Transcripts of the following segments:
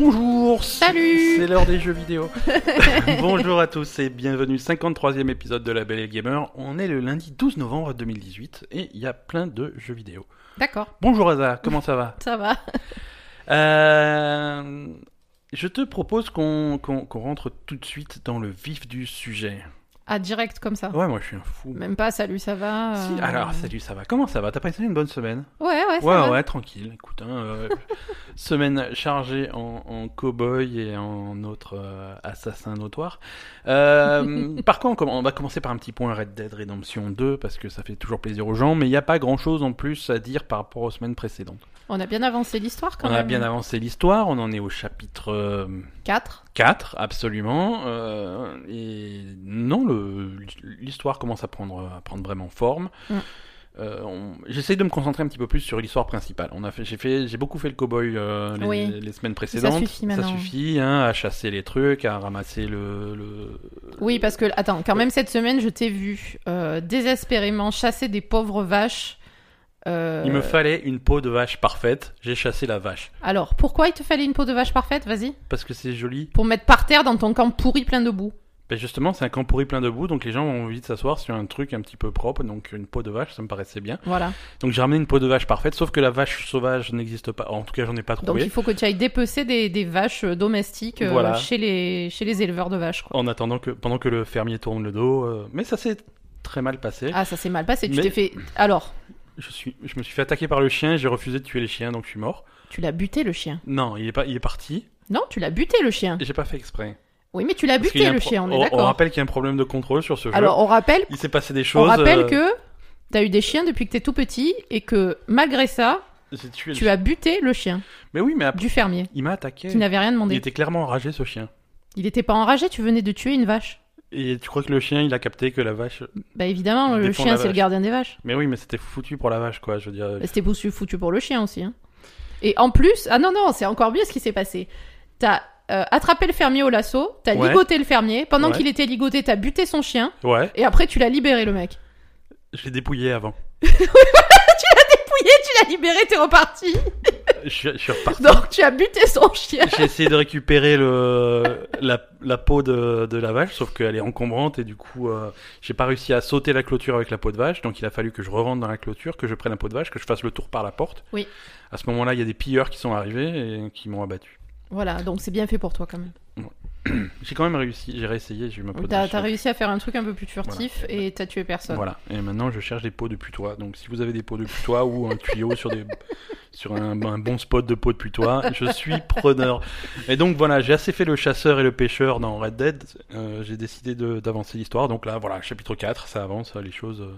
course. Salut C'est l'heure des jeux vidéo. Bonjour à tous et bienvenue 53e épisode de La Belle et le Gamer. On est le lundi 12 novembre 2018 et il y a plein de jeux vidéo. D'accord, Bonjour Aza, comment ça va ça va. Euh, Je te propose qu'on qu'on- qu'on rentre tout de suite dans le vif du sujet. Ah, direct comme ça. Ouais, moi je suis un fou. Même pas salut, ça va. euh, Si, alors, salut, ça va Comment ça va T'as passé une bonne semaine Ouais, ouais, Ah, ça Ouais, va. ouais, tranquille. Écoute, hein, euh, semaine chargée en, en cow-boy et en autre euh, assassin notoire. Euh, par contre, on, comm- on va commencer par un petit point Red Dead Redemption 2 parce que ça fait toujours plaisir aux gens, mais il n'y a pas grand chose en plus à dire par rapport aux semaines précédentes. On a bien avancé l'histoire quand on même. a bien avancé l'histoire, on en est au chapitre euh, 4. 4, absolument. euh, et non, le- l'histoire commence à prendre, à prendre vraiment forme. Mm. Euh, on- J'essaie de me concentrer un petit peu plus sur l'histoire principale. On a fait, j'ai fait, j'ai beaucoup fait le cowboy euh, les, Oui. les semaines précédentes. suffit maintenant. suffit, hein, à chasser les trucs, à ramasser le. le- Oui, parce que, attends, quand même, cette semaine, je t'ai vu euh, désespérément chasser des pauvres vaches. euh, Il me fallait une peau de vache parfaite. J'ai chassé la vache Alors, pourquoi il te fallait une peau de vache parfaite Vas-y. parce que c'est joli. Pour mettre par terre dans ton camp pourri plein de boue. Ben justement, c'est un camp pourri plein de boue, donc les gens ont envie de s'asseoir sur un truc un petit peu propre. Donc une peau de vache, ça me paraissait bien. Voilà. Donc j'ai ramené une peau de vache parfaite, sauf que la vache sauvage n'existe pas. En tout cas, j'en ai pas Donc, trouvé. il faut que tu ailles dépecer des, des vaches domestiques euh, Voilà. chez, les, chez les éleveurs de vaches. Quoi. En attendant que, pendant que le fermier tourne le dos, euh, mais ça s'est très mal passé. Ah, ça s'est mal passé. Tu Mais- t'es fait. Alors, Je suis, je me suis fait attaquer par le chien. J'ai refusé de tuer les chiens, donc je suis mort. tu l'as buté le chien. Non, il est pas, il est parti. Non, tu l'as buté le chien. et J'ai pas fait exprès. Oui, mais tu l'as Parce qu'il y a buté un le pro- chien, on est On d'accord. rappelle qu'il y a un problème de contrôle sur ce jeu. Alors, on rappelle, il s'est passé des on choses. rappelle euh, que t'as eu des chiens depuis que t'es tout petit et que malgré ça, j'ai tué le tu chien. as buté le chien Mais oui, mais après, du fermier il m'a attaqué. qui n'avait rien Il demandé. était clairement enragé ce chien. Il était pas enragé, tu venais de tuer une vache. Et tu crois que le chien, il a capté que la vache. Bah évidemment, Il le défend chien la c'est le vache. gardien des vaches. Mais oui, mais c'était foutu pour la vache, quoi. Je veux dire. Bah, C'était foutu, foutu pour le chien aussi. hein. Et en plus, ah non, non, c'est encore mieux ce qui s'est passé. T'as euh, attrapé le fermier au lasso, t'as Ouais. ligoté le fermier, pendant Ouais. qu'il était ligoté, t'as buté son chien, Ouais, et après tu l'as libéré le mec. je l'ai dépouillé avant. Pouillé, tu l'as libéré, t'es reparti. je, je suis reparti. Donc tu as buté son chien. J'ai essayé de récupérer le, la, la peau de, de la vache, sauf qu'elle est encombrante et du coup, euh, j'ai pas réussi à sauter la clôture avec la peau de vache. Donc, il a fallu que je rentre dans la clôture, que je prenne la peau de vache, que je fasse le tour par la porte. Oui. À ce moment-là, il y a des pilleurs qui sont arrivés et qui m'ont abattu. Voilà, donc c'est bien fait pour toi quand même. J'ai quand même réussi, j'ai réessayé, j'ai eu ma peau de T'as vache. t'as réussi à faire un truc un peu plus furtif Voilà. et t'as tué personne. Voilà. Et maintenant, je cherche des pots de putois. Donc, si vous avez des pots de putois ou un tuyau sur des sur un, un bon spot de pots de putois, je suis preneur. Et donc voilà, j'ai assez fait le chasseur et le pêcheur dans Red Dead. Euh, j'ai décidé de- d'avancer l'histoire. Donc là, voilà, chapitre 4, ça avance, les choses. euh,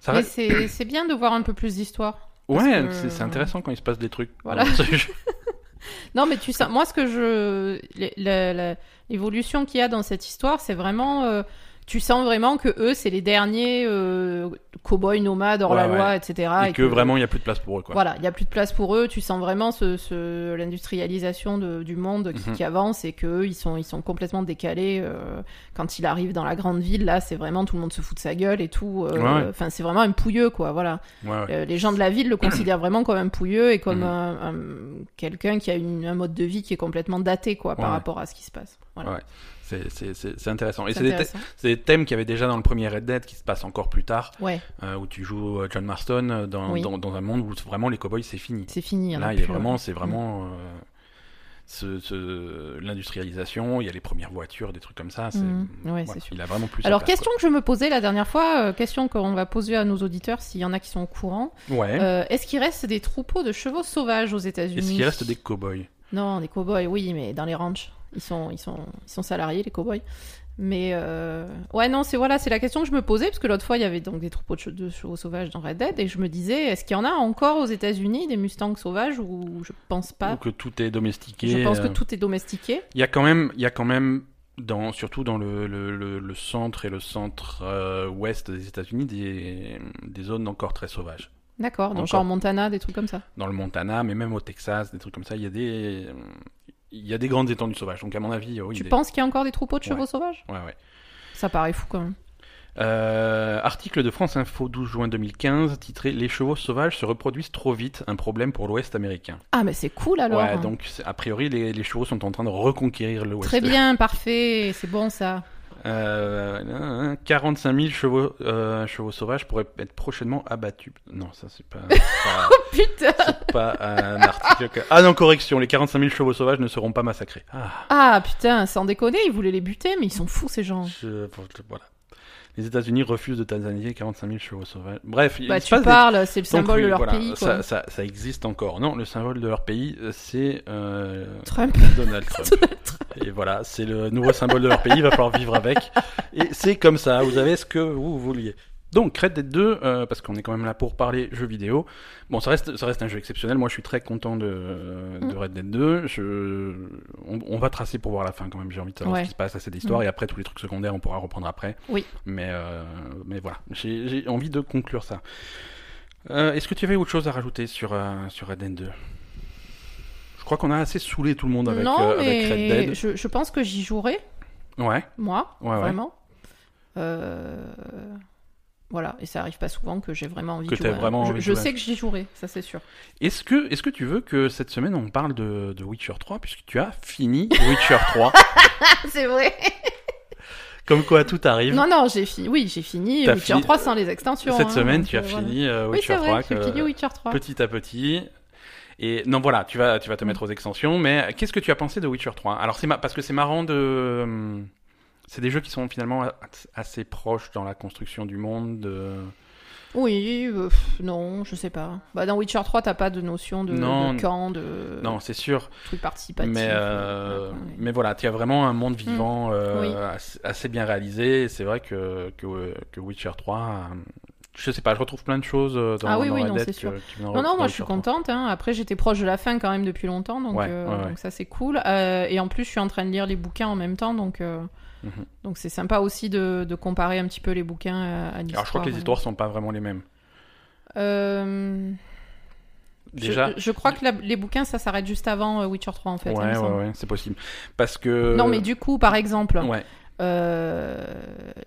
Ça Mais reste- c'est c'est bien de voir un peu plus d'histoire. parce Ouais, que- c'est c'est intéressant quand il se passe des trucs. Voilà. dans ce jeu. Non, mais tu sais, moi ce que je. les- la- la- L'évolution qu'il y a dans cette histoire, c'est vraiment. euh, tu sens vraiment que eux, c'est les derniers euh, cow-boys nomades hors Ouais, la loi, ouais. etc. et que vraiment, il n'y a plus de place pour eux, quoi. Voilà, il n'y a plus de place pour eux. Tu sens vraiment ce, ce- l'industrialisation de- du monde qui, Mhm. qui avance et qu'eux, ils sont, ils sont complètement décalés. euh, quand il arrive dans la grande ville, là, c'est vraiment tout le monde se fout de sa gueule et tout. euh, Ouais, ouais. Enfin, c'est vraiment un pouilleux, quoi. Voilà. Ouais, ouais. Euh, les gens de la ville le considèrent vraiment comme un pouilleux et comme Mhm. un, un- quelqu'un qui a une, un mode de vie qui est complètement daté, quoi, par Ouais. rapport à ce qui se passe. Voilà. Ouais, C'est- C'est c'est- c'est intéressant. Et C'est c'est des, thè- intéressant. c'est des thèmes qu'il y avait déjà dans le premier Red Dead qui se passent encore plus tard. Ouais, euh, où tu joues euh, John Marston euh, dans, Oui. dans, dans un monde où vraiment les cowboys c'est fini. c'est fini. on Là, a il est plus, hein. vraiment, ouais. Mm. c'est vraiment euh, ce, ce- l'industrialisation. Il y a les premières voitures, des trucs comme ça. c'est- Mhm. Ouais, voilà, c'est sûr. Il a vraiment plus. sa Alors, place, question que je me posais la dernière fois, euh, question qu'on va poser à nos auditeurs s'il y en a qui sont au courant. quoi. Ouais. Euh, Est-ce qu'il reste des troupeaux de chevaux sauvages aux États-Unis Eh Est-ce qu'il reste des cowboys Non, des cow-boys, oui, mais dans les ranchs. Ils sont, ils sont, ils sont salariés, les cow-boys. Mais euh, ouais, non, c'est voilà, c'est la question que je me posais parce que l'autre fois il y avait donc des troupeaux de, che- de chevaux sauvages dans Red Dead et je me disais est-ce qu'il y en a encore aux États-Unis des mustangs sauvages ou je pense Ou pas. que tout est domestiqué Je pense que euh, tout est domestiqué. Il y a quand même, il y a quand même dans, surtout dans le, le, le, le centre et le centre euh, ouest des États-Unis, des, des zones encore très sauvages. D'accord, donc Encore. genre Montana, des trucs comme ça. Dans le Montana, mais même au Texas, des trucs comme ça, il y a des, euh, il y a des grandes étendues sauvages. Donc à mon avis, oui, tu des- penses qu'il y a encore des troupeaux de chevaux sauvages Ouais, ouais. Ça paraît fou quand même. Euh, article de France Info 12 juin 2015 titré Les chevaux sauvages se reproduisent trop vite, un problème pour l'Ouest américain. Ah, mais c'est cool alors. ouais, donc c'est- a priori les, les chevaux sont en train de reconquérir l'Ouest. Très bien, parfait, c'est bon ça. Euh, 45 000 chevaux, euh, chevaux sauvages pourraient être prochainement abattus. Non, ça c'est pas, Putain c'est pas un article. que- Ah non, correction, les 45 000 chevaux sauvages ne seront pas massacrés. Ah. Ah putain, sans déconner, ils voulaient les buter, mais ils sont fous ces gens. Je- voilà. Les États-Unis refusent de tanzanier 45 000 chevaux sauvages. Bref, il Bah se tu passe des- parles, c'est le Donc, symbole oui, de leur voilà, pays quoi. Ça, ça- ça existe encore. Non, le symbole de leur pays, euh, c'est euh, Trump. Donald Trump. Et voilà, c'est le nouveau symbole de leur pays, il va falloir vivre avec. Et c'est comme ça, vous avez ce que vous vouliez. Donc, Red Dead 2, euh, parce qu'on est quand même là pour parler jeux vidéo. Bon, ça reste, ça reste un jeu exceptionnel. Moi, je suis très content de, euh, Mm. de Red Dead 2. Je, on, on va tracer pour voir la fin quand même. J'ai envie de savoir Ouais. Mm. ce qui se passe à cette histoire. Et après, tous les trucs secondaires, on pourra reprendre après. Oui. Mais, euh, mais voilà, j'ai j'ai envie de conclure ça. Euh, Est-ce que tu avais autre chose à rajouter sur, euh, sur Red Dead 2 Je crois qu'on a assez saoulé tout le monde avec, non, euh, mais avec Red Dead. Je, je pense que j'y jouerai, Ouais, moi, Ouais, ouais. vraiment. Euh, Voilà, et ça arrive pas souvent que j'ai vraiment envie Que de t'aies jouer. à- vraiment je envie de je jouer à- sais que j'y jouerai, ça c'est sûr. Est-ce que, est que tu veux que cette semaine on parle de, de Witcher 3 puisque tu as fini Witcher 3 c'est vrai Comme quoi tout arrive. Non, non, j'ai fini. Oui, j'ai fini T'as Witcher fini- 3 sans les extensions. cette hein, semaine donc, tu as euh, voilà. fini euh, Oui, Witcher c'est 3 vrai, j'ai que- fini Witcher 3. petit à petit. Et non voilà, tu vas, tu vas te Mm. mettre aux extensions, mais qu'est-ce que tu as pensé de Witcher 3 Alors c'est ma- parce que c'est marrant de... hum, C'est des jeux qui sont finalement a- assez proches dans la construction du monde. de- Oui, euh, pff, non, je sais pas. Bah, dans Witcher 3, t'as pas de notion de, Non. de camp, de Non, c'est sûr. truc participatif. Mais, euh, Mm. euh, mais voilà, tu as vraiment un monde vivant euh, Oui. assez, assez bien réalisé. et C'est vrai que, que, que Witcher 3, euh, je sais pas, je retrouve plein de choses euh, dans, Ah oui, dans oui, Red non, Dead c'est que- sûr. qui n'en Non, non, dans moi je suis Witcher 3. contente. hein. Après, j'étais proche de la fin quand même depuis longtemps, donc, Ouais, euh, ouais, ouais. donc ça c'est cool. Euh, et en plus, je suis en train de lire les bouquins en même temps, donc euh, Mhm. donc c'est sympa aussi de, de comparer un petit peu les bouquins euh, à, à l'histoire. Alors je crois que les ouais. histoires sont pas vraiment les mêmes. Euh, je- Déjà, je, crois que la- les bouquins ça s'arrête juste avant euh, Witcher 3 en fait. il me ouais, ouais, semble. ouais, c'est possible. Parce que. Non, mais du coup, par exemple, Ouais. euh,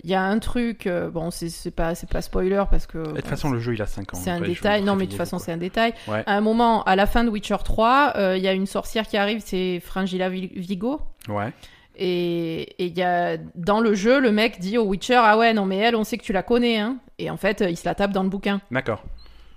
il y a un truc. euh, bon, c'est c'est pas c'est pas spoiler parce que. euh, De toute façon, le jeu il a 5 ans. C'est un Ouais, je détail. vous Non, mais de préviens toute façon, beaucoup. c'est un détail. Ouais. À un moment, à la fin de Witcher 3, euh, il y a une sorcière qui arrive, c'est Frangilla Vi- Vigo. Ouais. Et et il y a, dans le jeu, le mec dit au Witcher Ah ouais, non, mais elle, on sait que tu la connais. Hein. Et en fait, euh, il se la tape dans le bouquin D'accord.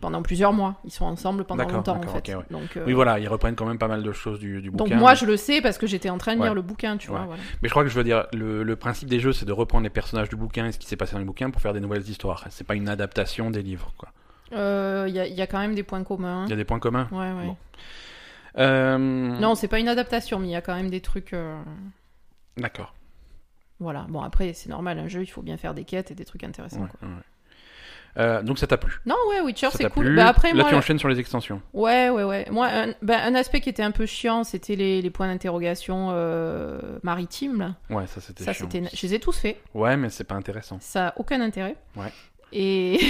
pendant plusieurs mois. Ils sont ensemble pendant D'accord, longtemps, en d'accord, fait. ok, ouais. Donc, euh, Oui, voilà, ils reprennent quand même pas mal de choses du, du donc bouquin. moi, je le sais parce que j'étais en train de lire Ouais. le bouquin, tu vois. Ouais. voilà. Mais je crois que je veux dire, le, le principe des jeux, c'est de reprendre les personnages du bouquin et ce qui s'est passé dans le bouquin pour faire des nouvelles histoires. C'est pas une adaptation des livres, quoi. Euh, Il y, a, il y a quand même des points communs. hein. Il y a des points communs. Ouais, ouais. Bon. Euh, Non, c'est pas une adaptation, mais il y a quand même des trucs. euh, D'accord. Voilà. Bon, après, c'est normal, un jeu, il faut bien faire des quêtes et des trucs intéressants. Ouais, quoi. ouais. Euh, donc ça t'a plu. Non, ouais, Witcher, ça c'est t'a cool. plu. Bah, après, Là, moi, tu enchaînes sur les extensions. ouais, ouais, ouais. Moi, un, ben, un aspect qui était un peu chiant, c'était les, les points d'interrogation euh, maritimes. Là. Ouais, ça c'était Ça, chiant. c'était, je les ai tous faits. Ouais, mais c'est pas intéressant. Ça a aucun intérêt. Ouais. Et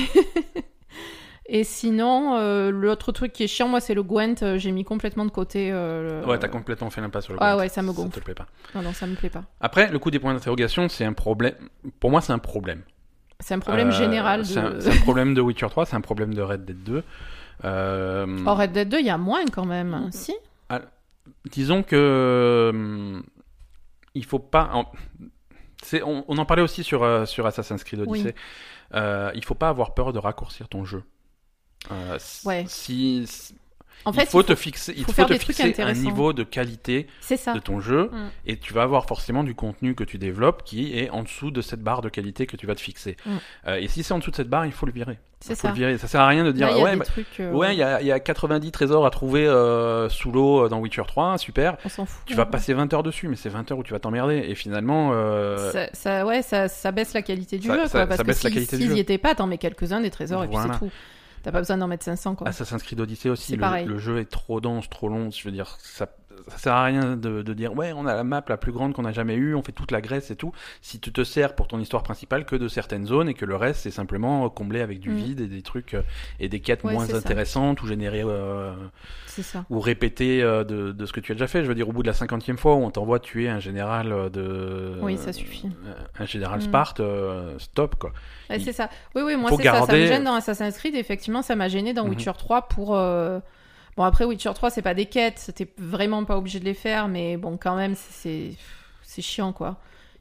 et sinon, euh, l'autre truc qui est chiant, moi, c'est le Gwent. euh, J'ai mis complètement de côté. euh, le- Ouais, t'as complètement fait l'impasse sur le Ah compte. ouais, ça me te gonfle. plaît pas. Non, non, ça me plaît pas. Après, le coup des points d'interrogation, c'est un problème. Pour moi, c'est un problème. C'est un problème Euh, général. De... C'est un, c'est un problème de Witcher 3, c'est un problème de Red Dead 2. Euh, Or, Red Dead 2, il y a moins quand même. Mm. Si. disons que hum, il faut pas. en- c'est- on, on en parlait aussi sur, euh, sur Assassin's Creed Odyssey. Euh, il faut pas avoir peur de raccourcir ton jeu. Euh, s- Ouais. si, si- En fait, il faut te fixer, il faut faut faire te des trucs fixer un intéressants. niveau de qualité c'est ça. de ton jeu Mm. et tu vas avoir forcément du contenu que tu développes qui est en dessous de cette barre de qualité que tu vas te fixer. Mm. Euh, et si c'est en dessous de cette barre, il faut le virer. C'est Il faut ça. le virer. Ça sert à rien de dire Là, il y a ouais, des bah, trucs. euh, ouais, il y a, il y a 90 trésors à trouver euh, sous l'eau euh, dans Witcher 3, super. on s'en fout. Tu vas hein. passer 20 heures dessus, mais c'est 20 heures où tu vas t'emmerder. Et finalement, euh, ça, ça- ouais, ça, ça baisse la qualité du Ça- jeu, quoi, ça- parce ça que baisse la si- qualité s'ils du jeu. y étaient pas, t'en mets quelques-uns des trésors et Voilà. Ah, puis c'est tout. T'as pas besoin d'en mettre 500, quoi. Assassin's Creed Odyssey aussi, C'est le, pareil. le jeu est trop dense, trop long. Je veux dire, ça, ça sert à rien de, de dire ouais, on a la map la plus grande qu'on a jamais eue, on fait toute la Grèce et tout. Si tu te sers pour ton histoire principale que de certaines zones et que le reste c'est simplement comblé avec du Mm. vide et des trucs euh, et des quêtes Ouais, moins c'est ça. intéressantes ou générées euh, C'est ça. ou répétées euh, de, de ce que tu as déjà fait. Je veux dire, au bout de la cinquantième fois où on t'envoie tuer un général euh, de Oui, ça suffit. un général Mm. Sparte, euh, stop quoi. Ouais, Il- c'est ça. Oui, oui, moi, faut c'est ça. Ça me garder- euh, gêne dans Assassin's Creed. Effectivement, ça m'a gêné dans Mhm. Witcher 3 pour. euh, Bon, après, Witcher 3, c'est pas des quêtes. T'es vraiment pas obligé de les faire, mais bon, quand même, c'est c'est chiant, quoi.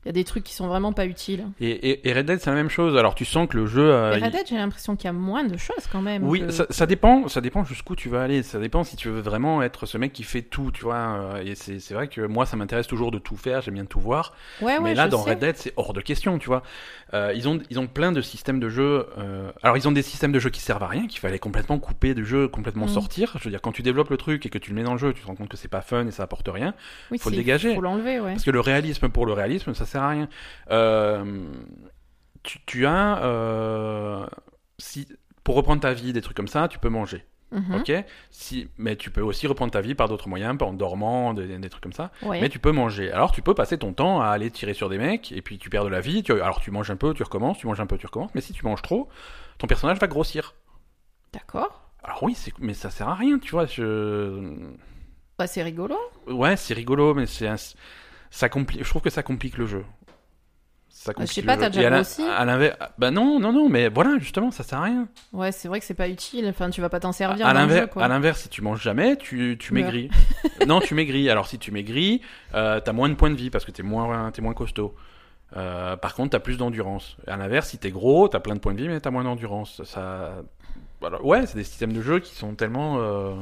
Il y a des trucs qui sont vraiment pas utiles. Et, et, et Red Dead c'est la même chose. Alors tu sens que le jeu euh, Et Red il- Dead, j'ai l'impression qu'il y a moins de choses quand même. Oui, que- ça, ça dépend, ça dépend jusqu'où tu vas aller. Ça dépend si tu veux vraiment être ce mec qui fait tout, tu vois. euh, Et c'est c'est vrai que moi, ça m'intéresse toujours de tout faire. J'aime bien tout voir. Ah Ouais, ouais, mais là, je dans sais. Red Dead, c'est hors de question, tu vois. Euh, ils ont, ils ont plein de systèmes de jeu. euh, Alors, ils ont des systèmes de jeu qui servent à rien, qu'il fallait complètement couper du jeu, complètement Mm. sortir. Je veux dire, quand tu développes le truc et que tu le mets dans le jeu, tu te rends compte que c'est pas fun et ça apporte rien. Oui, faut le c'est- dégager. Faut l'enlever, ouais. Parce que le réalisme pour le réalisme, ça sert à rien. Euh, tu, tu as, euh, si pour reprendre ta vie, des trucs comme ça, tu peux manger. Mhm. Ok, si, mais tu peux aussi reprendre ta vie par d'autres moyens, par en dormant, des, des trucs comme ça. Ouais. Mais tu peux manger. Alors tu peux passer ton temps à aller tirer sur des mecs, et puis tu perds de la vie. Tu, alors tu manges un peu, tu recommences, tu manges un peu, tu recommences. Mais si tu manges trop, ton personnage va grossir. D'accord. Alors oui, c'est- mais ça sert à rien, tu vois. Je... Bah, c'est rigolo. Ouais, c'est rigolo, mais c'est un- ça compli- Je trouve que ça complique le jeu. Ça complique Bah, sais le pas, jeu. t'as déjà Et à l'in- grossi à l'inverse, bah non, non, non, mais voilà, justement, ça sert à rien. Ouais, c'est vrai que c'est pas utile. Enfin, tu vas pas t'en servir. À dans le l'inver- jeu, quoi. Bah. à l'inverse, si tu manges jamais, tu, tu Tu meurs. maigris. non, tu maigris. Alors si tu maigris, euh, t'as moins de points de vie parce que t'es moins, t'es moins costaud. Euh, par contre, t'as plus d'endurance. À l'inverse, si t'es gros, t'as plein de points de vie, mais t'as moins d'endurance. Ça, voilà. ouais, c'est des systèmes de jeu qui sont tellement. euh,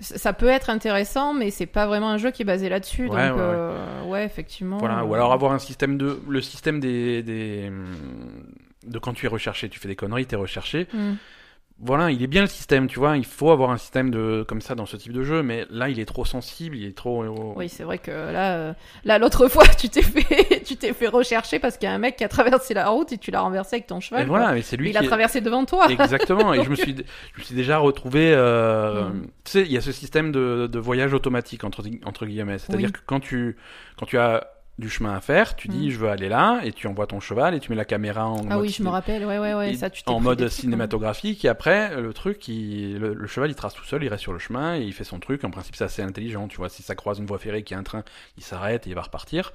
C- Ça peut être intéressant, mais c'est pas vraiment un jeu qui est basé là-dessus. Ouais, donc, ouais, ouais. euh, ouais, effectivement. Voilà. Ou euh, alors avoir un système de, le système des, des, hum, de quand tu es recherché, tu fais des conneries, t'es recherché. hmm. voilà, il est bien le système, tu vois. Il faut avoir un système de comme ça dans ce type de jeu, mais là, il est trop sensible, il est trop. euh, Oui, c'est vrai que là, euh, là, l'autre fois, tu t'es fait, tu t'es fait rechercher parce qu'il y a un mec qui a traversé la route et tu l'as renversé avec ton Et cheval. quoi. voilà, mais c'est lui il qui. a est- traversé devant toi. Exactement. Et je me suis, je me suis déjà retrouvé. euh, Mm. Tu sais, il y a ce système de, de voyage automatique entre entre guillemets. C'est-à-dire Oui. que quand tu quand tu as du chemin à faire, tu dis Mm. je veux aller là et tu envoies ton cheval et tu mets la caméra en Ah mode oui, je me ciné- rappelle. Ouais, ouais, ouais. et- Ça, tu t'es en pris mode des trucs, hein. cinématographique et après euh, le truc il- le, le cheval il trace tout seul il reste sur le chemin et il fait son truc en principe c'est assez intelligent tu vois si ça croise une voie ferrée qui a un train il s'arrête et il va repartir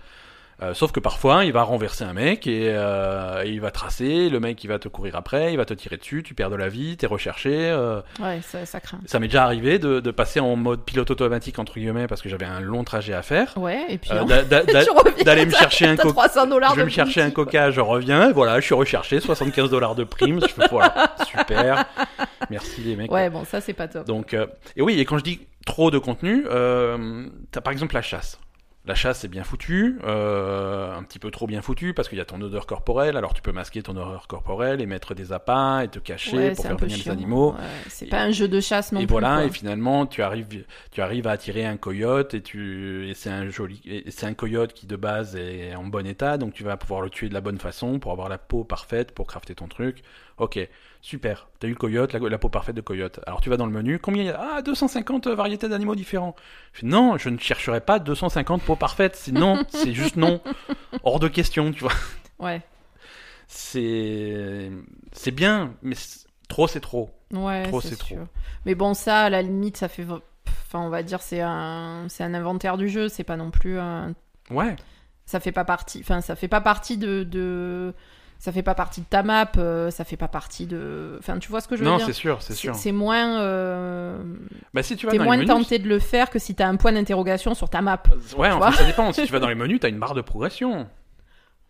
Euh, sauf que parfois il va renverser un mec et, euh, et il va tracer le mec il va te courir après il va te tirer dessus tu perds de la vie t'es recherché euh, Ouais, ça, ça craint. ça m'est déjà arrivé de, de passer en mode pilote automatique entre guillemets parce que j'avais un long trajet à faire Ouais, et puis Euh, on- d'a- d'a- d'a- tu reviens. d'aller me chercher un T'as coca 300 dollars. je vais me chercher un coca, je reviens, voilà, je suis recherché, 75 dollars de prime, je fais, voilà, super, merci les mecs. Ouais, bon, ça, c'est pas top. Donc, euh, et oui, et quand je dis trop de contenu, euh, t'as par exemple la chasse. La chasse est bien foutue, euh, un petit peu trop bien foutue, parce qu'il y a ton odeur corporelle, alors tu peux masquer ton odeur corporelle et mettre des appâts et te cacher Ouais, pour c'est faire un peu venir les chiant. animaux. Ouais, c'est Et- pas un jeu de chasse non Et plus. voilà, quoi. et finalement, tu arrives, tu arrives à attirer un coyote, et tu, et c'est un joli, et c'est un coyote qui de base est en bon état, donc tu vas pouvoir le tuer de la bonne façon pour avoir la peau parfaite pour crafter ton truc. Ok, super. T'as eu le coyote, la, la peau parfaite de coyote. Alors tu vas dans le menu, combien il y a Ah, 250 variétés d'animaux différents. Je fais, non, je ne chercherai pas 250 peaux parfaites. C'est non, c'est juste non, hors de question, tu vois. Ouais, C'est, c'est bien, mais c'est- trop c'est trop. ouais, Trop, c'est c'est trop. sûr. Mais bon, ça, à la limite, ça fait. v- Enfin, on va dire, c'est un, c'est un inventaire du jeu. C'est pas non plus un. Ouais. Ça fait pas partie. Enfin, ça fait pas partie de. de... Ça fait pas partie de ta map. euh, ça fait pas partie de. Enfin, tu vois ce que je veux Non, dire c'est sûr, c'est sûr. C'est moins. euh, Bah si tu vas T'es dans les moins menus, tenté de le faire que si t'as un point d'interrogation sur ta map. Ouais, Tu enfin, vois ça dépend. Si tu vas dans les menus, t'as une barre de progression.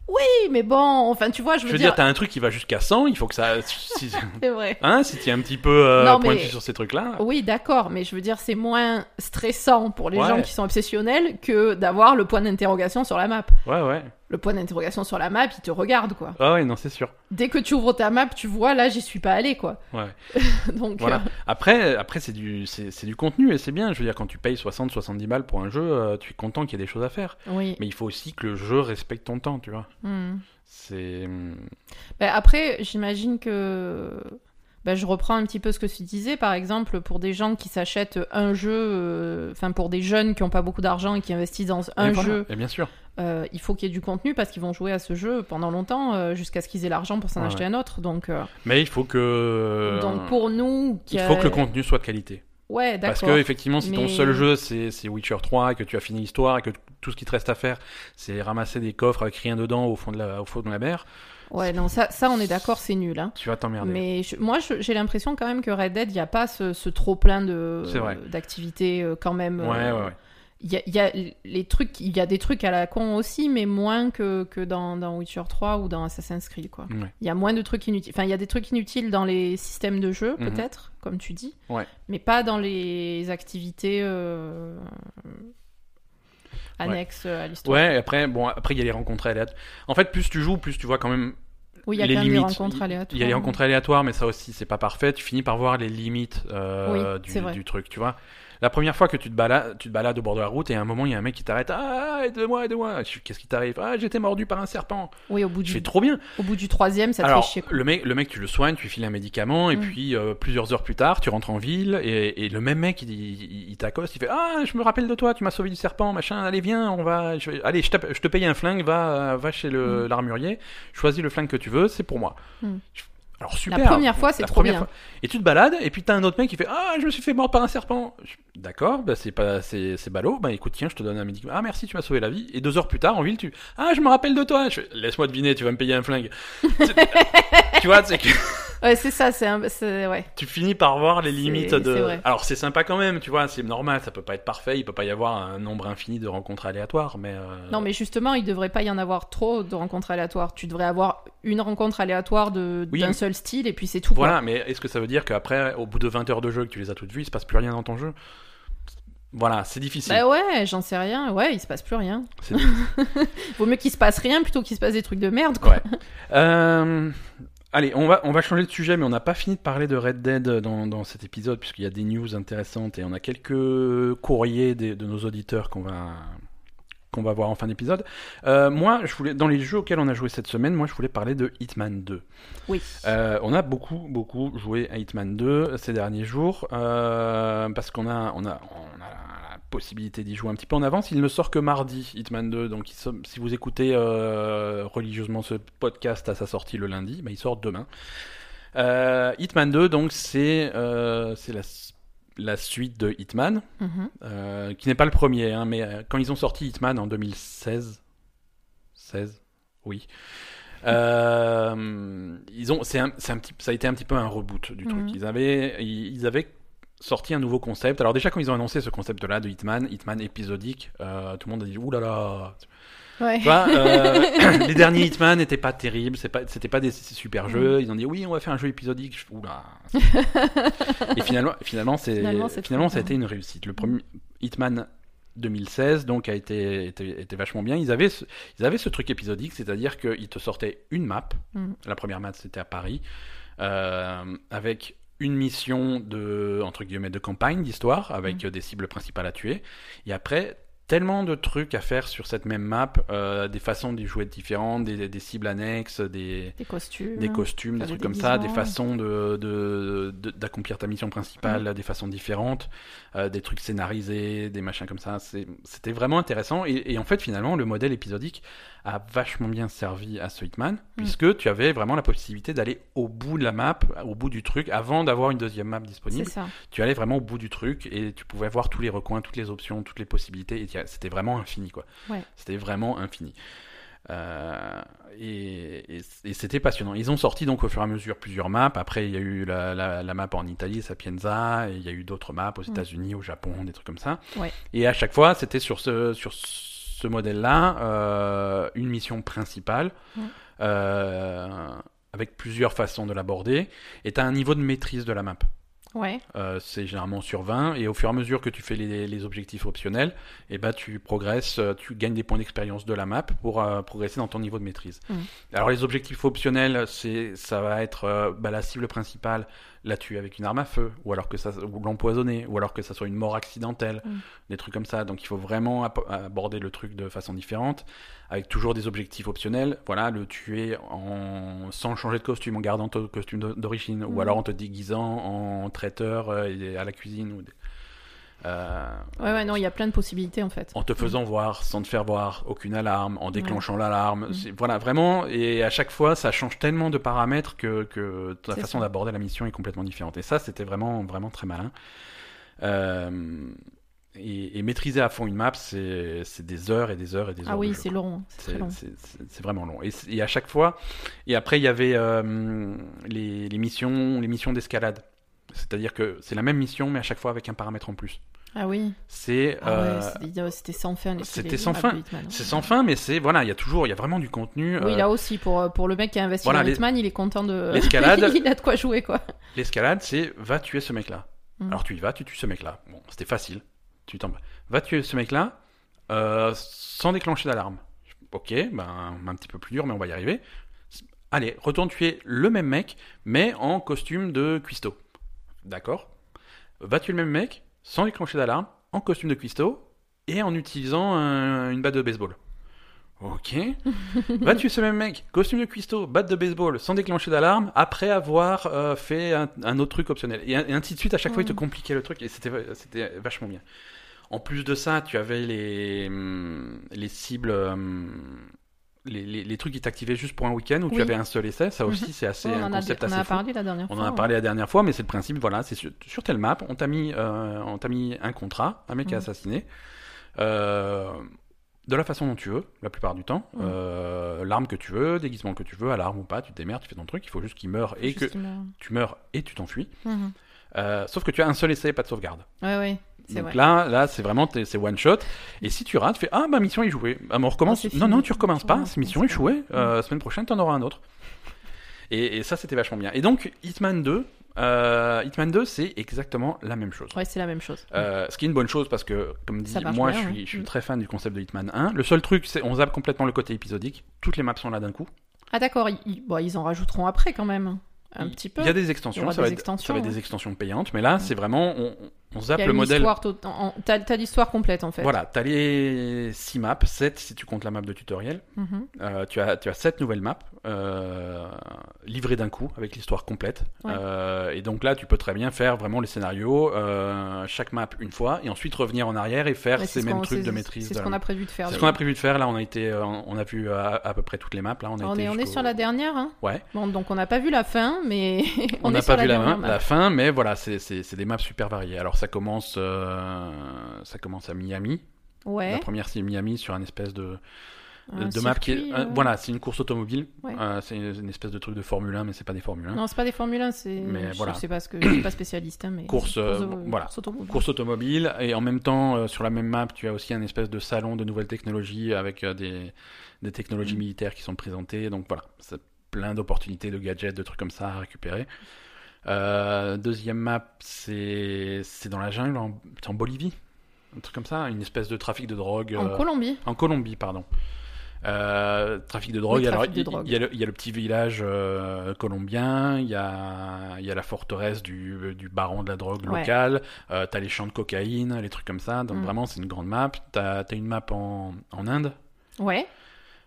Oui, mais bon, enfin, tu vois, je Je veux, veux dire, t'as un truc qui va jusqu'à 100, il faut que ça. Si, C'est vrai. hein, si t'es un petit peu euh, Non, mais- Oh. pointu sur ces trucs-là. Oui, d'accord, mais je veux dire, c'est moins stressant pour les Ouais. gens qui sont obsessionnels que d'avoir le point d'interrogation sur la map. Ouais, ouais. Le point d'interrogation sur la map, il te regarde, quoi. Ah ouais, non, c'est sûr. Dès que tu ouvres ta map, tu vois, là, j'y suis pas allé, quoi. Ouais. Donc, Voilà. euh, Après, après c'est du, c'est c'est du contenu et c'est bien. Je veux dire, quand tu payes 60, 70 balles pour un jeu, euh, tu es content qu'il y ait des choses à faire. euh, oui. Mais il faut aussi que le jeu respecte ton temps, tu vois. Hmm. C'est. Ben, après, j'imagine que... bah, je reprends un petit peu ce que tu disais, par exemple, pour des gens qui s'achètent un jeu, euh, enfin pour des jeunes qui n'ont pas beaucoup d'argent et qui investissent dans un Et voilà. jeu, Et bien sûr. euh, il faut qu'il y ait du contenu parce qu'ils vont jouer à ce jeu pendant longtemps euh, jusqu'à ce qu'ils aient l'argent pour s'en Ouais. acheter un autre. Donc, euh, Mais il faut que. donc pour nous, qui Euh, Il a- faut que le contenu soit de qualité. ouais, Parce d'accord. que, effectivement, si ton Mais- seul jeu c'est c'est Witcher 3 et que tu as fini l'histoire et que t- tout ce qui te reste à faire c'est ramasser des coffres avec rien dedans au fond de la, au fond de la mer, Ouais, non, ça, ça on est d'accord, c'est nul. Hein. tu vas t'emmerder. Mais je- moi, je- j'ai l'impression quand même que Red Dead, il n'y a pas ce, trop plein de C'est vrai. d'activités euh, quand même. Ouais, euh, ouais, ouais. Il y a, il y a les trucs, il y a des trucs à la con aussi, mais moins que, que dans, dans Witcher 3 ou dans Assassin's Creed, quoi. Ouais. Il y a moins de trucs inutiles. Enfin, il y a des trucs inutiles dans les systèmes de jeu, Mhm. peut-être, comme tu dis. Ouais. Mais pas dans les activités euh, annexes euh, à l'histoire. Ouais, et après, bon, après, il y a les rencontres aléatoires. En fait, plus tu joues, plus tu vois quand même Oui, il y a les quand même des limites. rencontres aléatoires. hein. Il y a les rencontres aléatoires, mais ça aussi, c'est pas parfait. Tu finis par voir les limites euh, Oui, du, c'est vrai. du truc, tu vois. La première fois que tu te balades, tu te balades au bord de la route et à un moment, il y a un mec qui t'arrête. Ah, aide-moi, aide-moi. Je- Qu'est-ce qui t'arrive Ah, j'étais mordu par un serpent. Oui, au bout Je du, fais trop bien. au bout du troisième, ça te Alors, fait chier. quoi. le mec, le mec, tu le soignes, tu lui files un médicament, et Mm. puis euh, plusieurs heures plus tard, tu rentres en ville, et, et le même mec, il, il- il t'accoste, il fait Ah, je me rappelle de toi, tu m'as sauvé du serpent, machin, allez, viens, on va. je vais- allez, je, t'app- je te paye un flingue, va, euh, va chez le- l'armurier, choisis le flingue que tu veux, c'est pour moi. Mm. Je- Alors, super. La première fois, c'est La trop première bien. fois. Et tu te balades, et puis t'as un autre mec qui fait Ah, je me suis fait mordre par un serpent. Je- D'accord, bah, c'est pas, c'est, c'est ballot. Bah écoute, tiens, je te donne un médicament. Ah, merci, tu m'as sauvé la vie. Et deux heures plus tard, en ville, tu Ah, je me rappelle de toi. Je fais, Laisse-moi deviner, tu vas me payer un flingue. C'est- tu vois, c'est que Ouais, c'est ça, c'est un... c'est- ouais. tu finis par voir les limites C'est- de. c'est vrai. Alors, c'est sympa quand même, tu vois, c'est normal, ça peut pas être parfait, il peut pas y avoir un nombre infini de rencontres aléatoires, mais. euh, Non, mais justement, il devrait pas y en avoir trop de rencontres aléatoires. Tu devrais avoir une rencontre aléatoire de Oui, d'un mais- seul style et puis c'est tout. quoi. Voilà, mais est-ce que ça veut dire qu'après, au bout de 20 heures de jeu, que tu les as toutes vues, il se passe plus rien dans ton jeu Voilà, c'est difficile. Bah ouais, j'en sais rien. Ouais, il se passe plus rien. C'est- Vaut mieux qu'il se passe rien plutôt qu'il se passe des trucs de merde, quoi. Ouais. Euh, allez, on va, on va changer de sujet, mais on n'a pas fini de parler de Red Dead dans, dans cet épisode, puisqu'il y a des news intéressantes et on a quelques courriers des- de nos auditeurs qu'on va qu'on va voir en fin d'épisode. Euh, moi, je voulais dans les jeux auxquels on a joué cette semaine, moi je voulais parler de Hitman 2. Oui. Euh, on a beaucoup, beaucoup joué à Hitman 2 ces derniers jours euh, parce qu'on a, on a, on a la possibilité d'y jouer un petit peu en avance. Il ne sort que mardi, Hitman 2. Donc, il sort- si vous écoutez euh, religieusement ce podcast à sa sortie le lundi, bah, il sort demain. Euh, Hitman 2, donc, c'est euh, c'est la, s- la suite de Hitman, Mhm. euh, qui n'est pas le premier, hein, mais euh, quand ils ont sorti Hitman en 2016, 16, oui. Euh, ils ont, c'est un, c'est un petit, ça a été un petit peu un reboot du truc. Mhm. Ils avaient, ils, ils avaient sorti un nouveau concept. Alors déjà quand ils ont annoncé ce concept-là de Hitman, Hitman épisodique, euh, tout le monde a dit ouh là là. Ouais. Tu vois, euh, les derniers Hitman n'étaient pas terribles, c'est pas, c'était pas des super jeux. Ils ont dit oui, on va faire un jeu épisodique. Je- Ouh là. Et finalement, finalement, c'est, finalement, Finalement, c'est très ça a bien. été une réussite. Le premier Hitman 2016 donc a été, était, était vachement bien. Ils avaient ce, ils avaient ce truc épisodique, c'est-à-dire qu'ils te sortaient une map. Mhm. La première map c'était à Paris, euh, avec une mission de entre guillemets de campagne d'histoire avec euh, des cibles principales à tuer. Et après tellement de trucs à faire sur cette même map, euh, des façons d'y jouer différentes, des, des cibles annexes, des, Des costumes. des costumes, des Faire trucs des comme ça, des déguisements. façons d'accomplir de, de- d'accomplir ta mission principale, des façons différentes, euh, des trucs scénarisés, des machins comme ça. C'est- C'était vraiment intéressant. Et, et en fait, finalement, le modèle épisodique a vachement bien servi à ce Mm. Hitman, puisque tu avais vraiment la possibilité d'aller au bout de la map, au bout du truc, avant d'avoir une deuxième map C'est disponible. ça. Tu allais vraiment au bout du truc et tu pouvais voir tous les recoins, toutes les options, toutes les possibilités. Et t'y a- c'était vraiment infini, quoi. Ouais. C'était vraiment infini. Euh, et, et- et c'était passionnant. Ils ont sorti donc au fur et à mesure plusieurs maps. Après, il y a eu la, la- la map en Italie, Sapienza, et il y a eu d'autres maps aux Mm. États-Unis, au Japon, des trucs comme ça. Ouais. Et à chaque fois, c'était sur ce, sur ce modèle-là, euh, une mission principale, Mm. euh, avec plusieurs façons de l'aborder, et tu as un niveau de maîtrise de la map. Ouais. Euh, c'est généralement sur 20, et au fur et à mesure que tu fais les, les objectifs optionnels, eh ben, tu progresses, euh, tu gagnes des points d'expérience de la map pour euh, progresser dans ton niveau de maîtrise. Mhm. Alors les objectifs optionnels, c'est ça va être euh, bah, la cible principale, la tuer avec une arme à feu, ou alors que ça, ou l'empoisonner, ou alors que ça soit une mort accidentelle, Mhm. des trucs comme ça. Donc il faut vraiment ap- aborder le truc de façon différente, avec toujours des objectifs optionnels. Voilà, le tuer en sans changer de costume, en gardant ton costume d'o- d'origine, Mhm. ou alors en te déguisant en traiteur euh, et à la cuisine. Ou des- Euh, Ouais, ouais, non, il y a plein de possibilités en fait. en te faisant voir, sans te faire voir, aucune alarme, en déclenchant l'alarme. Mm. C'est- Voilà, vraiment, et à chaque fois, ça change tellement de paramètres que, que ta C'est façon ça. d'aborder la mission est complètement différente. Et ça, c'était vraiment, vraiment très malin. Euh, et, et maîtriser à fond une map, c'est c'est des heures et des heures et des heures. Ah de oui, jeu, c'est quoi. long, hein, c'est très C'est- long. c'est- C'est c'est vraiment long. Et, c'est- et à chaque fois, et après, il y avait euh, les, les missions, les missions d'escalade. C'est-à-dire que c'est la même mission, mais à chaque fois avec un paramètre en plus. Ah oui. C'est Ah ouais, euh, c'était- euh, c'était sans fin. les- c'était les sans maps fin. de Hitman, hein. c'est sans fin, mais c'est voilà, il y a toujours, il y a vraiment du contenu. Oui, Euh, là aussi, pour, euh, pour le mec qui a investi voilà, dans les- Hitman, il est content de. l'escalade- il a de quoi jouer, quoi. L'escalade, c'est va tuer ce mec-là. Mm. Alors tu y vas, tu tues ce mec-là. Bon, c'était facile. Tu t'en va tuer ce mec-là euh, sans déclencher d'alarme. Ok, ben un petit peu plus dur, mais on va y arriver. Allez, retourne tuer le même mec, mais en costume de cuistot. D'accord. Va tuer le même mec sans déclencher d'alarme, en costume de cuistot et en utilisant un- une batte de baseball. Ok. Va tuer ce même mec, costume de cuistot, batte de baseball, sans déclencher d'alarme, après avoir euh, fait un, un autre truc optionnel. Et, un- et ainsi de suite, à chaque fois, il te Mm. compliquait le truc et c'était c'était vachement bien. En plus de ça, tu avais les, hum, les cibles, hum, les, les- les trucs qui t'activaient juste pour un week-end où Oui. tu avais un seul essai. Ça aussi, Mhm. c'est assez Ouais, on un en a, concept on en assez a fou. parlé la dernière On en fois. hein, a parlé la dernière fois, mais c'est le principe, voilà, c'est sur, sur telle map, on t'a mis, euh, on t'a mis un contrat, un mec Mhm. à assassiner, euh, de la façon dont tu veux, la plupart du temps, Mhm. euh, l'arme que tu veux, déguisement que tu veux, à l'arme ou pas, tu te démerdes, tu fais ton truc, il faut juste qu'il meure et que Justement. tu meurs et tu t'enfuis. Mhm. Euh, sauf que tu as un seul essai, pas de sauvegarde. Ouais, ouais, c'est Donc vrai. là, là, c'est vraiment t'es- c'est one shot. Et si tu rates, tu fais ah ma mission est jouée. Ah, mais on recommence. Ah, c'est non non, fini. Mm. tu recommences pas. Ouais, Cette c'est mission ça. est jouée. Euh, Semaine prochaine, t'en auras un autre. Et, et ça, c'était vachement bien. Et donc Hitman 2, euh, Hitman 2, c'est exactement la même chose. Ouais, c'est la même chose. Euh, ce qui est une bonne chose parce que, comme dit, Ça marche moi bien, je suis, ouais. je suis Mm. très fan du concept de Hitman 1. Le seul truc, c'est on zappe complètement le côté épisodique. Toutes les maps sont là d'un coup. Ah d'accord, ils- ils, bon, ils en rajouteront après quand même. Un Il- petit peu. Il y a des Il y extensions, aura ça, va des être- ça va extensions, être des extensions payantes, mais là c'est vraiment on, on Il zappe y a le une modèle. histoire tot- en- en- T'as t'as l'histoire complète en fait. Voilà, t'as les 6 maps, 7 si tu comptes la map de tutoriel. Mhm. Euh, tu, as, tu as 7 nouvelles maps euh, livrées d'un coup avec l'histoire complète. Ouais. Euh, et donc là, tu peux très bien faire vraiment les scénarios, euh, chaque map une fois, et ensuite revenir en arrière et faire Ouais, c'est ces ce mêmes qu'on- trucs c'est- de maîtrise. C'est de ce la qu'on a map. prévu de faire. C'est ce qu'on a prévu de faire. Là, on a, été, euh, on a vu à, à peu près toutes les maps. Là, on, a On été est, on est jusqu'au- sur la dernière, hein Ouais. Bon, donc on n'a pas vu la fin, mais On est n'a sur pas vu la, main- dernière map. la fin, mais voilà, c'est- c'est c'est des maps super variées. Alors ça commence, euh, ça commence à Miami. La Ouais. première c'est Miami sur un espèce de, un de map qui est, circuit, un- euh, voilà, c'est une course automobile. Ouais. Euh, c'est une, une espèce de truc de Formule 1, mais c'est pas des Formule 1. Non, c'est pas des Formule 1, c'est. Hein Mais je voilà. sais pas ce que. Je suis pas spécialiste, hein, mais. Course, euh, voilà. course automobile. Course automobile et en même temps euh, sur la même map, tu as aussi un espèce de salon de nouvelles technologies avec euh, des, des technologies Mm. militaires qui sont présentées. Donc voilà, c'est plein d'opportunités, de gadgets, de trucs comme ça à récupérer. Euh, deuxième map, c'est c'est dans la jungle, en, c'est en Bolivie, un truc comme ça, une espèce de trafic de drogue. En euh, Colombie. En Colombie, pardon. Euh, trafic de drogue. Oui, trafic alors, de il- drogue. Il, y a le, il y a le petit village euh, colombien, il y a, il y a la forteresse du, du baron de la drogue Ouais. locale, euh, t'as les champs de cocaïne, les trucs comme ça. Donc Mm. vraiment, c'est une grande map. T'as as une map en, en Inde. Ouais.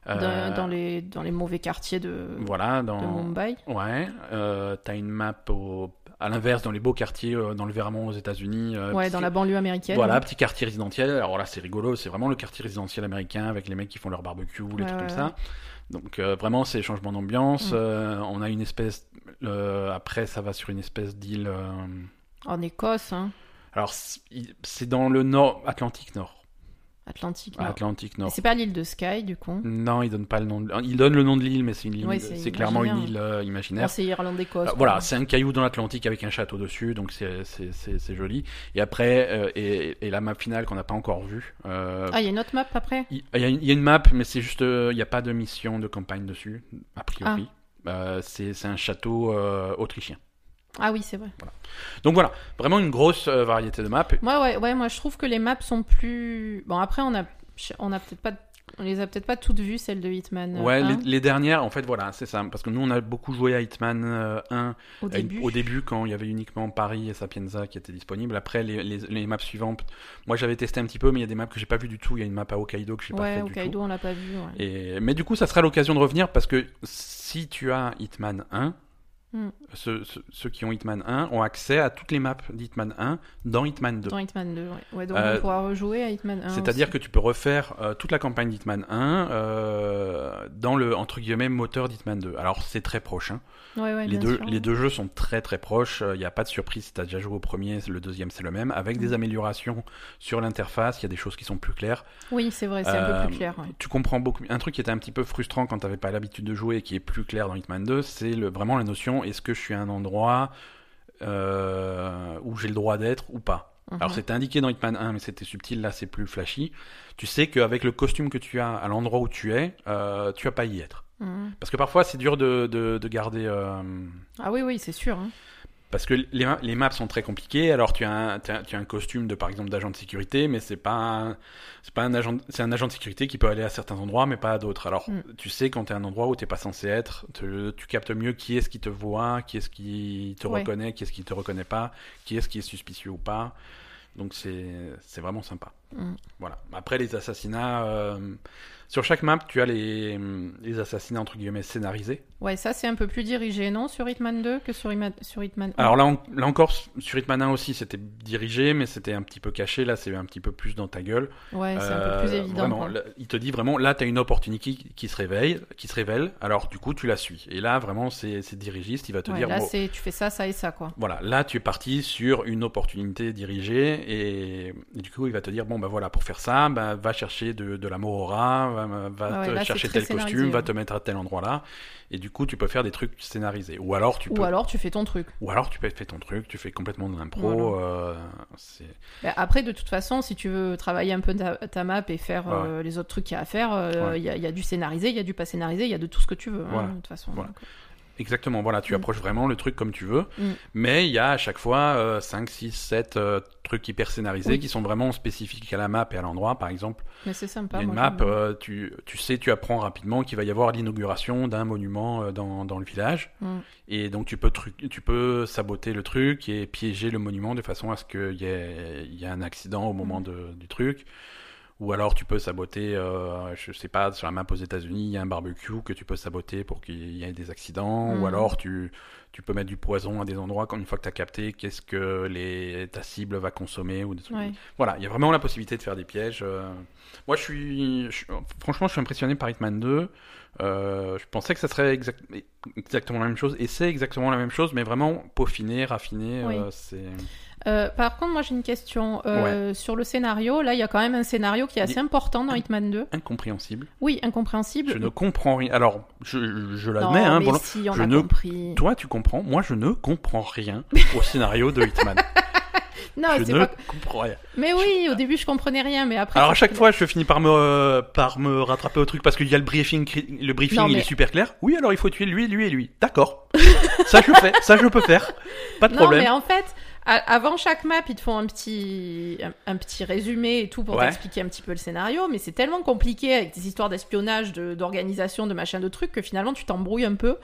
euh, Dans, dans les, dans les mauvais quartiers de, Voilà, de dans. Mumbai. Ouais. Euh, t'as une map au- à l'inverse dans les beaux quartiers, euh, dans le Vermont aux États-Unis. euh, Ouais, parce dans que- la banlieue américaine. Voilà, petit quartier résidentiel. Alors là, c'est rigolo, c'est vraiment le quartier résidentiel américain avec les mecs qui font leur barbecue, les Ouais, trucs ouais, comme ça. Donc euh, vraiment, c'est changement d'ambiance. Mm. Euh, on a une espèce. euh, après, ça va sur une espèce d'île. euh, En Écosse, hein. Alors, c'est il- c'est dans le nord, Atlantique Nord. Ah, Atlantique. Nord. Atlantique Et Nord. Ah. C'est pas l'île de Sky, du coup. Non, ils donnent pas le nom. De... Ils donnent le nom de l'île, mais c'est une île. Ouais, c'est c'est clairement une île imaginaire. euh, Non, imaginaire. c'est Irlande-Écosse. Euh, quoi. Voilà, c'est un caillou dans l'Atlantique avec un château dessus, donc c'est- c'est c'est- c'est joli. Et après, euh, et, et la map finale qu'on n'a pas encore vue, euh, Ah, il y a une autre map après Il il y, a une- il y a une map, mais c'est juste, euh, il n'y a pas de mission de campagne dessus, a priori. Euh, c'est c'est un château euh, autrichien. Ah oui, c'est vrai. Donc voilà, vraiment une grosse euh, variété de maps. Moi, ouais, ouais, moi, je trouve que les maps sont plus. Bon, après, on a, on a peut-être pas, on les a peut-être pas toutes vues celles de Hitman. euh, Ouais, les, 1, les dernières, en fait, voilà, c'est ça. Parce que nous, on a beaucoup joué à Hitman euh, 1 au Euh, début. Au début, quand il y avait uniquement Paris et Sapienza qui étaient disponibles. Après, les, les- les maps suivantes, moi j'avais testé un petit peu, mais il y a des maps que j'ai pas vues du tout. Il y a une map à Hokkaido que j'ai pas ouais, fait au du tout. Kaido, on l'a pas vu. ouais. Et... Mais du coup, ça sera l'occasion de revenir parce que si tu as Hitman 1, Hmm. ceux, ceux- ceux qui ont Hitman 1 ont accès à toutes les maps d'Hitman 1 dans Hitman 2. Dans Hitman 2, ouais. Ouais, donc Euh, on pourra rejouer à Hitman 1. C'est-à-dire aussi. que tu peux refaire euh, toute la campagne d'Hitman 1 euh, dans le entre guillemets moteur d'Hitman 2. Alors c'est très proche, hein. Ouais, ouais, les, bien deux, sûr, les ouais. deux jeux sont très très proches, il n'y a pas de surprise si tu as déjà joué au premier, le deuxième c'est le même, avec Hmm. des améliorations sur l'interface, il y a des choses qui sont plus claires. Oui, c'est vrai, c'est un Euh, peu plus clair. ouais. Tu comprends beaucoup. Un truc qui était un petit peu frustrant quand tu n'avais pas l'habitude de jouer et qui est plus clair dans Hitman 2, c'est le- vraiment la notion est-ce que je suis à un endroit euh, où j'ai le droit d'être ou pas alors Mhm. c'était indiqué dans Hitman 1, mais c'était subtil, là c'est plus flashy. Tu sais qu'avec le costume que tu as à l'endroit où tu es, euh, tu vas pas y être. Mhm. Parce que parfois c'est dur de, de- de garder... euh, Ah oui, oui, c'est sûr. hein. parce que les, ma- les maps sont très compliquées. Alors tu as un, tu as- tu as un costume de par exemple d'agent de sécurité, mais c'est pas un- c'est pas un agent c'est un agent de sécurité qui peut aller à certains endroits mais pas à d'autres. Alors Mm. tu sais quand tu es à un endroit où t'es pas censé être, te- tu captes mieux qui est-ce qui te voit, qui est-ce qui te Ouais. reconnaît, qui est-ce qui te reconnaît pas, qui est-ce qui est suspicieux ou pas. Donc c'est c'est vraiment sympa. Mm. Voilà. Après les assassinats euh, sur chaque map, tu as les les assassinats entre guillemets scénarisés. Ouais, ça c'est un peu plus dirigé, non, sur Hitman 2 que sur, Hitman- sur Hitman 1. Alors là, en- là encore, sur Hitman 1 aussi, c'était dirigé, mais c'était un petit peu caché. Là, c'est un petit peu plus dans ta gueule. ouais, c'est un Euh, peu plus évident. vraiment, quoi. là, il te dit vraiment, là, tu as une opportunité qui, qui se réveille, qui se révèle. Alors, du coup, tu la suis. Et là, vraiment, c'est c'est dirigiste. Il va te Ouais, dire, là, bon, c'est tu fais ça, ça et ça, quoi. voilà, là, tu es parti sur une opportunité dirigée. Et, et du coup, il va te dire, bon, bah voilà, pour faire ça, bah, va chercher de, de la morora, va, va Ah ouais, te là, c'est chercher très tel scénarisé, costume, va ouais. te mettre à tel endroit là. Et du coup, tu peux faire des trucs scénarisés. Ou alors, tu Ou peux alors tu fais ton truc. ou alors tu peux faire ton truc, tu fais complètement de l'impro. euh, c'est- Bah, Après, de toute façon, si tu veux travailler un peu ta, ta map et faire euh, les autres trucs qu'il y a à faire, euh, Ouais. il y, a- il y a du scénarisé, il y a du pas scénarisé, il y a de tout ce que tu veux, hein, Voilà. de toute façon. Voilà. donc. Exactement, voilà, tu Mm. approches vraiment le truc comme tu veux. Mm. Mais il y a à chaque fois euh, 5, 6, 7 euh, trucs hyper scénarisés Oui. qui sont vraiment spécifiques à la map et à l'endroit. Par exemple, Mais c'est il y sympa. a une moi, map, j'aime bien. euh, tu, tu sais, tu apprends rapidement qu'il va y avoir l'inauguration d'un monument euh, dans, dans le village. Mm. Et donc tu peux, tru- tu peux saboter le truc et piéger le monument de façon à ce qu'il y ait, il y ait un accident au Mm. moment de- du truc. Ou alors tu peux saboter, euh, je sais pas, sur la map aux États-Unis, il y a un barbecue que tu peux saboter pour qu'il y ait des accidents. Mhm. Ou alors tu, tu peux mettre du poison à des endroits quand une fois que tu as capté qu'est-ce que les, ta cible va consommer. ou des trucs. Ouais. Voilà, il y a vraiment la possibilité de faire des pièges. euh. Moi, je suis, je suis- franchement, je suis impressionné par Hitman 2. Euh, je pensais que ça serait exact- exactement la même chose, et c'est exactement la même chose, mais vraiment peaufiné, raffiné. Oui. euh, c'est... Euh, par contre, moi j'ai une question euh, sur le scénario. Là, il y a quand même un scénario qui est assez Dis- important dans Hitman 2. incompréhensible. Oui, incompréhensible. Je ne comprends rien. Alors, je, je- je non, l'admets, hein, mais bon, si, on je a ne- compris. toi tu comprends, moi je ne comprends rien au scénario de Hitman. Non, je c'est ne pas- comprends rien. Mais oui, au début je comprenais rien, mais après. Alors à chaque fois, je finis par me, euh, par me rattraper au truc parce qu'il y a le briefing, cri- le briefing Non, il mais- est super clair. Oui, alors il faut tuer lui, lui et lui. D'accord. ça je fais, ça je peux faire. Pas de non, problème. mais en fait, à- avant chaque map, ils te font un petit, un, un petit résumé et tout pour Ouais. t'expliquer un petit peu le scénario, mais c'est tellement compliqué avec des histoires d'espionnage, de- d'organisation, de, machin, de trucs que finalement tu t'embrouilles un peu.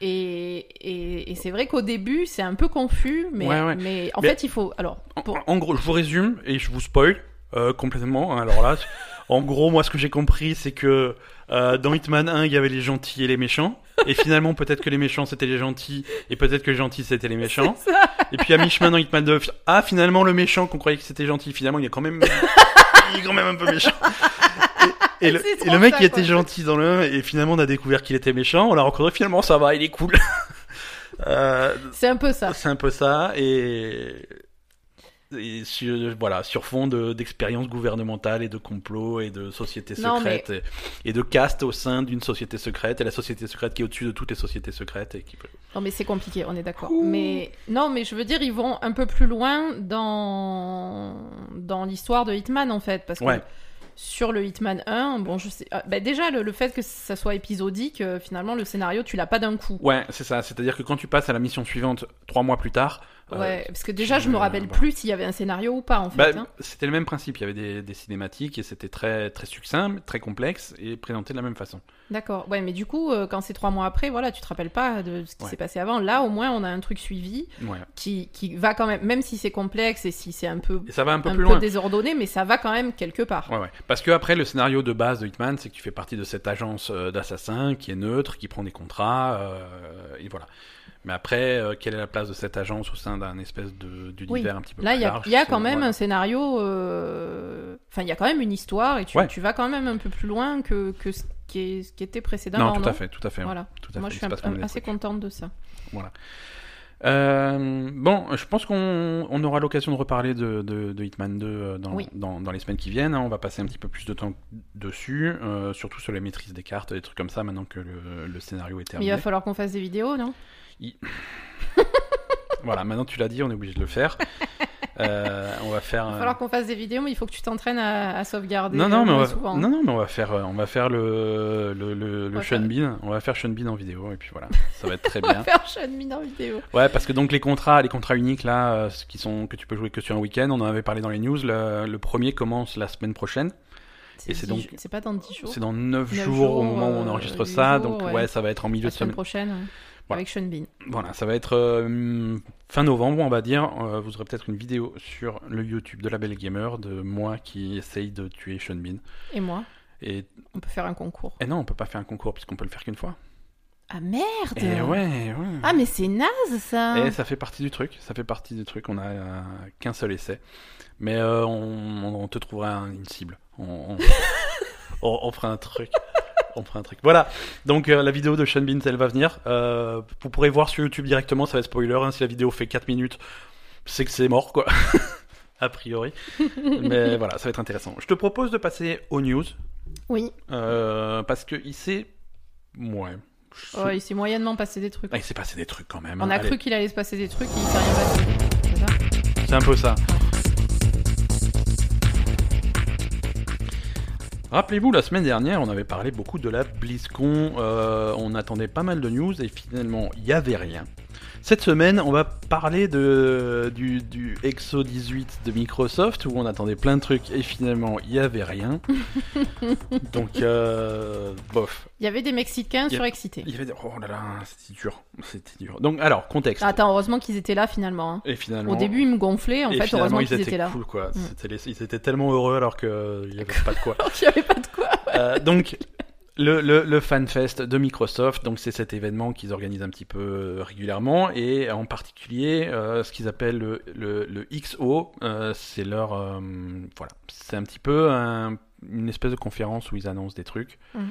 Et, et- et c'est vrai qu'au début, c'est un peu confus, mais, Ouais, ouais. mais en Mais- fait, il faut. Alors, En, pour- en gros, je vous résume et je vous spoil euh, complètement. hein. Alors là, en gros, moi, ce que j'ai compris, c'est que euh, dans Hitman 1, il y avait les gentils et les méchants. Et finalement, peut-être que les méchants, c'était les gentils. Et peut-être que les gentils, c'était les méchants. C'est ça. Et puis à mi-chemin dans Hitman 2, ah, finalement, le méchant qu'on croyait que c'était gentil, finalement, il est quand même, il est quand même un peu méchant. Et, et le, C'est et trop le mec ça, qui était quoi. gentil dans le 1, et finalement, on a découvert qu'il était méchant. On l'a rencontré, finalement, ça va, il est cool. euh, c'est un peu ça. c'est un peu ça, et, et sur, voilà, sur fond de- d'expériences gouvernementales et de complots et de sociétés Non, secrètes et, et de castes au sein d'une société secrète et la société secrète qui est au-dessus de toutes les sociétés secrètes et qui peut- Non, mais c'est compliqué, on est d'accord. Ouh. Mais non, mais je veux dire, ils vont un peu plus loin dans dans l'histoire de Hitman en fait, parce que Ouais. sur le Hitman 1, bon, je sais. ah, bah, déjà, le, le fait que ça soit épisodique, euh, finalement, le scénario, tu l'as pas d'un coup. Ouais, c'est ça. C'est-à-dire que quand tu passes à la mission suivante trois mois plus tard, euh, Ouais, parce que déjà, tu- je me rappelle bah. plus s'il y avait un scénario ou pas, en fait. bah, hein. c'était le même principe. Il y avait des, des cinématiques et c'était très, très succinct, très complexe et présenté de la même façon. D'accord. Ouais, mais du coup, euh, quand c'est trois mois après, voilà, tu te rappelles pas de ce qui Ouais. s'est passé avant. Là, au moins, on a un truc suivi Ouais. qui, qui va quand même, même si c'est complexe et si c'est un peu, Et ça va un peu un plus peu loin. désordonné, mais ça va quand même quelque part. Ouais, ouais. Parce que après, le scénario de base de Hitman, c'est que tu fais partie de cette agence euh, d'assassins qui est neutre, qui prend des contrats, euh, et voilà. Mais après, euh, quelle est la place de cette agence au sein d'un espèce de- d'univers un petit peu Là, plus il y a, large il y a c'est- quand même voilà. un scénario. euh, Enfin, il y a quand même une histoire et tu, Ouais. tu vas quand même un peu plus loin que, que ce, qui est- ce qui était précédemment. Non, tout à fait, tout à fait. ouais. Voilà. Tout à Moi, fait, je il suis se un- passe quand même des assez trucs. contente de ça. Euh, bon, je pense qu'on on aura l'occasion de reparler de, de- de Hitman 2 euh, dans, Oui. dans- dans les semaines qui viennent. hein. On va passer un petit peu plus de temps dessus, euh, surtout sur la maîtrise des cartes, des trucs comme ça, maintenant que le, le scénario est Mais il terminé. va falloir qu'on fasse des vidéos, non Voilà, maintenant tu l'as dit, on est obligé de le faire. Euh, on va faire. Il va euh, falloir qu'on fasse des vidéos, mais il faut que tu t'entraînes à, à sauvegarder. Non, non, mais euh, on va, souvent. non, non, mais on va faire, euh, on va faire le, le, le, le va Sean faire- Bean. On va faire Sean Bean en vidéo et puis voilà, ça va être très On va bien. faire Sean Bean en vidéo. Ouais, parce que donc les contrats, les contrats uniques là, euh, ce qui sont que tu peux jouer que sur un week-end. On en avait parlé dans les news. Le, le premier commence la semaine prochaine. Et c'est dix donc- ju- C'est pas dans 10 jours. C'est dans 9 Neuf jours, au jours, moment où on euh, enregistre huit ça. jours, donc ouais. ouais. ça va être en milieu La de semaine. semaine prochaine. ouais, Voilà. Avec Sean Bean. Voilà, ça va être euh, fin novembre, on va dire. Euh, vous aurez peut-être une vidéo sur le YouTube de la Belle Gamer de moi qui essaye de tuer Sean Bean. Et moi, Et, on peut faire un concours. et non, on peut pas faire un concours puisqu'on peut le faire qu'une fois. Ah merde Et Eh ouais, Eh, ouais. Ah, mais c'est naze ça Et ça fait partie du truc, ça fait partie du truc, on a euh, qu'un seul essai. Mais euh, on, on te trouvera un- une cible. On, on- on- on fera un truc. On fera un truc. Voilà, donc euh, la vidéo de Sean Bean, elle va venir. Euh, vous pourrez voir sur YouTube directement, ça va être spoiler. hein, si la vidéo fait 4 minutes, c'est que c'est mort, quoi. A priori. Mais voilà, ça va être intéressant. Je te propose de passer aux news. Oui, euh, parce que il s'est. Ouais. Je- Ouais, Oh, il s'est moyennement passé des trucs. Ah, il s'est passé des trucs quand même. On hein. a Allez. cru qu'il allait se passer des trucs, et il s'est rien passé. C'est ça C'est un peu ça. Rappelez-vous, la semaine dernière, on avait parlé beaucoup de la BlizzCon. euh, on attendait pas mal de news et finalement, il n'y avait rien. Cette semaine, on va parler de, du, du EXO 18 de Microsoft où on attendait plein de trucs et finalement, il n'y avait rien. Donc, euh, bof. Il y avait des Mexicains Il y a- surexcités. Il y avait des- Oh là là, c'était dur. C'était dur. Donc, alors, contexte. Ah, Attends, heureusement qu'ils étaient là finalement. hein. Et finalement, Au début, ils me gonflaient, en et fait, finalement, heureusement ils qu'ils étaient, étaient, là. cool, quoi. Mm. C'était les- Ils étaient tellement heureux alors qu'il n'y avait pas de quoi. Alors qu'il n'y avait pas de quoi. Euh, donc, le, le, le FanFest de Microsoft, donc c'est cet événement qu'ils organisent un petit peu euh, régulièrement, et en particulier euh, ce qu'ils appellent le, le, le XO, euh, c'est leur... euh, voilà, c'est un petit peu un- une espèce de conférence où ils annoncent des trucs. Mhm.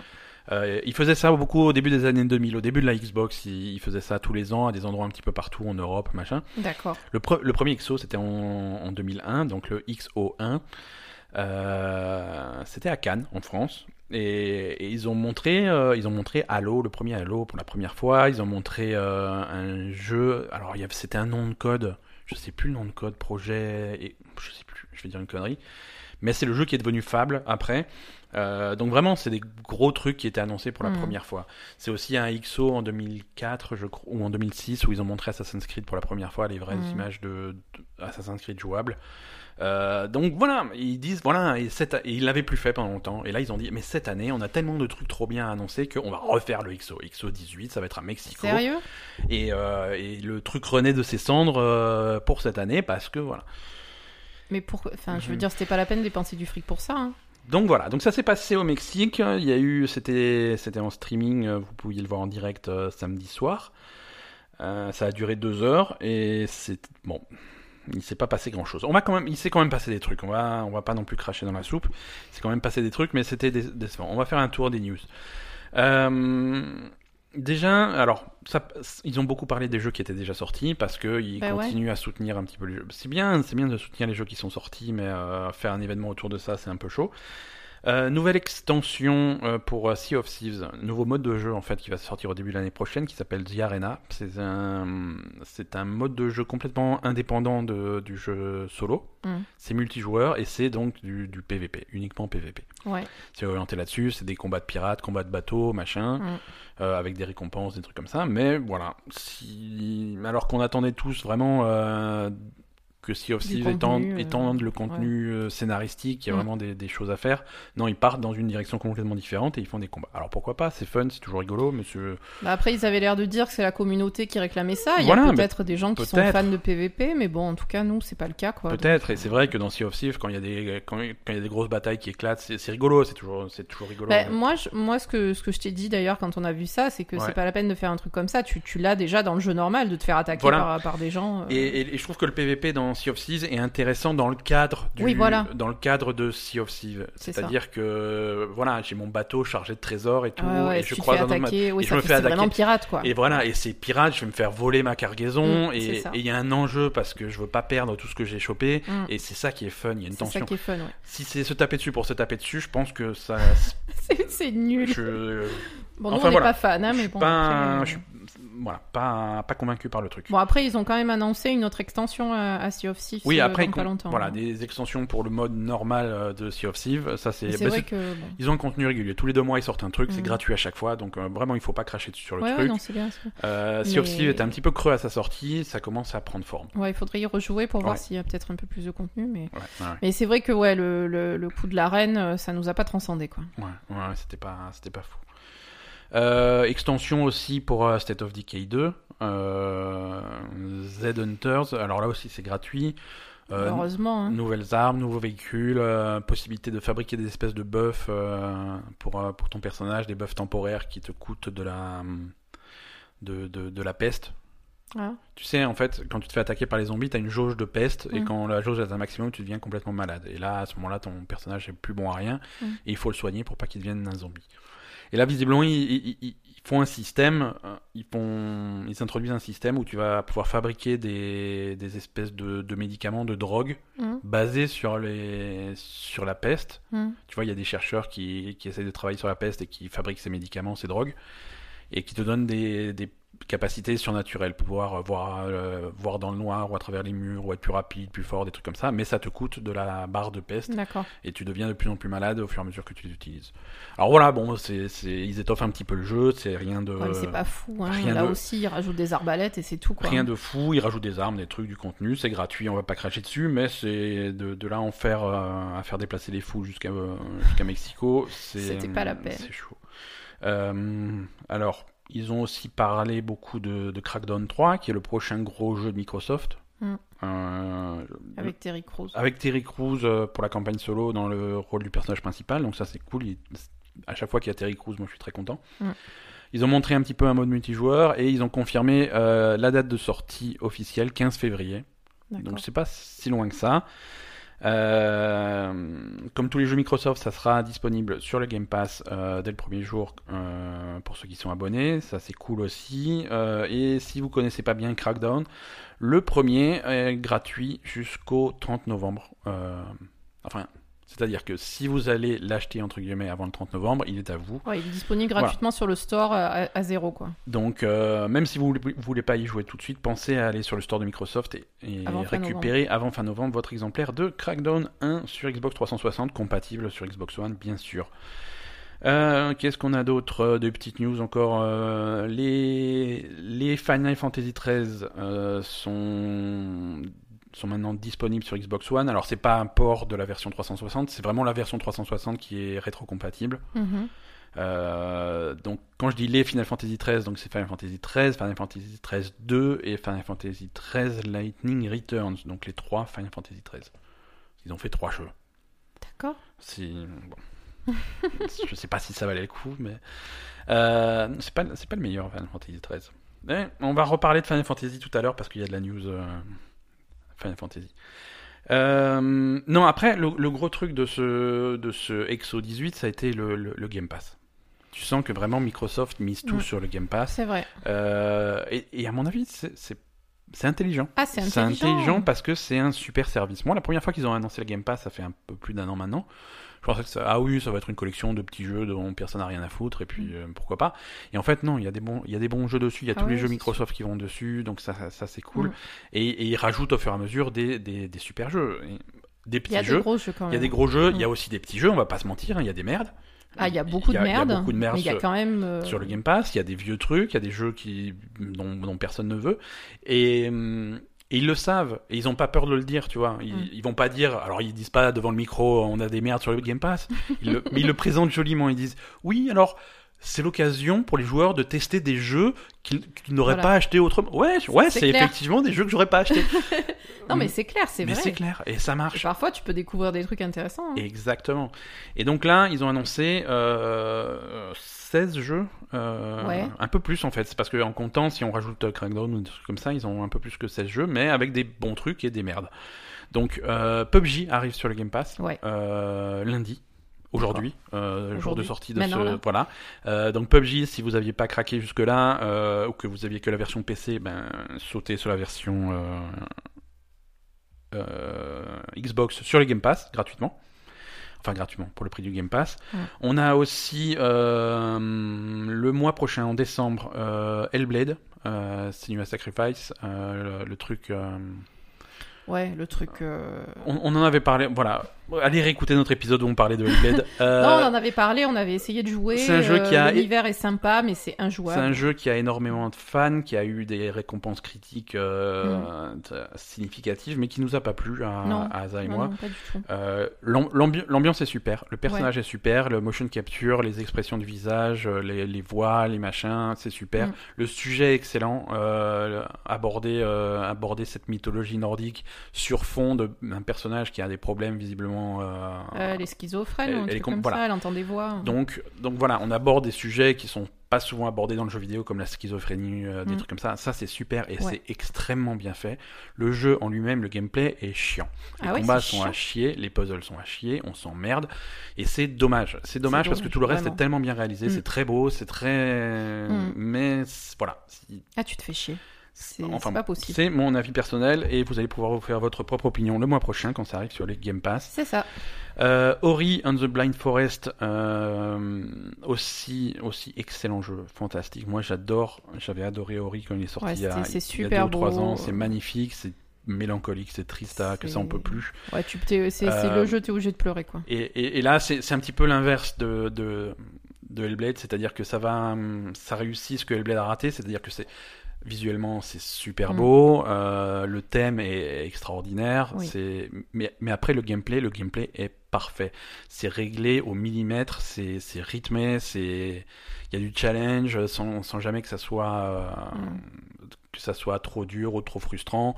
Euh, ils faisaient ça beaucoup au début des années 2000, au début de la Xbox, ils, ils faisaient ça tous les ans à des endroits un petit peu partout en Europe, machin. D'accord. Le, pre- le premier XO, c'était en, en 2001, donc le XO1. Euh, c'était à Cannes, en France. Et, et ils, ont montré, euh, ils ont montré Halo, le premier Halo, pour la première fois. Ils ont montré euh, un jeu. Alors, il y avait- c'était un nom de code. Je sais plus le nom de code, projet. Et, je sais plus, je vais dire une connerie. Mais c'est le jeu qui est devenu Fable après. Euh, donc, vraiment, c'est des gros trucs qui étaient annoncés pour la Mhm. première fois. C'est aussi un XO en 2004, je crois, ou en 2006, où ils ont montré Assassin's Creed pour la première fois, les vraies Mhm. images de, de Assassin's Creed jouables. Euh, donc voilà, ils disent, voilà, et, cette, et ils l'avaient plus fait pendant longtemps. Et là, ils ont dit, mais cette année, on a tellement de trucs trop bien à annoncer qu'on va refaire le XO. XO 18, ça va être à Mexico. Sérieux Et, euh, et le truc renaît de ses cendres euh, pour cette année, parce que voilà. Mais pourquoi Enfin, je veux Mhm. dire, c'était pas la peine de dépenser du fric pour ça. hein. Donc voilà, donc ça s'est passé au Mexique. Il y a eu, c'était, c'était en streaming. euh, Vous pouviez le voir en direct euh, samedi soir. Euh, ça a duré deux heures et c'est bon. Il s'est pas passé grand chose. On va quand même, il s'est quand même passé des trucs. On va, on va pas non plus cracher dans la soupe. Il s'est quand même passé des trucs, mais c'était dé- décevant. On va faire un tour des news. Euh, déjà, alors, ça- ils ont beaucoup parlé des jeux qui étaient déjà sortis parce que ils Ben ouais. continuent à soutenir un petit peu les jeux. C'est bien, c'est bien de soutenir les jeux qui sont sortis, mais euh, faire un événement autour de ça, c'est un peu chaud. Euh, nouvelle extension euh, pour euh, Sea of Thieves, nouveau mode de jeu en fait qui va sortir au début de l'année prochaine qui s'appelle The Arena. C'est un, c'est un mode de jeu complètement indépendant de- du jeu solo. Mm. C'est multijoueur et c'est donc du, du PVP, uniquement PVP. Ouais. C'est orienté là-dessus, c'est des combats de pirates, combats de bateaux, machin, Mm. euh, avec des récompenses, des trucs comme ça. Mais voilà, si... alors qu'on attendait tous vraiment euh, que Sea of Du Thieves contenu, étende, euh, étende le contenu euh, scénaristique, il y a Mm. vraiment des, des choses à faire. Non, ils partent dans une direction complètement différente et ils font des combats. Alors pourquoi pas, c'est fun, c'est toujours rigolo, mais c'est- Bah, après, ils avaient l'air de dire que c'est la communauté qui réclamait ça. Il y Voilà, a peut-être des gens qui sont peut-être. fans de PVP, mais bon, en tout cas, nous, c'est pas le cas, quoi. Peut-être, et c'est vrai que dans Sea of Thieves, quand il y a des, quand, quand il y a des grosses batailles qui éclatent, c'est c'est rigolo, c'est toujours, c'est toujours rigolo. Bah, mais- moi, je, moi, ce que, ce que je t'ai dit d'ailleurs quand on a vu ça, c'est que Ouais. c'est pas la peine de faire un truc comme ça. Tu, tu l'as déjà dans le jeu normal, de te faire attaquer Voilà. par, par des gens. euh. Et, et- et je trouve que le PVP dans Sea of Thieves est intéressant dans le cadre du, Oui, voilà. dans le cadre de Sea of Thieves. C'est C'est-à-dire que voilà, j'ai mon bateau chargé de trésors et tout, Ouais, ouais, et si je tu te croise fais un autre bateau. attaquer, oui, et ça je me fait- fais c'est vraiment attaquer. pirate, quoi. Et voilà, et c'est pirate, je vais me faire voler ma cargaison, Mm, et c'est et ça. il y a un enjeu parce que je veux pas perdre tout ce que j'ai chopé, Mm. et c'est ça qui est fun, il y a une C'est ça tension. qui est fun, ouais. Si c'est se taper dessus pour se taper dessus, je pense que ça. C'est- C'est nul. je, Bon, nous, Enfin, on n'est voilà. pas fan, hein, je mais suis bon. pas, après, un- euh, je suis- voilà, pas, pas convaincu par le truc. Bon, après, ils ont quand même annoncé une autre extension à, à Sea of Thieves. Oui, euh, après, dans pas con- longtemps. voilà, hein. des extensions pour le mode normal euh, de Sea of Thieves, ça c'est. Mais C'est bah, vrai c'est- que. bon. Ils ont un contenu régulier. Tous les deux mois, ils sortent un truc. C'est Mm. gratuit à chaque fois. Donc, euh, vraiment, il faut pas cracher dessus sur le Ouais, ouais, truc. non, c'est bien. c'est bien. Euh, Sea of Mais- Thieves est un petit peu creux à sa sortie. Ça commence à prendre forme. Ouais, il faudrait y rejouer pour voir Ouais. s'il y a peut-être un peu plus de contenu, mais. Ouais, ouais, ouais. Mais c'est vrai que ouais, le, le, le coup de la reine, euh, ça nous a pas transcendé quoi. Ouais, ouais, c'était pas, c'était pas fou. Euh, extension aussi pour euh, State of Decay 2, euh, Z Hunters. Alors là aussi, c'est gratuit. Euh, Heureusement. hein. Nouvelles armes, nouveaux véhicules, euh, possibilité de fabriquer des espèces de buffs euh, pour, euh, pour ton personnage, des buffs temporaires qui te coûtent de la, hum, de, de- de la peste. Ah. Tu sais, en fait, quand tu te fais attaquer par les zombies, t'as une jauge de peste, et Mm. quand la jauge est à un maximum, tu deviens complètement malade. Et là, à ce moment-là, ton personnage est plus bon à rien, Mm. et il faut le soigner pour pas qu'il devienne un zombie. Et là, visiblement, ils, ils- ils- ils font un système, euh, ils, font, ils introduisent un système où tu vas pouvoir fabriquer des, des espèces de, de médicaments, de drogues, Mmh, basé sur, les... sur la peste. mmh. Tu vois, il y a des chercheurs qui... qui essayent de travailler sur la peste et qui fabriquent ces médicaments, ces drogues, et qui te donnent des, des capacités surnaturelles, pouvoir euh, voir, euh, voir dans le noir ou à travers les murs, ou être plus rapide, plus fort, des trucs comme ça, mais ça te coûte de la barre de peste, hum, D'accord. et tu deviens de plus en plus malade au fur et à mesure que tu les utilises. Alors voilà, bon, c'est c'est- ils étoffent un petit peu le jeu, c'est rien de... Ouais, Ah, mais c'est pas fou. hein. Euh, rien Là de- aussi, ils rajoutent des arbalètes et c'est tout quoi. Rien de fou, ils rajoutent des armes, des trucs, du contenu, c'est gratuit, on va pas cracher dessus, mais c'est de, de là à en faire euh, à faire déplacer les fous jusqu'à euh, jusqu'à Mexico, c'est C'était pas la peine. C'est chaud. Euh, alors, ils ont aussi parlé beaucoup de, de Crackdown 3, qui est le prochain gros jeu de Microsoft. Mm. Euh, Avec Terry Crews. avec Terry Crews euh, pour la campagne solo dans le rôle du personnage principal, donc ça c'est cool. il- À chaque fois qu'il y a Terry Crews, moi je suis très content. Mm. Ils ont montré un petit peu un mode multijoueur et ils ont confirmé euh, la date de sortie officielle 15 février. D'accord. Donc c'est pas si loin que ça. Euh, comme tous les jeux Microsoft, ça sera disponible sur le Game Pass euh, dès le premier jour euh, pour ceux qui sont abonnés. Ça c'est cool aussi. Euh, et si vous connaissez pas bien Crackdown, le premier est gratuit jusqu'au 30 novembre. Euh, enfin, c'est-à-dire que si vous allez l'acheter entre guillemets avant le 30 novembre, il est à vous. Ouais, il est disponible gratuitement sur le store euh, à, à zéro quoi. Donc, euh, même si vous voulez, vous voulez pas y jouer tout de suite, pensez à aller sur le store de Microsoft et, et Avant fin récupérer avant fin novembre votre exemplaire de Crackdown 1 sur Xbox 360, compatible sur Xbox One, bien sûr. Euh, Qu'est-ce qu'on a d'autre euh, Des petites news encore. euh, les, les Final Fantasy XIII euh, sont sont maintenant disponibles sur Xbox One. Alors c'est pas un port de la version 360, c'est vraiment la version 360 qui est rétrocompatible. Mhm. Euh, donc quand je dis les Final Fantasy XIII, donc c'est Final Fantasy XIII, Final Fantasy XIII 2 et Final Fantasy XIII Lightning Returns, donc les trois Final Fantasy XIII. Ils ont fait trois jeux. D'accord. C'est bon. je sais pas si ça valait le coup, mais euh, c'est pas c'est pas le meilleur Final Fantasy XIII. Mais on va reparler de Final Fantasy tout à l'heure parce qu'il y a de la news euh, Final Fantasy. Euh, non, après le, le gros truc de ce de ce Exo 18, ça a été le, le- le Game Pass. Tu sens que vraiment Microsoft mise tout Mm. sur le Game Pass. C'est vrai. Euh, et, et à mon avis, c'est c'est- C'est intelligent. Ah, c'est C'est intelligent. intelligent parce que c'est un super service. Moi, la première fois qu'ils ont annoncé le Game Pass, ça fait un peu plus d'un an maintenant. Je pensais que ça, ah oui, ça va être une collection de petits jeux dont personne n'a rien à foutre et puis euh, pourquoi pas. Et en fait, non, il y a des bons, il y a des bons jeux dessus. Il y a Mm. Ah tous les ouais, jeux c'est Microsoft qui vont dessus, donc ça, ça, ça, c'est cool. Mm. Et, et ils rajoutent au fur et à mesure des, des, des super jeux, Et des Il petits y a des jeux. gros jeux quand Il même. y a des gros jeux. Mm. Il y a aussi des petits jeux. On va pas se mentir, hein, il y a des merdes. Ah, il y a beaucoup Il de y a merde. beaucoup de merde mais il y a sur- quand même. euh, sur le Game Pass, il y a des vieux trucs, il y a des jeux qui, dont, dont personne ne veut. Et, hum, et ils le savent, et ils n'ont pas peur de le dire, tu vois. Ils, Mm. ils vont pas dire, alors ils disent pas devant le micro, on a des merdes sur le Game Pass, Ils le- mais ils le présentent joliment, ils disent, oui, alors c'est l'occasion pour les joueurs de tester des jeux qu'ils qu'ils n'auraient Voilà. pas achetés autrement. Ouais, ouais c'est c'est clair. effectivement des jeux que j'aurais pas achetés. Non, mais c'est clair, c'est Mais vrai. c'est clair, et ça Et marche. parfois, tu peux découvrir des trucs intéressants. hein. Exactement. Et donc là, ils ont annoncé euh, 16 jeux, euh, Ouais. un peu plus en fait. C'est parce qu'en comptant, si on rajoute euh, Crackdown ou des trucs comme ça, ils ont un peu plus que 16 jeux, mais avec des bons trucs et des merdes. Donc euh, PUBG arrive sur le Game Pass Ouais. euh, lundi. Aujourd'hui, euh, jour de Aujourd'hui. sortie de Maintenant, ce là. voilà. Euh, donc PUBG, si vous aviez pas craqué jusque là euh, ou que vous aviez que la version PC, ben sautez sur la version euh, euh, Xbox sur le Game Pass gratuitement. Enfin gratuitement pour le prix du Game Pass. Ouais. On a aussi euh, le mois prochain en décembre euh, Hellblade, euh, Senua's Sacrifice, euh, le, le truc. euh, Ouais, le truc. euh, on, on en avait parlé. Voilà, allez réécouter notre épisode où on parlait de Hellblade. Euh, Non, on en avait parlé, on avait essayé de jouer. c'est un jeu euh, qui a- L'univers est sympa, mais c'est C'est injouable. un jeu qui a énormément de fans, qui a eu des récompenses critiques euh, t- significatives, mais qui nous a pas plu à, Mm. Non. à Asa et Non, moi. non, pas du tout. Euh, l'am- l'ambi- L'ambiance est super, le personnage est super, le motion capture, les expressions de visage, euh, les, les voix, les machins, c'est super. Mm. Le sujet est excellent, euh, aborder, euh, aborder cette mythologie nordique sur fond de- d'un personnage qui a des problèmes visiblement. euh, Euh, les schizophrènes, Elle- ou un elle est truc com- comme voilà. ça, elle entend des voix. donc, donc voilà, on aborde des sujets qui sont pas souvent abordés dans le jeu vidéo, comme la schizophrénie, euh, des Mm. trucs comme ça. Ça, c'est super et Ouais. c'est extrêmement bien fait. Le jeu en lui-même, le gameplay est chiant. Les Ah ouais, combats c'est sont à chiant. chier, les puzzles sont à chier, on s'emmerde. Et c'est dommage. C'est dommage, parce que dommage, tout le reste vraiment. est tellement bien réalisé, Mm. c'est très beau, c'est très. Mm. Mais c'est- voilà. C'est- Ah, tu te fais chier. C'est enfin, c'est pas possible. C'est mon avis personnel et vous allez pouvoir vous faire votre propre opinion le mois prochain quand ça arrive sur les Game Pass. C'est ça. Euh, Ori and the Blind Forest, euh, aussi, aussi excellent jeu, fantastique. Moi, j'adore, j'avais adoré Ori quand il est sorti Ouais, il, y a, c'est- c'est il y a deux super ou trois beau. ans. C'est magnifique, c'est mélancolique, c'est triste à que ça on peut C'est- plus. Ouais, tu t'es- c'est c'est Euh, le jeu, t'es obligé de pleurer, quoi. Et, et- et là, c'est c'est un petit peu l'inverse de, de, de Hellblade, c'est-à-dire que ça va, hum, ça réussit ce que Hellblade a raté, c'est-à-dire que c'est visuellement c'est super Mm. beau, euh, le thème est extraordinaire, Oui. c'est mais, mais après le gameplay, le gameplay est parfait, c'est réglé au millimètre, c'est c'est rythmé, c'est il y a du challenge sans, sans jamais que ça soit euh, Mm. que ça soit trop dur ou trop frustrant.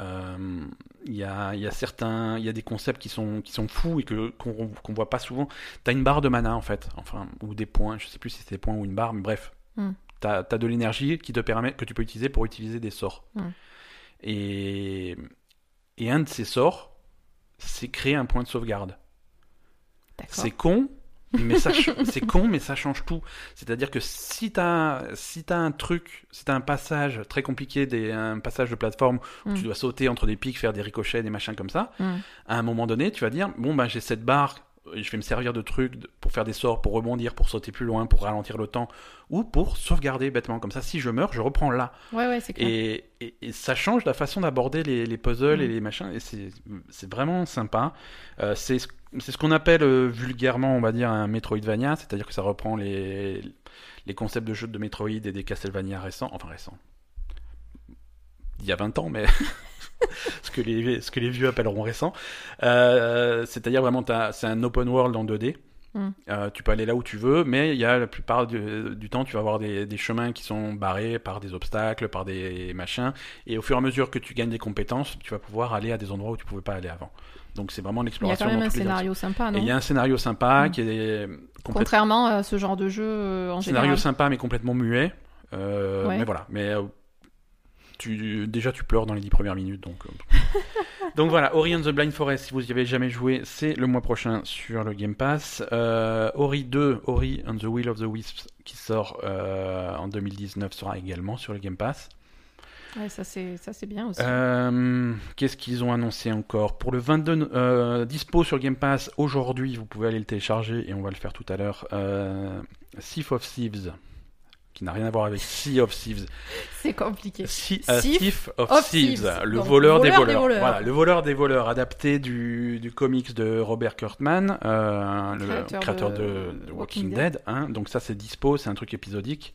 Euh, Il y, a, il y a certains, il y a des concepts qui sont qui sont fous et que qu'on qu'on voit pas souvent. T'as une barre de mana en fait, enfin ou des points, je sais plus si c'est des points ou une barre, mais bref. Mm. T'as as de l'énergie qui te permet que tu peux utiliser pour utiliser des sorts. Mm. Et et un de ces sorts, c'est créer un point de sauvegarde. D'accord. C'est con, mais ça ch- c'est con, mais ça change tout. C'est-à-dire que si t'as si t'as un truc, si t'as un passage très compliqué, des, un passage de plateforme où Mm. tu dois sauter entre des pics, faire des ricochets, des machins comme ça, Mm. à un moment donné, tu vas dire bon ben j'ai cette barre, euh, je vais me servir de trucs de- pour faire des sorts, pour rebondir, pour sauter plus loin, pour ralentir le temps, ou pour sauvegarder bêtement. Comme ça, si je meurs, je reprends là. Ouais, ouais, c'est clair. Et, et- et ça change la façon d'aborder les, les puzzles et Mm. les machins. Et c'est c'est vraiment sympa. Euh, c'est ce- c'est ce qu'on appelle euh, vulgairement, on va dire, un Metroidvania. C'est-à-dire que ça reprend les, les concepts de jeux de Metroid et des Castlevania récents. Enfin, récents. Il y a 20 ans, mais. ce, que les, ce que les vieux appelleront récent. Euh, C'est-à-dire vraiment, t'as- c'est un open world en 2D. Mm. Euh, tu peux aller là où tu veux, mais il y a la plupart du, du temps, tu vas avoir des, des chemins qui sont barrés par des obstacles, par des machins, et au fur et à mesure que tu gagnes des compétences, tu vas pouvoir aller à des endroits où tu pouvais pas aller avant. Donc c'est vraiment Il y a l'exploration. quand même dans un tous les scénario sympa, sens. Et il y non a un scénario sympa Mm. qui est complètement Contrairement à ce genre de jeu euh, en scénario général. sympa mais complètement muet. Euh, Ouais. Mais voilà, mais euh, tu, déjà tu pleures dans les 10 premières minutes donc. euh. donc voilà, Ori and the Blind Forest, si vous y avez jamais joué, c'est le mois prochain sur le Game Pass. Euh, Ori 2, Ori and the Will of the Wisps qui sort euh, en 2019 sera également sur le Game Pass. Ouais, ça c'est ça c'est bien aussi. Euh, Qu'est-ce qu'ils ont annoncé encore Pour le 22, no- euh, dispo sur Game Pass aujourd'hui, vous pouvez aller le télécharger et on va le faire tout à l'heure. Euh, Thief of Thieves, qui n'a rien à voir avec Sea of Thieves. C'est compliqué. Si- euh, Thief Thief of, of Thieves, Thieves. le Donc, voleur, des, voleur voleurs. des voleurs. Voilà, le voleur des voleurs, adapté du, du comics de Robert Kurtman, euh, le Créateur créateur, de- de, de Walking Walking Dead. hein. Donc ça, c'est dispo, c'est un truc épisodique.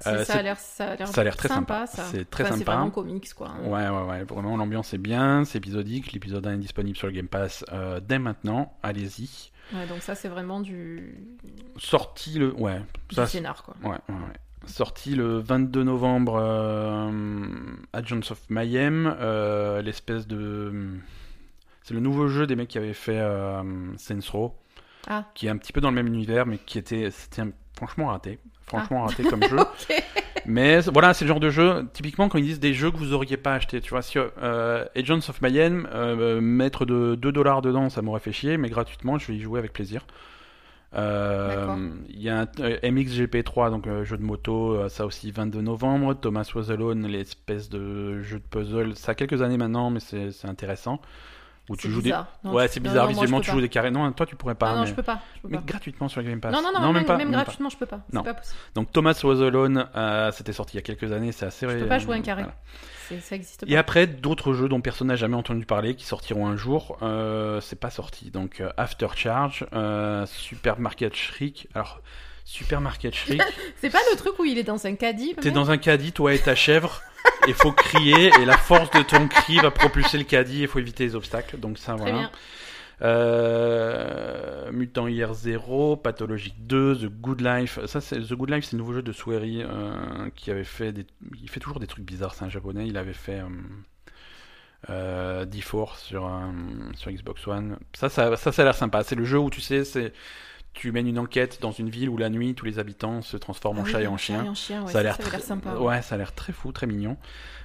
C'est- euh, ça a l'air ça a l'air ça a l'air très sympa. ça. C'est très Enfin, C'est sympa. vraiment comics quoi. Ouais, ouais, ouais. Vraiment, l'ambiance est bien, c'est épisodique. L'épisode 1 est disponible sur le Game Pass euh, dès maintenant. Allez-y. Ouais, donc ça c'est vraiment du, Sorti le. Ouais, du ça. c'est- scénar quoi. Ouais, ouais, ouais. Sorti le 22 novembre euh, Agents of Mayhem, euh, l'espèce de. C'est le nouveau jeu des mecs qui avaient fait euh, Saints Row, Ah. qui est un petit peu dans le même univers, mais qui était, c'était un- franchement raté. Franchement raté comme jeu. Ok. Mais c- voilà, c'est le genre de jeu, typiquement quand ils disent des jeux que vous auriez pas acheté, tu vois, si euh, Agents of Mayhem, euh, mettre de 2 dollars dedans, ça m'aurait fait chier, mais gratuitement, je vais y jouer avec plaisir. D'accord. Euh, Il y a un euh, MXGP3, donc euh, jeu de moto, euh, ça aussi 22 novembre. Thomas Was Alone, l'espèce de jeu de puzzle, ça a quelques années maintenant, mais c'est c'est intéressant. Où tu C'est joues bizarres. des... Non, Ouais, tu- c'est non, bizarre, non, moi, je visuellement, peux tu pas. joues des carrés. Non, toi, tu pourrais pas. Ah non, mais... je peux pas. je peux mais pas. gratuitement sur Game Pass. Non, non, non, même, même pas. même même pas. gratuitement, je peux pas. Non. C'est pas possible. Donc Thomas Was Alone, euh, c'était sorti il y a quelques années, c'est assez. Je peux pas jouer un carré. Voilà. C'est- Ça existe pas. Et après, d'autres jeux dont personne n'a jamais entendu parler, qui sortiront un jour, euh, c'est pas sorti. Donc euh, After Charge, euh, Supermarket Shriek. Alors, Supermarket Shriek, C'est pas le truc où il est dans un caddie. le t'es mec dans un caddie, toi et ta chèvre, et faut crier, et la force de ton cri va propulser le caddie, et faut éviter les obstacles. Donc ça, Très voilà. bien. Euh, Mutant Year 0, Pathologic 2, The Good Life. Ça, c'est The Good Life, c'est le nouveau jeu de Sueri euh, qui avait fait des. Il fait toujours des trucs bizarres. C'est un japonais. Il avait fait euh, euh, D4 sur euh, sur Xbox One. Ça, ça, ça, ça a l'air sympa. C'est le jeu où tu sais, c'est tu mènes une enquête dans une ville où la nuit tous les habitants se transforment en Ah oui, chat et en un chien. et un chien, ouais, Ça a l'air avait très- sympa. Ouais, ça a l'air très fou, très mignon.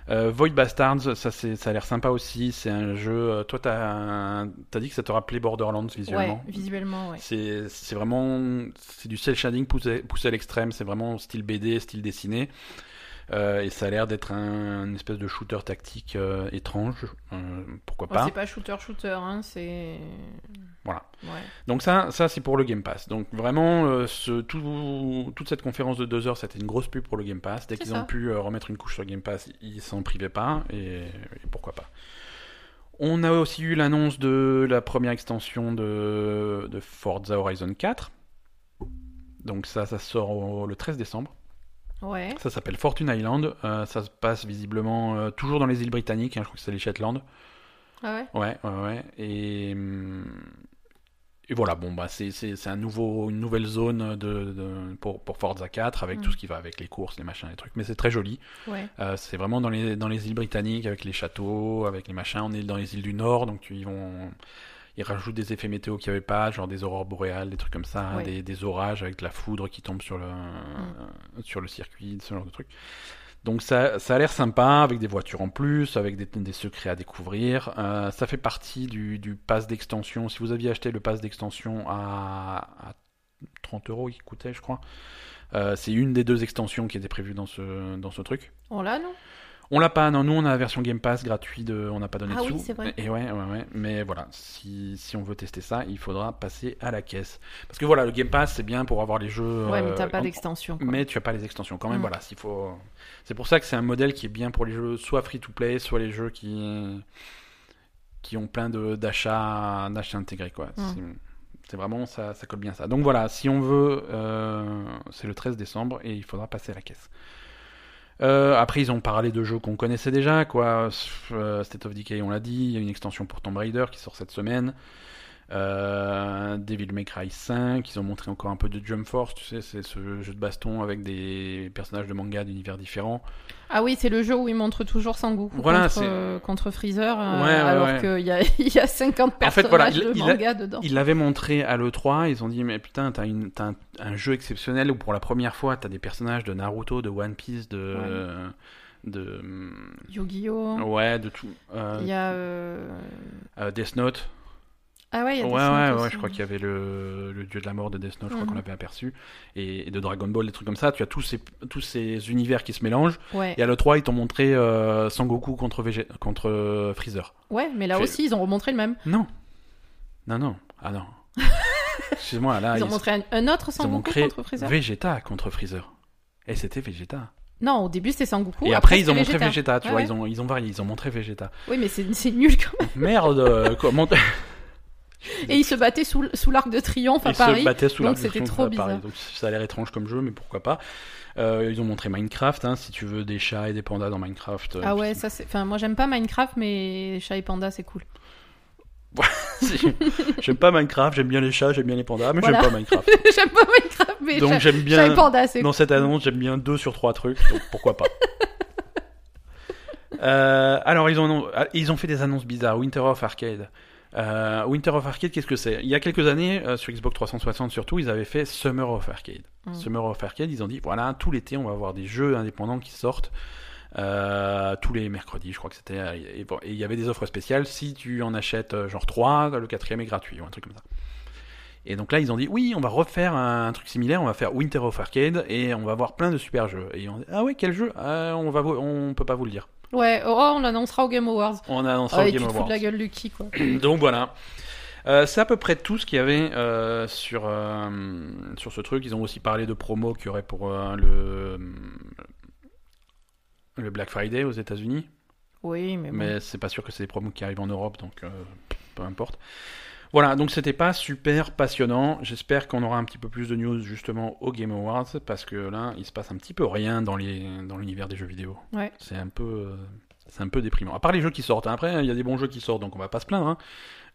Euh, Void Bastards, ça, c'est, ça a l'air sympa aussi. C'est un jeu. euh, Toi, t'as, un- t'as dit que ça te rappelait Borderlands Ouais, visuellement. visuellement, ouais. C'est, c'est vraiment. C'est du cel shading poussé, poussé à l'extrême. C'est vraiment style BD, style dessiné. Euh, et ça a l'air d'être un, une espèce de shooter tactique euh, étrange. Euh, pourquoi Ouais, pas c'est pas shooter shooter, hein, c'est. Voilà. Ouais. Donc ça, ça c'est pour le Game Pass. Donc vraiment, euh, ce, tout- toute cette conférence de deux heures, c'était une grosse pub pour le Game Pass. Dès C'est qu'ils ça. ont pu euh, remettre une couche sur Game Pass, ils s'en privaient pas, et, et pourquoi pas. On a aussi eu l'annonce de la première extension de, de Forza Horizon 4. Donc ça, ça sort au- le 13 décembre. Ouais. Ça s'appelle Fortune Island. Euh, ça se passe visiblement euh, toujours dans les îles britanniques. hein, je crois que c'est les Shetland. Ah ouais. Ouais, ouais, ouais. Et, hum, et voilà, bon, bah, c'est, c'est, c'est un nouveau, une nouvelle zone de, de- pour, pour Forza 4 avec Mm. tout ce qui va avec les courses, les machins, les trucs. Mais c'est très joli. Ouais. Euh, c'est vraiment dans les, dans les îles britanniques avec les châteaux, avec les machins. On est dans les îles du Nord, donc tu- ils vont. Ils rajoutent des effets météo qu'il n'y avait pas, genre des aurores boréales, des trucs comme ça, hein, Ouais. des, des orages avec de la foudre qui tombe sur le, sur le circuit, ce genre de trucs. Donc ça, ça a l'air sympa, avec des voitures en plus, avec des, des secrets à découvrir. Euh, ça fait partie du, du pass d'extension. Si vous aviez acheté le pass d'extension à, à 30 euros, il coûtait, je crois. euh, c'est une des deux extensions qui était prévue dans ce, dans ce truc. On l'a, Oh non On l'a pas, non, nous on a la version Game Pass gratuite, de, on n'a pas donné Ah de oui, sous. c'est vrai. Et ouais, ouais, ouais. Mais voilà, si, si on veut tester ça, il faudra passer à la caisse. Parce que voilà, le Game Pass c'est bien pour avoir les jeux. Ouais, mais t'as euh, pas en- d'extension. quoi. mais tu as pas les extensions quand même. Mm. Voilà, s'il faut. C'est pour ça que c'est un modèle qui est bien pour les jeux soit free to play, soit les jeux qui qui ont plein de d'achats d'achats intégrés quoi. Mm. C'est- C'est vraiment ça, ça colle bien ça. Donc voilà, si on veut, euh, c'est le 13 décembre et il faudra passer à la caisse. Euh, après, ils ont parlé de jeux qu'on connaissait déjà, quoi. Euh, State of Decay, on l'a dit. Il y a une extension pour Tomb Raider qui sort cette semaine. Euh, Devil May Cry 5, ils ont montré encore un peu de Jump Force, tu sais, c'est ce jeu de baston avec des personnages de manga d'univers différents. Ah oui, c'est le jeu où il montre toujours Sangoku Voilà, contre, c'est- euh, contre Freezer, euh, Ouais, ouais, alors ouais. qu'il y a, il y a 50 En personnages fait, voilà, il- de il a- manga dedans. Ils l'avaient montré à l'E3, ils ont dit, mais putain, t'as, une, t'as un, un jeu exceptionnel où pour la première fois, t'as des personnages de Naruto, de One Piece, de. de. Yu-Gi-Oh! Ouais, de tout. euh, Il y a. euh, euh, Death Note. Ah ouais, il y a Ouais, des ouais, synthés ouais, aussi. je crois qu'il y avait le, le dieu de la mort de Death Note, je crois Mhm. qu'on l'avait aperçu, et, et de Dragon Ball, des trucs comme ça. Tu as tous ces, tous ces univers qui se mélangent, Ouais. et à l'E3, ils t'ont montré euh, Sangoku contre, Vegeta- contre euh, Freezer. ouais, mais là J'ai- aussi, ils ont remontré le même. Non, non, non, ah non. Excuse-moi, là, Ils ont montré un, un Ah, ils autre ont Sangoku montré contre Freezer. Vegeta contre Freezer. Et c'était Vegeta. Non, au début, c'était Sangoku. et après, ils c'était ont montré Vegeta, tu Ouais, vois, ouais. Ils, ont, ils ont varié, ils ont montré Vegeta. Oui, mais c'est c'est nul quand même. Merde, euh, comment. Et ils se battaient sous, l- sous l'arc de triomphe à ils Paris. se battaient sous donc l'arc de c'était triomphe trop à Paris. bizarre. Donc ça a l'air étrange comme jeu, mais pourquoi pas. Euh, ils ont montré Minecraft, hein, si tu veux des chats et des pandas dans Minecraft. euh, Ah ouais, ça c'est. Enfin, moi j'aime pas Minecraft, mais Chat et Panda c'est cool. si- j'aime pas Minecraft, j'aime bien les chats, j'aime bien les pandas, mais Voilà. j'aime pas Minecraft. j'aime pas Minecraft, mais Donc Chat- j'aime Chat et bien. Panda c'est cool. Dans cette annonce, j'aime bien deux sur trois trucs, donc pourquoi pas. Euh, alors ils ont, ils ont fait des annonces bizarres. Winter of Arcade. Euh, Winter of Arcade, qu'est-ce que c'est Il y a quelques années, euh, sur Xbox 360 surtout, ils avaient fait Summer of Arcade. Mm. Summer of Arcade, ils ont dit voilà, tout l'été, on va avoir des jeux indépendants qui sortent euh, tous les mercredis, je crois que c'était. euh, Et bon, et il y avait des offres spéciales. Si tu en achètes euh, genre 3, le quatrième est gratuit, ou un truc comme ça. Et donc là, ils ont dit oui, on va refaire un, un truc similaire, on va faire Winter of Arcade et on va avoir plein de super jeux. Et on dit ah ouais, quel jeu Euh, On va, vous- on peut pas vous le dire. Ouais, oh, on l'annoncera au Game Awards. On Ah annoncera ouais, au Game tu te fous Awards. de la gueule Lucky quoi. Donc voilà. Euh, c'est à peu près tout ce qu'il y avait euh, sur, euh, sur ce truc. Ils ont aussi parlé de promos qu'il y aurait pour euh, le, le Black Friday aux États-Unis. Oui, mais, bon. Mais c'est pas sûr que c'est des promos qui arrivent en Europe, donc euh, peu importe. Voilà, donc c'était pas super passionnant. J'espère qu'on aura un petit peu plus de news justement au Game Awards, parce que là, il se passe un petit peu rien dans les dans l'univers des jeux vidéo. Ouais. C'est un peu euh, c'est un peu déprimant. À part les jeux qui sortent. hein. Après, il y a des bons jeux qui sortent, donc on va pas se plaindre. hein.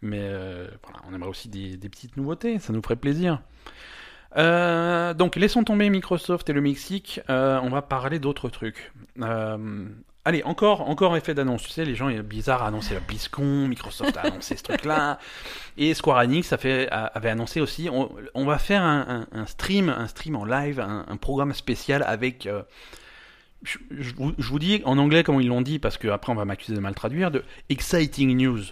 Mais euh, voilà, on aimerait aussi des, des petites nouveautés, ça nous ferait plaisir. Euh, donc laissons tomber Microsoft et le Mexique, Euh, on va parler d'autres trucs. Euh, allez, encore, encore effet d'annonce. Tu sais, les gens, Blizzard a annoncé la BlizzCon, Microsoft a annoncé ce truc-là, et Square Enix a fait, a- avait annoncé aussi, on, on va faire un, un- un stream, un stream en live, un, un programme spécial avec... euh, je, je vous, je vous dis en anglais comment ils l'ont dit, parce que après on va m'accuser de mal traduire, de exciting news.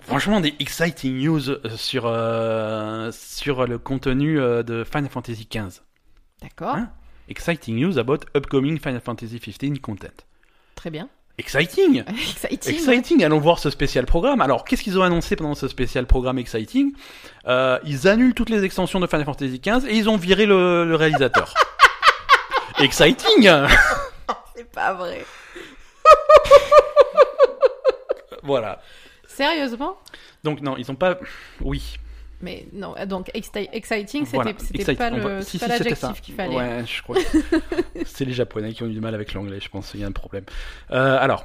Franchement, des exciting news euh, sur, euh, sur le contenu euh, de Final Fantasy XV. D'accord, Hein Exciting news about upcoming Final Fantasy XV content. très bien. Exciting Exciting. Exciting, allons voir ce spécial programme. Alors, qu'est-ce qu'ils ont annoncé pendant ce spécial programme Exciting Euh, Ils annulent toutes les extensions de Final Fantasy XV et ils ont viré le, le réalisateur. Exciting C'est pas vrai. Voilà. Sérieusement Donc non, ils ont pas... Oui. Mais non, donc exci- exciting, c'était Voilà, c'était excite- pas on le- va- Si, c'est pas si, c'était ça. l'adjectif qu'il fallait. Ouais, je crois. que- c'est les Japonais qui ont eu du mal avec l'anglais, je pense. Il y a un problème. Euh, alors,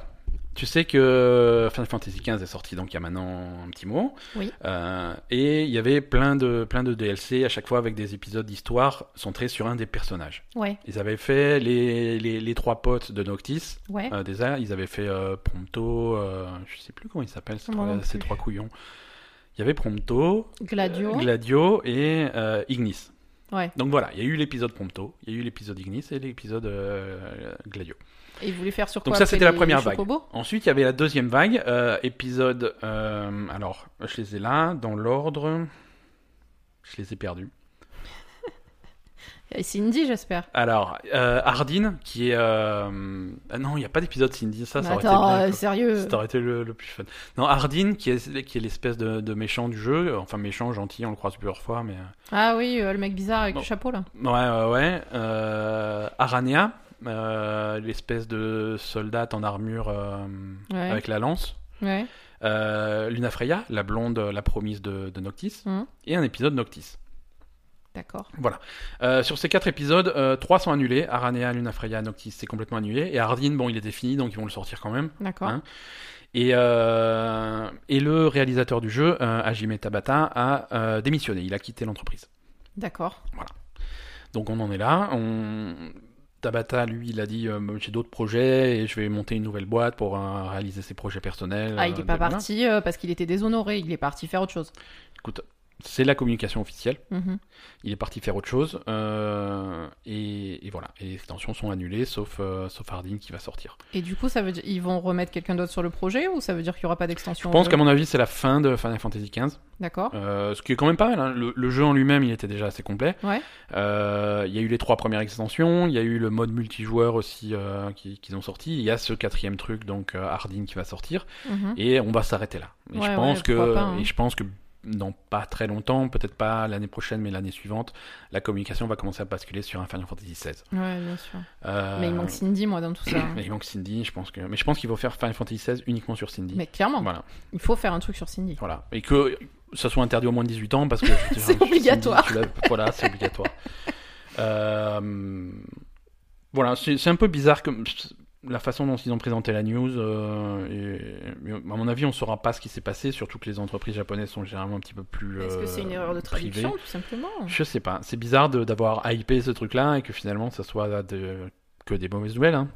tu sais que euh, Final Fantasy XV est sorti donc il y a maintenant un petit moment. Oui. Euh, et il y avait plein de plein de DLC à chaque fois avec des épisodes d'histoire centrés sur un des personnages. Ouais, Ils avaient fait les les, les trois potes de Noctis. ouais. Euh, déjà, ils avaient fait euh, Prompto. euh, je sais plus comment ils s'appellent ces, Moi trois, non ces plus. trois couillons. Il y avait Prompto, Gladio. euh, Gladio et euh, Ignis. Ouais. Donc voilà, il y a eu l'épisode Prompto, il y a eu l'épisode Ignis et l'épisode euh, Gladio. Et ils voulaient faire sur quoi Donc ça, après c'était la les- première les vague. chocobos Ensuite, il y avait la deuxième vague, euh, épisode... euh, alors, je les ai là, dans l'ordre... Je les ai perdus. Et Cindy, j'espère. Alors, euh, Hardin, qui est... euh, Ah non, il n'y a pas d'épisode Cindy, ça, Mais ça aurait été attends, bien, euh, quoi. sérieux. Ça aurait été le, le plus fun. Non, Hardin, qui est, qui est l'espèce de, de méchant du jeu, euh, enfin méchant, gentil, on le croise plusieurs fois, mais... euh, Ah oui, euh, le mec bizarre avec Bon. le chapeau là. Ouais, ouais, ouais. Euh, Arania, euh, l'espèce de soldate en armure euh, Ouais. avec la lance. Ouais. Euh, Luna Freya, la blonde, euh, la promise de, de Noctis. Mhm. Et un épisode Noctis. D'accord. Euh, sur ces quatre épisodes, euh, trois sont annulés. Aranea, Luna Freya, Noctis, c'est complètement annulé. Et Hardin, bon, il était fini, donc ils vont le sortir quand même. D'accord. Hein Et, euh, et le réalisateur du jeu, euh, Hajime Tabata, a euh, démissionné. Il a quitté l'entreprise. D'accord. Donc on en est là. On... Tabata, lui, il a dit euh, j'ai d'autres projets et je vais monter une nouvelle boîte pour euh, réaliser ses projets personnels. Ah, il euh, est pas blablabla. parti euh, parce qu'il était déshonoré. Il est parti faire autre chose. Écoute, C'est la communication officielle. Mhm. Il est parti faire autre chose. euh, et, et voilà. Et les extensions sont annulées, sauf, euh, sauf Hardin qui va sortir. Et du coup, ça veut dire ils vont remettre quelqu'un d'autre sur le projet ou ça veut dire qu'il n'y aura pas Je d'extension pense au qu'à jeu mon avis, c'est la fin de Final Fantasy XV. D'accord. Euh, ce qui est quand même pas mal. hein. Le, le jeu en lui-même, il était déjà assez complet. Ouais. Euh, Il y a eu les trois premières extensions. Il y a eu le mode multijoueur aussi euh, qui- qu'ils ont sorti. Il y a ce quatrième truc, donc euh, Hardin qui va sortir. Mhm. Et on va s'arrêter là. Et Ouais, je pense ouais, que, pourquoi pas, hein. et je pense que dans pas très longtemps, peut-être pas l'année prochaine, mais l'année suivante, la communication va commencer à basculer sur un Final Fantasy XVI. Ouais, bien sûr. Euh, Mais il manque Cindy, hein. moi, dans tout ça. mais il manque Cindy, je pense que. Mais je pense qu'il faut faire Final Fantasy XVI uniquement sur Cindy. Mais clairement, Voilà, il faut faire un truc sur Cindy. voilà. Et que ça soit interdit au moins de 18 ans parce que. C'est Cindy, obligatoire. tu l'as- voilà, c'est obligatoire. Euh, Voilà, c'est c'est un peu bizarre comme. La façon dont ils ont présenté la news, euh, et- mais à mon avis, on ne saura pas ce qui s'est passé, surtout que les entreprises japonaises sont généralement un petit peu plus. Est-ce que c'est une euh, erreur de privées. traduction, tout simplement Je sais pas. C'est bizarre de- d'avoir hypé ce truc-là et que finalement ça soit de- que des mauvaises nouvelles. hein.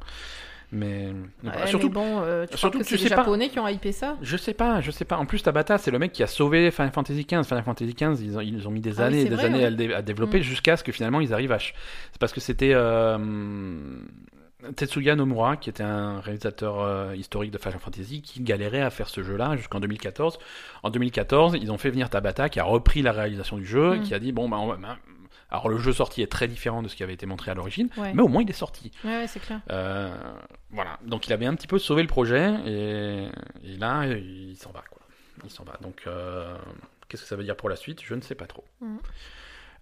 Mais Ouais, bah, surtout, mais bon, euh, surtout tu surtout que que tu c'est les sais pas. Japonais qui ont hypé ça je sais pas, je sais pas. En plus, Tabata, c'est le mec qui a sauvé Final Fantasy XV. Final Fantasy XV, ils ont, ils ont mis des Ah oui, années, et c'est des vrai, années ouais. Mm. à, le dé- à développer jusqu'à ce que finalement ils arrivent à. ch- C'est parce que c'était euh, Tetsuya Nomura, qui était un réalisateur euh, historique de Final Fantasy, qui galérait à faire ce jeu-là jusqu'en 2014. En 2014, ils ont fait venir Tabata, qui a repris la réalisation du jeu, Mm. qui a dit bon, bah, on va- bah, alors le jeu sorti est très différent de ce qui avait été montré à l'origine, Ouais, mais au moins il est sorti. Ouais, ouais, c'est clair. Euh, voilà, donc il avait un petit peu sauvé le projet et, et là il s'en va quoi. Il s'en va. Donc euh, qu'est-ce que ça veut dire pour la suite Je ne sais pas trop. Mhm.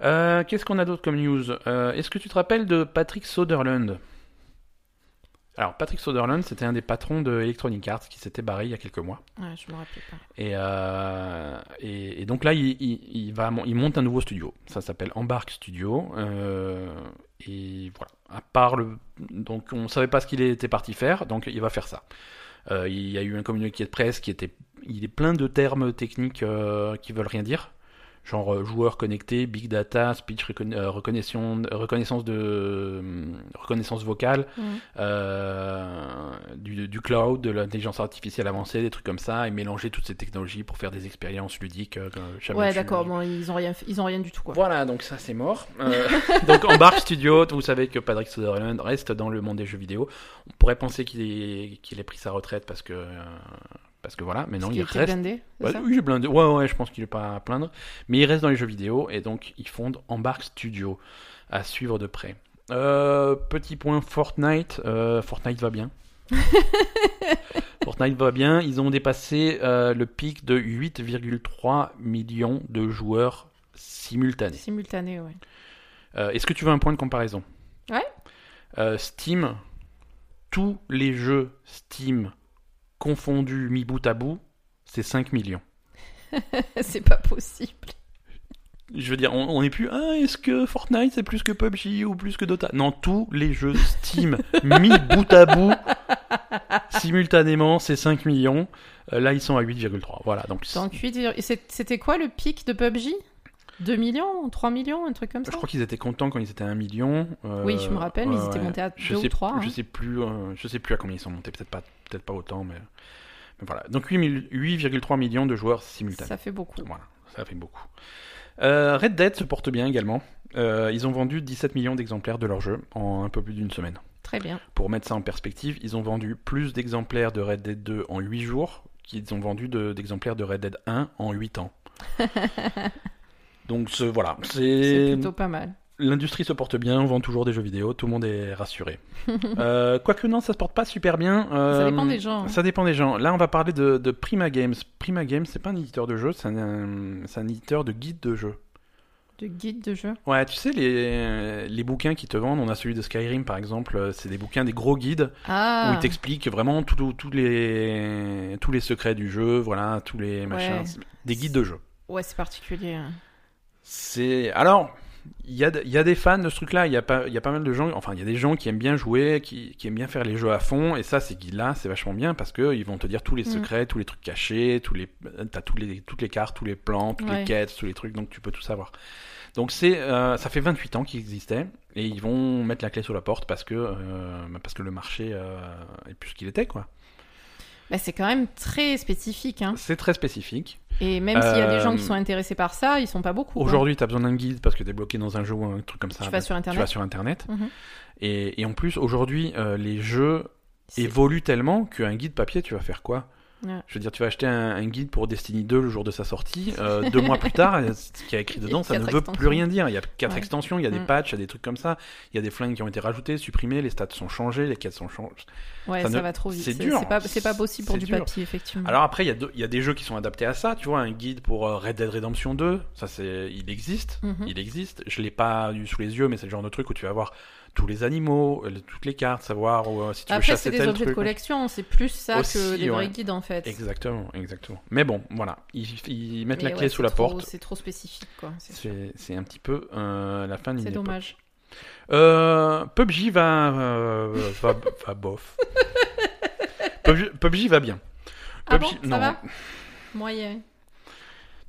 Euh, qu'est-ce qu'on a d'autre comme news Euh, Est-ce que tu te rappelles de Patrick Soderlund Alors Patrick Soderlund, c'était un des patrons de Electronic Arts qui s'était barré il y a quelques mois. Ouais, je me rappelle pas. Et, euh, et, et donc là, il, il- il va, mon- il monte un nouveau studio. Ça s'appelle Embark Studio. euh, et voilà. À part le, donc on savait pas ce qu'il était parti faire, donc il va faire ça. Euh, il y a eu un communiqué de presse qui était, il est plein de termes techniques euh, qui veulent rien dire. Genre euh, joueur connecté, big data, speech reconna- euh, reconnaissance, reconnaissance de hum, reconnaissance vocale, Mhm. euh, du, du cloud, de l'intelligence artificielle avancée, des trucs comme ça, et mélanger toutes ces technologies pour faire des expériences ludiques. euh, que j'avais Ouais, vu. d'accord, bon, ils ont rien, fait- ils ont rien du tout, quoi. Voilà, donc ça c'est mort. Euh, donc Embark Studio, vous savez que Patrick Sutherland reste dans le monde des jeux vidéo. On pourrait penser qu'il ait, qu'il ait pris sa retraite parce que, euh, parce que voilà, mais non, Parce il qu'il était reste. blindé, c'est Ouais, ça oui, j'ai blindé. Ouais, ouais, je pense qu'il est pas à plaindre. Mais il reste dans les jeux vidéo et donc il fonde Embark Studio à suivre de près. Euh, petit point Fortnite. Euh, Fortnite va bien. Fortnite va bien. Ils ont dépassé euh, le pic de 8,3 millions de joueurs simultanés. Simultané, ouais. Euh, Est-ce que tu veux un point de comparaison Ouais. Euh, Steam, tous les jeux Steam confondus mis bout à bout, c'est 5 millions. c'est pas possible. Je veux dire, on on n'est plus. Ah, est-ce que Fortnite c'est plus que PUBG ou plus que Dota Non, tous les jeux Steam mis bout à bout simultanément, c'est 5 millions. Euh, là, ils sont à 8,3. Voilà, donc c- Donc, 8, et c'est- c'était quoi le pic de PUBG 2 millions 3 millions Un truc comme je ça crois qu'ils étaient contents quand ils étaient à 1 million. Euh, Oui, je me rappelle, mais ils étaient montés à je deux ou sais, trois, Je hein. sais plus, euh, je sais plus à combien ils sont montés. Peut-être pas, peut-être pas autant, mais, mais voilà. Donc 8 mille- 8,3 millions de joueurs simultanés. Ça fait beaucoup. Voilà, ça fait beaucoup. Euh, Red Dead se porte bien également. Euh, ils ont vendu 17 millions d'exemplaires de leur jeu en un peu plus d'une semaine. Très bien. Pour mettre ça en perspective, ils ont vendu plus d'exemplaires de Red Dead 2 en 8 jours qu'ils ont vendu de- d'exemplaires de, Red Dead 1 en 8 ans. Donc ce- voilà, C'est c'est plutôt pas mal. l'industrie se porte bien, on vend toujours des jeux vidéo, tout le monde est rassuré. Euh, Quoique non, ça se porte pas super bien. Ça euh, dépend des gens. hein. ça dépend des gens. Là, on va parler de, de Prima Games. Prima Games, c'est pas un éditeur de jeux, c'est un, un- c'est un éditeur de guide de jeu. De guide de jeu. Ouais, tu sais, les, les bouquins qui te vendent, on a celui de Skyrim par exemple, euh, c'est des bouquins, des gros guides où Ah ils t'expliquent vraiment tout- tout- tous les, tous les secrets du jeu, voilà, tous les machins. Des guides de jeu. Ouais, c'est particulier. hein. C'est. Alors. Il y, a, de- il y a des fans de ce truc-là, il y, a pas- il y a pas mal de gens, enfin il y a des gens qui aiment bien jouer, qui, qui aiment bien faire les jeux à fond, et ça ces guides-là c'est vachement bien parce que ils vont te dire tous les Mm. secrets, tous les trucs cachés, tous les, t'as tous les, toutes les cartes, tous les plans, toutes les Ouais. quêtes, tous les trucs, donc tu peux tout savoir. Donc c'est, euh, ça fait 28 ans qu'ils existaient, et ils vont mettre la clé sur la porte parce que, euh, parce que le marché euh, est plus ce qu'il était quoi. Bah, c'est quand même très spécifique. hein. C'est très spécifique. Et même s'il y a des gens qui Euh, sont intéressés par ça, ils sont pas beaucoup. quoi. Aujourd'hui, tu as besoin d'un guide parce que tu es bloqué dans un jeu ou un truc comme ça. tu bah, vas sur tu vas Internet. sur Internet. Mhm. Et, et en plus, aujourd'hui, euh, les jeux c'est- évoluent tellement qu'un guide papier, tu vas faire quoi Ouais. Je veux dire, tu vas acheter un, un guide pour Destiny 2 le jour de sa sortie. euh, deux mois plus tard, ce qu'il y a écrit dedans, ça ne Quatre veut plus extensions. rien dire. Il y a quatre Ouais. extensions, il y a des Mm. patchs, il y a des trucs comme ça. Il y a des flingues qui ont été rajoutées, supprimées, les stats sont changés, les quêtes sont changées. Ouais, ça ça, ne- va trop vite. c'est dur. hein. C'est pas, c'est pas possible pour C'est du dur. papier, effectivement. Alors après, il y, a deux- il y a des jeux qui sont adaptés à ça. Tu vois, un guide pour euh, Red Dead Redemption 2, ça c'est, il existe, Mhm. il existe. Je l'ai pas eu sous les yeux, mais c'est le genre de truc où tu vas voir tous les animaux, euh, toutes les cartes, savoir euh, si tu veux Après, chasser c'est des tel objets de truc. collection, c'est plus ça Aussi, que des vrais ouais. guides en fait. Exactement, exactement. Mais bon, voilà, ils, ils mettent Mais la ouais, clé sous c'est la trop- porte. C'est trop spécifique quoi. C'est- C'est c'est un petit peu euh, la fin d'une C'est époque. dommage. Euh, PUBG va, euh, va, va bof. PUBG, PUBG va bien. Ah PUBG bon, ça non. va Moyen.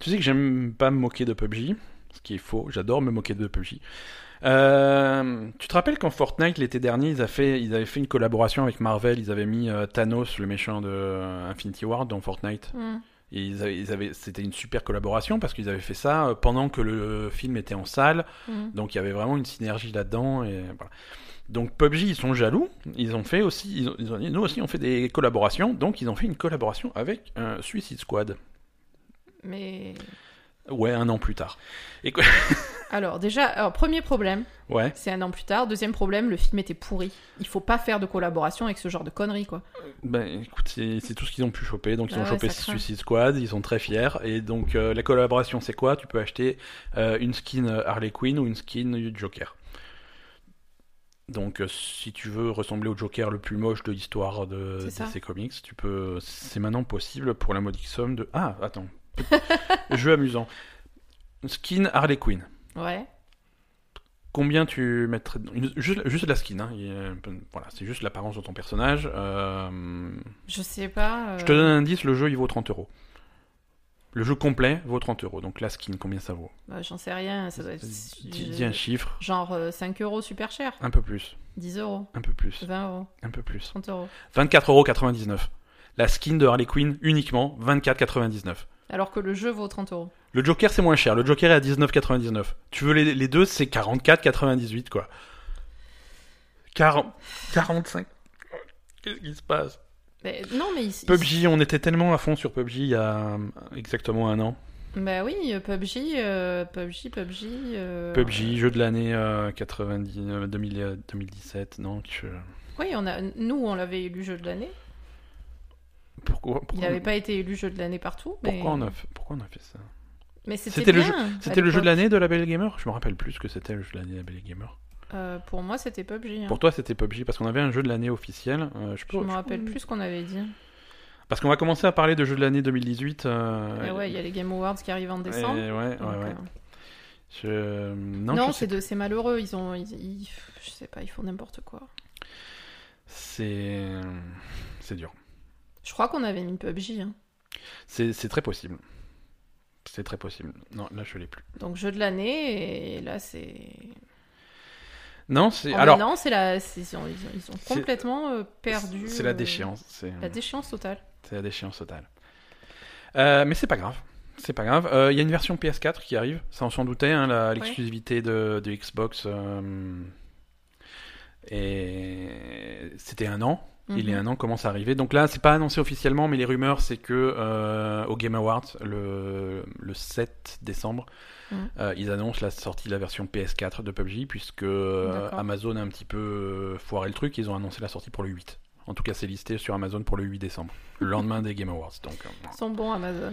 Tu sais que j'aime pas me moquer de PUBG, ce qui est faux. J'adore me moquer de PUBG. Euh, tu te rappelles quand Fortnite l'été dernier, ils, a fait, ils avaient fait une collaboration avec Marvel. Ils avaient mis euh, Thanos, le méchant de euh, Infinity War, dans Fortnite. Hmm. Et ils avaient, ils avaient- c'était une super collaboration parce qu'ils avaient fait ça euh, pendant que le film était en salle. Hmm. Donc il y avait vraiment une synergie là-dedans. Et voilà. Donc PUBG, ils sont jaloux. Ils ont fait aussi, ils ont- ils ont- nous aussi, on fait des collaborations. Donc ils ont fait une collaboration avec euh, Suicide Squad. Mais Ouais, un an plus tard. alors déjà, alors, premier problème, Ouais. c'est un an plus tard. Deuxième problème, le film était pourri. Il faut pas faire de collaboration avec ce genre de conneries quoi. Ben écoute, c'est c'est tout ce qu'ils ont pu choper. Donc ils Ah ont ouais, chopé ça craint. Suicide Squad. Ils sont très fiers. Et donc euh, la collaboration, c'est quoi Tu peux acheter euh, une skin Harley Quinn ou une skin Joker. Donc euh, si tu veux ressembler au Joker le plus moche de l'histoire de C'est ça. DC Comics, tu peux. C'est maintenant possible pour la modique somme de. Ah attends. Jeu amusant. Skin Harley Quinn. Ouais. Combien tu mettrais une- juste, juste la skin, hein. Il y a- voilà, c'est juste l'apparence de ton personnage. Euh, Je sais pas. euh, je te donne un indice, le jeu il vaut 30 euros. Le jeu complet vaut 30 euros. Donc la skin, combien ça vaut bah, J'en sais rien. Ça doit être Dis dis un chiffre. genre euh, 5 euros super cher, Un peu plus. 10 euros, Un peu plus. 20 euros, Un peu plus. 30 euros. 24,99€. La skin de Harley Quinn uniquement 24,99€. Alors que le jeu vaut 30 euros. Le Joker c'est moins cher. Le Joker est à 19,99€. Tu veux les, les deux, c'est 44,98 quoi. 40, 45. Qu'est-ce qui se passe Mais- non mais ils- ils- PUBG, on était tellement à fond sur PUBG il y a euh, exactement un an. Bah oui, euh, PUBG, euh, PUBG, PUBG. euh, PUBG, jeu de l'année euh, 90, euh, 2000, euh, 2017, non je- Oui, on a, nous, on l'avait élu jeu de l'année. Pourquoi, pourquoi, Il n'avait pas été élu jeu de l'année partout. Mais, Bah, pourquoi, on a, fait- pourquoi on a fait ça mais c'était, C'était le bien. jeu- à C'était le jeu de l'époque. l'année de la Belle Gamer Je me rappelle plus ce que c'était le jeu de l'année de la Belle Gamer. Euh, pour moi, c'était PUBG. hein. Pour toi, c'était PUBG, parce qu'on avait un jeu de l'année officiel. euh, je peux- Je me rappelle plus ce qu'on avait dit. Parce qu'on va commencer à parler de jeu de l'année 2018. euh, Mais Ah ouais, il y a les Game Awards qui arrivent en et- décembre. ouais, ouais, donc, ouais. euh, Je- Non, Non, je c'est, sais- de- c'est malheureux. Ils ont, ils, ils- je sais pas, ils font n'importe quoi. c'est... C'est dur. Je crois qu'on avait mis PUBG. hein. C'est c'est très possible. C'est très possible. Non, là, je l'ai plus. Donc jeu de l'année et là c'est. Non, c'est... Oh, mais Alors, non, c'est la, c'est- ils ont, ils ont- ils ont C'est- complètement euh, perdu. C'est la euh, déchéance. C'est La déchéance totale. c'est la déchéance totale. Euh, mais c'est pas grave. C'est pas grave. Euh, Il y a une version PS4 qui arrive. Ça, on s'en doutait. hein, la- L'exclusivité de, de Xbox. euh, et c'était un an. Et les Mhm. un an commence à arriver. Donc là, c'est pas annoncé officiellement, mais les rumeurs, c'est que euh, au Game Awards, le, le 7 décembre, Mhm. euh, ils annoncent la sortie de la version PS4 de PUBG, puisque euh, D'accord. Amazon a un petit peu euh, foiré le truc. Ils ont annoncé la sortie pour le 8. En tout cas, c'est listé sur Amazon pour le 8 décembre, le lendemain des Game Awards. Donc, euh, Ils sont bons Amazon.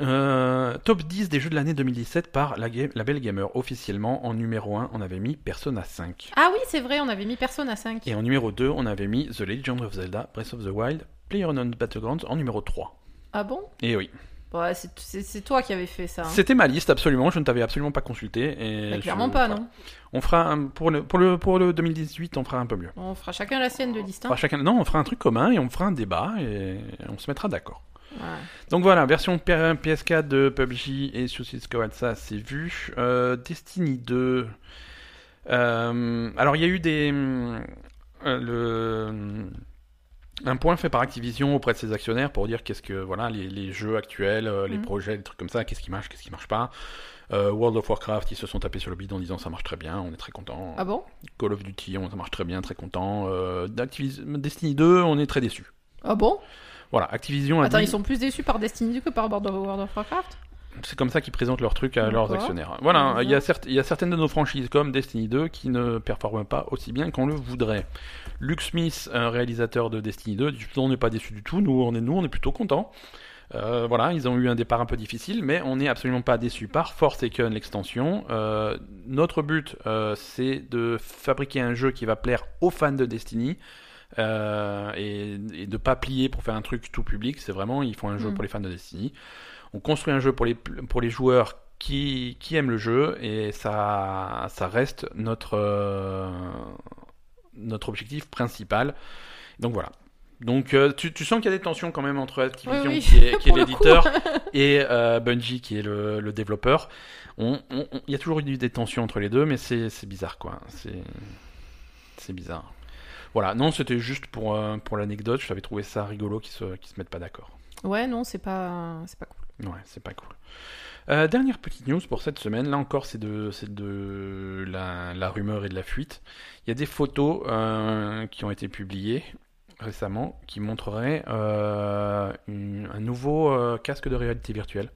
euh, top 10 des jeux de l'année 2017 par la, Ga- la Belle Gamer. Officiellement, en numéro 1, on avait mis Persona 5. Ah oui, c'est vrai, on avait mis Persona 5. Et en numéro 2, on avait mis The Legend of Zelda Breath of the Wild, PlayerUnknown's Battlegrounds en numéro 3. Ah bon Et oui. Ouais, c'est- C'est c'est toi qui avais fait ça. hein. C'était ma liste, absolument. Je ne t'avais absolument pas consulté. Et Bah, je- clairement pas, voilà. non. On fera un- pour, le, pour, le, pour le 2018, on fera un peu mieux. On fera chacun la sienne de liste. hein. On fera chacun... Non, on fera un truc commun et on fera un débat et on se mettra d'accord. Ouais. Donc voilà, version P- PS4 de PUBG et Suicide Squad, ça c'est vu. Euh, Destiny 2. euh, alors il y a eu des. hum, euh, le. Un point fait par Activision auprès de ses actionnaires pour dire qu'est-ce que voilà les, les jeux actuels, euh, les Mhm. projets, les trucs comme ça, qu'est-ce qui marche, qu'est-ce qui marche pas. Euh, World of Warcraft, ils se sont tapés sur le bide en disant ça marche très bien, on est très content. Ah bon Call of Duty, on, ça marche très bien, très content. Euh, d'Activis- Destiny 2, on est très déçu. Ah bon Voilà, Activision a Attends, dit- ils sont plus déçus par Destiny que par World of World of Warcraft c'est comme ça qu'ils présentent leurs trucs à leurs D'accord. actionnaires. Voilà, hein, D'accord. il y, a certes- il y a certaines de nos franchises comme Destiny 2 qui ne performent pas aussi bien qu'on le voudrait. Luke Smith, un réalisateur de Destiny 2, dit on n'est pas déçu du tout, nous on est nous on est plutôt contents. Euh, voilà, ils ont eu un départ un peu difficile, mais on n'est absolument pas déçu par Forsaken, l'extension. Euh, notre but, euh, c'est de fabriquer un jeu qui va plaire aux fans de Destiny euh, et, et de pas plier pour faire un truc tout public. C'est vraiment, ils font un jeu Mm. pour les fans de Destiny. On construit un jeu pour les, pour les joueurs qui, qui aiment le jeu et ça, ça reste notre, euh, notre objectif principal. Donc voilà. Donc euh, tu, tu sens qu'il y a des tensions quand même entre Activision Oui, oui, qui est, qui est pour le coup. l'éditeur et euh, Bungie qui est le, le développeur. On- on- on- Il y a toujours eu des tensions entre les deux, mais c'est c'est bizarre quoi. C'est c'est bizarre. Voilà, non, c'était juste pour, euh, pour l'anecdote. Je t'avais trouvé ça rigolo qu'ils se, qu'ils se mettent pas d'accord. Ouais, non, c'est pas, c'est pas cool. Ouais, c'est pas cool. Euh, dernière petite news pour cette semaine. Là encore, c'est de, c'est de la, la rumeur et de la fuite. Il y a des photos euh, qui ont été publiées récemment qui montreraient euh, une- un nouveau euh, casque de réalité virtuelle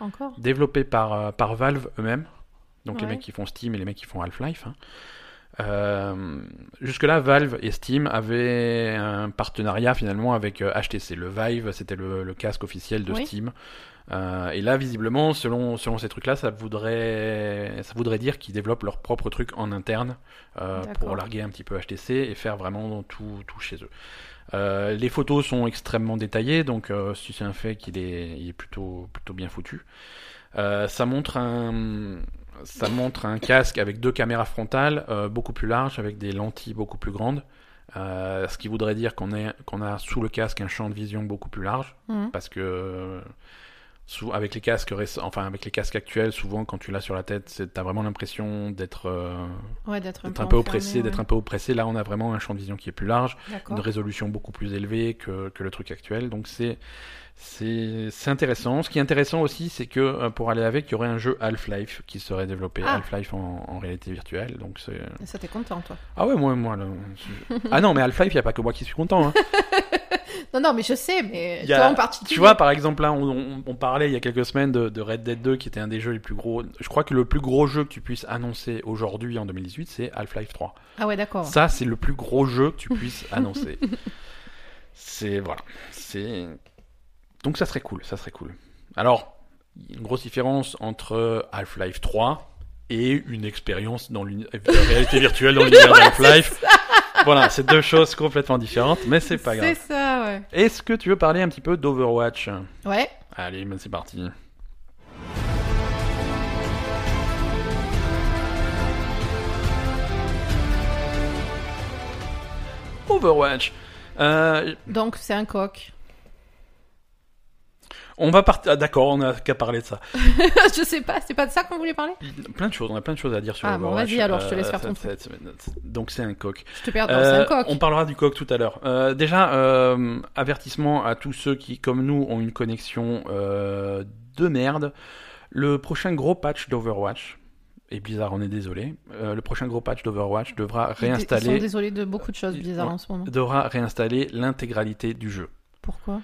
Encore développé par, euh, par Valve eux-mêmes, donc les Ouais. mecs qui font Steam et les mecs qui font Half-Life. hein. Euh, Jusque-là, Valve et Steam avaient un partenariat finalement avec euh, HTC. Le Vive, c'était le, le casque officiel de Oui. Steam. Euh, et là, visiblement, selon, selon ces trucs-là, ça voudrait, ça voudrait dire qu'ils développent leur propre truc en interne euh, D'accord. pour larguer un petit peu HTC et faire vraiment tout, tout chez eux. Euh, les photos sont extrêmement détaillées, donc euh, si c'est un fait qu'il est, il est plutôt, plutôt bien foutu. Euh, ça montre un ça montre un casque avec deux caméras frontales euh, beaucoup plus larges avec des lentilles beaucoup plus grandes Euh, ce qui voudrait dire qu'on est qu'on a sous le casque un champ de vision beaucoup plus large Mhm. parce que euh, sous, avec les casques réc- enfin avec les casques actuels souvent quand tu l'as sur la tête c'est- t'as vraiment l'impression d'être euh, Ouais, d'être un d'être peu, un peu enfermé, oppressé ouais. d'être un peu oppressé là on a vraiment un champ de vision qui est plus large une D'accord. résolution beaucoup plus élevée que, que le truc actuel. Donc c'est c'est c'est intéressant. Ce qui est intéressant aussi, c'est que euh, pour aller avec, il y aurait un jeu Half-Life qui serait développé Ah. Half-Life en, en réalité virtuelle. Donc c'est Ça, t'es content, toi ah ouais moi moi là, je- ah non mais Half-Life, il y a pas que moi qui suis content. hein. Non, non, mais je sais, mais Il y a- toi en particulier. tu vois par exemple là, on, on- on parlait il y a quelques semaines de, de Red Dead 2 qui était un des jeux les plus gros. Je crois que le plus gros jeu que tu puisses annoncer aujourd'hui en 2018, c'est Half-Life 3. Ah ouais, d'accord. Ça, c'est le plus gros jeu que tu puisses annoncer. c'est voilà, c'est donc ça serait cool, ça serait cool. Alors, il y a une grosse différence entre Half-Life 3 et une expérience dans l'uni- de réalité virtuelle dans l'univers de Half-Life. Voilà, c'est deux choses complètement différentes, mais c'est pas grave. ça, ouais. Est-ce que tu veux parler un petit peu d'Overwatch Ouais. Allez, ben, c'est parti. Overwatch. Euh, Donc, c'est un coq. on va partir. Ah, D'accord, on n'a qu'à parler de ça. je sais pas, c'est pas de ça qu'on voulait parler Plein de choses, on a plein de choses à dire sur Ah, bon, Overwatch. Euh, vas-y, alors, je te laisse faire ton cette semaine. Donc c'est un coq. Je te perds dans Euh, c'est un coq. on parlera du coq tout à l'heure. Euh, déjà, euh, avertissement à tous ceux qui, comme nous, ont une connexion euh, de merde. Le prochain gros patch d'Overwatch, et Blizzard en est désolé, euh, le prochain gros patch d'Overwatch devra Ils réinstaller, sont hein. désolés de beaucoup de choses Ils- bizarres ouais. en ce moment. devra réinstaller l'intégralité du jeu. Pourquoi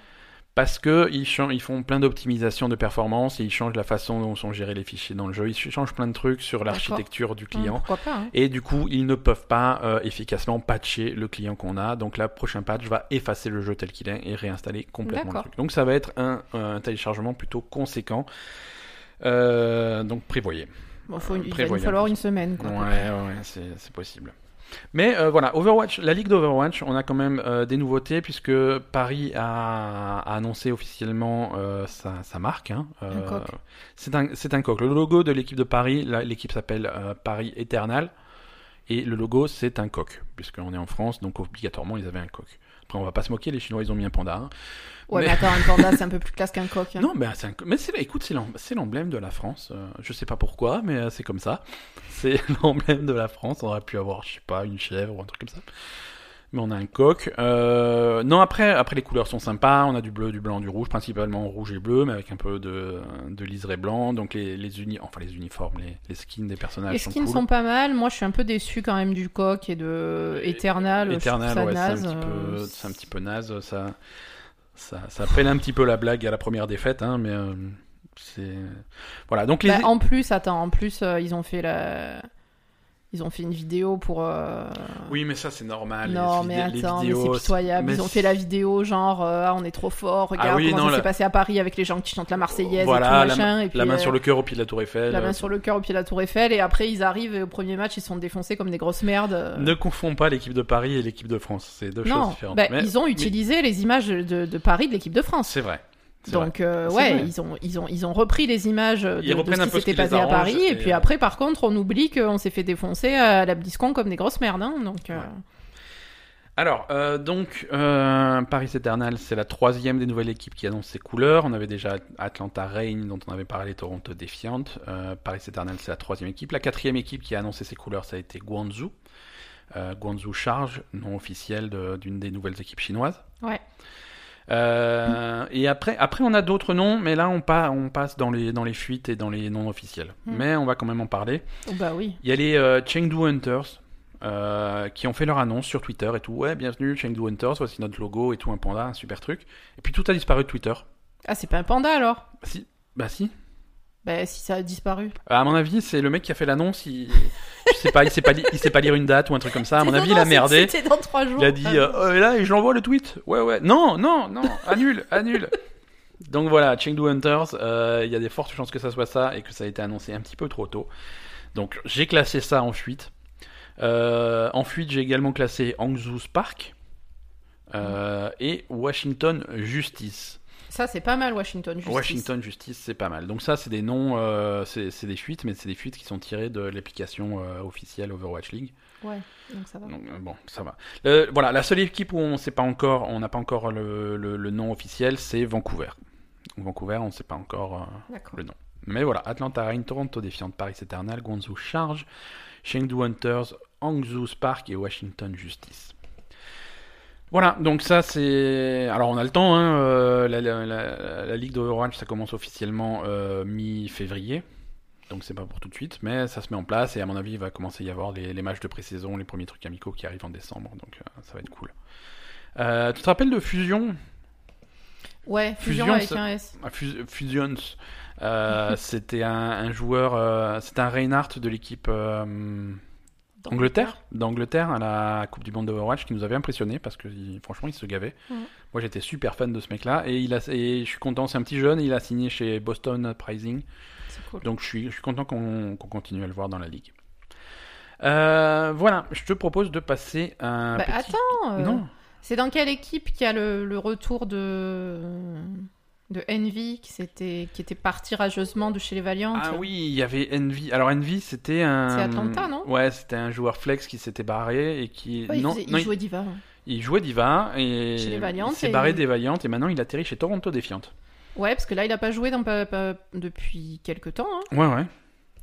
Parce que ils, chan- ils font plein d'optimisations de performance, et ils changent la façon dont sont gérés les fichiers dans le jeu, ils changent plein de trucs sur l'architecture du client. Hum, Pourquoi pas hein. Et du coup, ils ne peuvent pas euh, efficacement patcher le client qu'on a. Donc, la prochain patch va effacer le jeu tel qu'il est et réinstaller complètement le D'accord. truc. Donc, ça va être un, un téléchargement plutôt conséquent. Euh, donc, prévoyez. Bon, faut une- Il va nous Prévoyant. falloir une semaine, Ouais, quoi. ouais, c'est c'est possible. Mais euh, voilà, Overwatch, la ligue d'Overwatch, on a quand même euh, des nouveautés puisque Paris a, a annoncé officiellement euh, sa, sa marque. hein. Euh, Un coq. C'est un, c'est un coq. Le logo de l'équipe de Paris, la- l'équipe s'appelle euh, Paris Eternal. Et le logo, c'est un coq, puisqu'on est en France, donc obligatoirement, ils avaient un coq. Après, on va pas se moquer, les Chinois, ils ont mis un panda. hein. Ouais, Mais- mais attends, un panda, c'est un peu plus classe qu'un coq. hein. Non, mais, c'est un- mais c'est- écoute, c'est l'em- c'est l'emblème de la France. euh, je sais pas pourquoi, mais euh, c'est comme ça. C'est l'emblème de la France. On aurait pu avoir, je sais pas, une chèvre ou un truc comme ça. Mais on a un coq. Euh, non, après, après les couleurs sont sympas. On a du bleu, du blanc, du rouge, principalement rouge et bleu, mais avec un peu de, de liseré blanc. Donc les, les uni- enfin les uniformes, les, les skins des personnages Les sont skins cool. sont pas mal. Moi, je suis un peu déçu quand même du coq et de Et- Eternal. je trouve Eternal, ça ouais, c'est un naze. petit peu, euh, c'est un petit peu naze. Ça, ça, ça pèle un petit peu la blague à la première défaite, hein, mais euh, c'est voilà. Donc les Bah, en plus, attends, en plus, euh, ils ont fait la. Ils ont fait une vidéo pour. euh, oui, Ah, mais ça c'est normal. les non, vid- mais les attends, mais vidéos, c'est pitoyable. mais Ils ont c'est- fait la vidéo genre, euh, Ah, on est trop fort, regarde Ah oui, comment non, ça la- s'est passé à Paris avec les gens qui chantent la Marseillaise Voilà, et tout machin. et puis, la main euh, sur le cœur au pied de la Tour Eiffel. la main euh, sur le cœur au pied de la Tour Eiffel. Et après, ils arrivent et au premier match, ils sont défoncés comme des grosses merdes. euh. Ne confonds pas l'équipe de Paris et l'équipe de France. C'est deux Non, choses différentes. bah, Mais ils ont utilisé les images de, de Paris de l'équipe de France. C'est vrai. c'est vrai. Ah, Donc euh, C'est ouais, vrai. ils ont ils ont ils ont repris les images de, Ils de reprennent ce un qui peu ce s'était qui les passé à arrange Paris et, et, puis euh, après par contre on oublie qu'on s'est fait défoncer à la BlizzCon comme des grosses merdes hein, donc euh, Ouais. Alors, euh, donc, euh, Paris Eternal, c'est la troisième des nouvelles équipes qui annonce ses couleurs. On avait déjà Atlanta Reign, dont on avait parlé, Toronto Defiant. Euh, Paris Eternal, c'est la troisième équipe. La quatrième équipe qui a annoncé ses couleurs, ça a été Guangzhou. Euh, Guangzhou Charge, nom officiel de- d'une des nouvelles équipes chinoises. Ouais. Euh, et après, après, on a d'autres noms, mais là, on, pa- on passe dans les, dans les fuites et dans les noms officiels. Mm. Mais on va quand même en parler. oh, bah oui. Il y a les euh, Chengdu Hunters euh, qui ont fait leur annonce sur Twitter et tout. Ouais, bienvenue Chengdu Hunters, voici notre logo et tout, un panda, un super truc. Et puis tout a disparu de Twitter. Ah c'est pas un panda alors Si, bah si. Bah si ça a disparu. À mon avis, c'est le mec qui a fait l'annonce, il, je sais pas, il sait pas, li- il sait pas lire une date ou un truc comme ça. Ah, À mon Non, avis, non, il a c'est- merdé. C'était dans trois jours. Il a dit Ah, euh, Euh, là et je l'envoie le tweet. Ouais ouais. Non non non. Annule annule. Donc voilà, Chengdu Hunters. euh, Il y a des fortes chances que ça soit ça et que ça a été annoncé un petit peu trop tôt. Donc j'ai classé ça en fuite. Euh, en fuite, j'ai également classé Hangzhou's Park euh, et Washington Justice. ça c'est pas mal Washington. Justice. Washington Justice, c'est pas mal. Donc ça, c'est des noms, euh, c'est c'est des fuites, mais c'est des fuites qui sont tirées de l'application euh, officielle Overwatch League. Ouais donc ça va. Donc, euh, bon, ça va. Euh, voilà, la seule équipe où on sait pas encore, on n'a pas encore le, le- le nom officiel, c'est Vancouver. Donc, Vancouver, on ne sait pas encore. euh, D'accord. le nom. Mais voilà, Atlanta Reign, Toronto Defiant, Paris Eternal, Guangzhou Charge, Chengdu Hunters, Hangzhou Spark et Washington Justice. Voilà, donc ça c'est... Alors on a le temps, hein, euh, la, la- la- la Ligue d'Overwatch ça commence officiellement euh, mi-février, donc c'est pas pour tout de suite, mais ça se met en place et à mon avis il va commencer à y avoir les, les matchs de pré-saison, les premiers trucs amicaux qui arrivent en décembre, donc euh, ça va être cool. Euh, tu te rappelles de Fusion Ouais fusion, Fusion, avec ça- un S. ah, Fus- Fusions. Euh, c'était un, un joueur, euh, c'était un Reinhardt de l'équipe euh, d'Angleterre, d'Angleterre à la Coupe du Monde d'Overwatch qui nous avait impressionné parce que il- franchement il se gavait. Mhm. Moi j'étais super fan de ce mec-là et il a, et je suis content, c'est un petit jeune, il a signé chez Boston Uprising, C'est cool. donc je suis, je suis content qu'on qu'on continue à le voir dans la ligue. Euh, voilà, je te propose de passer un Bah, petit- attends. euh, Non, C'est dans quelle équipe qu'il y a le, le retour de, de Envy qui, s'était- qui était parti rageusement de chez les Valiants Ah oui, il y avait Envy. Alors Envy, c'était un. C'est Atlanta, non Ouais, c'était un joueur flex qui s'était barré et qui. Ouais, il, non, faisait- il non, il- jouait Diva. hein. il jouait Diva et Chez les Valiant il s'est et- barré des Valiantes et maintenant il atterrit chez Toronto Défiante. Ouais, parce que là, il n'a pas joué dans pa- pa- depuis quelques temps. hein, Ouais, ouais. Ouais,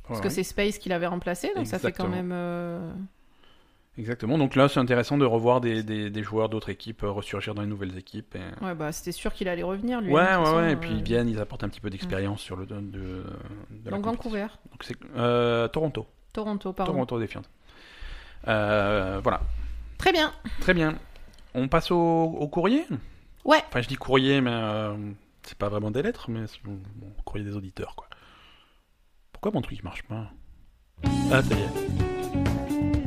parce ouais. que c'est Space qui l'avait remplacé, donc ça fait quand Exactement. même. euh, Exactement. Donc là, c'est intéressant de revoir des, des- des joueurs d'autres équipes euh, ressurgir dans les nouvelles équipes. et- Ouais, bah c'était sûr qu'il allait revenir lui. Ouais, ouais, hein, de toute façon, ouais. Et euh, puis ils viennent, ils apportent un petit peu d'expérience sur le de, de, de la compétition. Donc Vancouver, Donc c'est euh, Toronto, Toronto, pardon. Toronto Défiante. Euh, voilà. Très bien. Très bien. On passe au, au courrier Ouais. Enfin, je dis courrier, mais euh, c'est pas vraiment des lettres, mais c'est bon, bon, courrier des auditeurs, quoi. Pourquoi mon truc marche pas Ah, ça y est.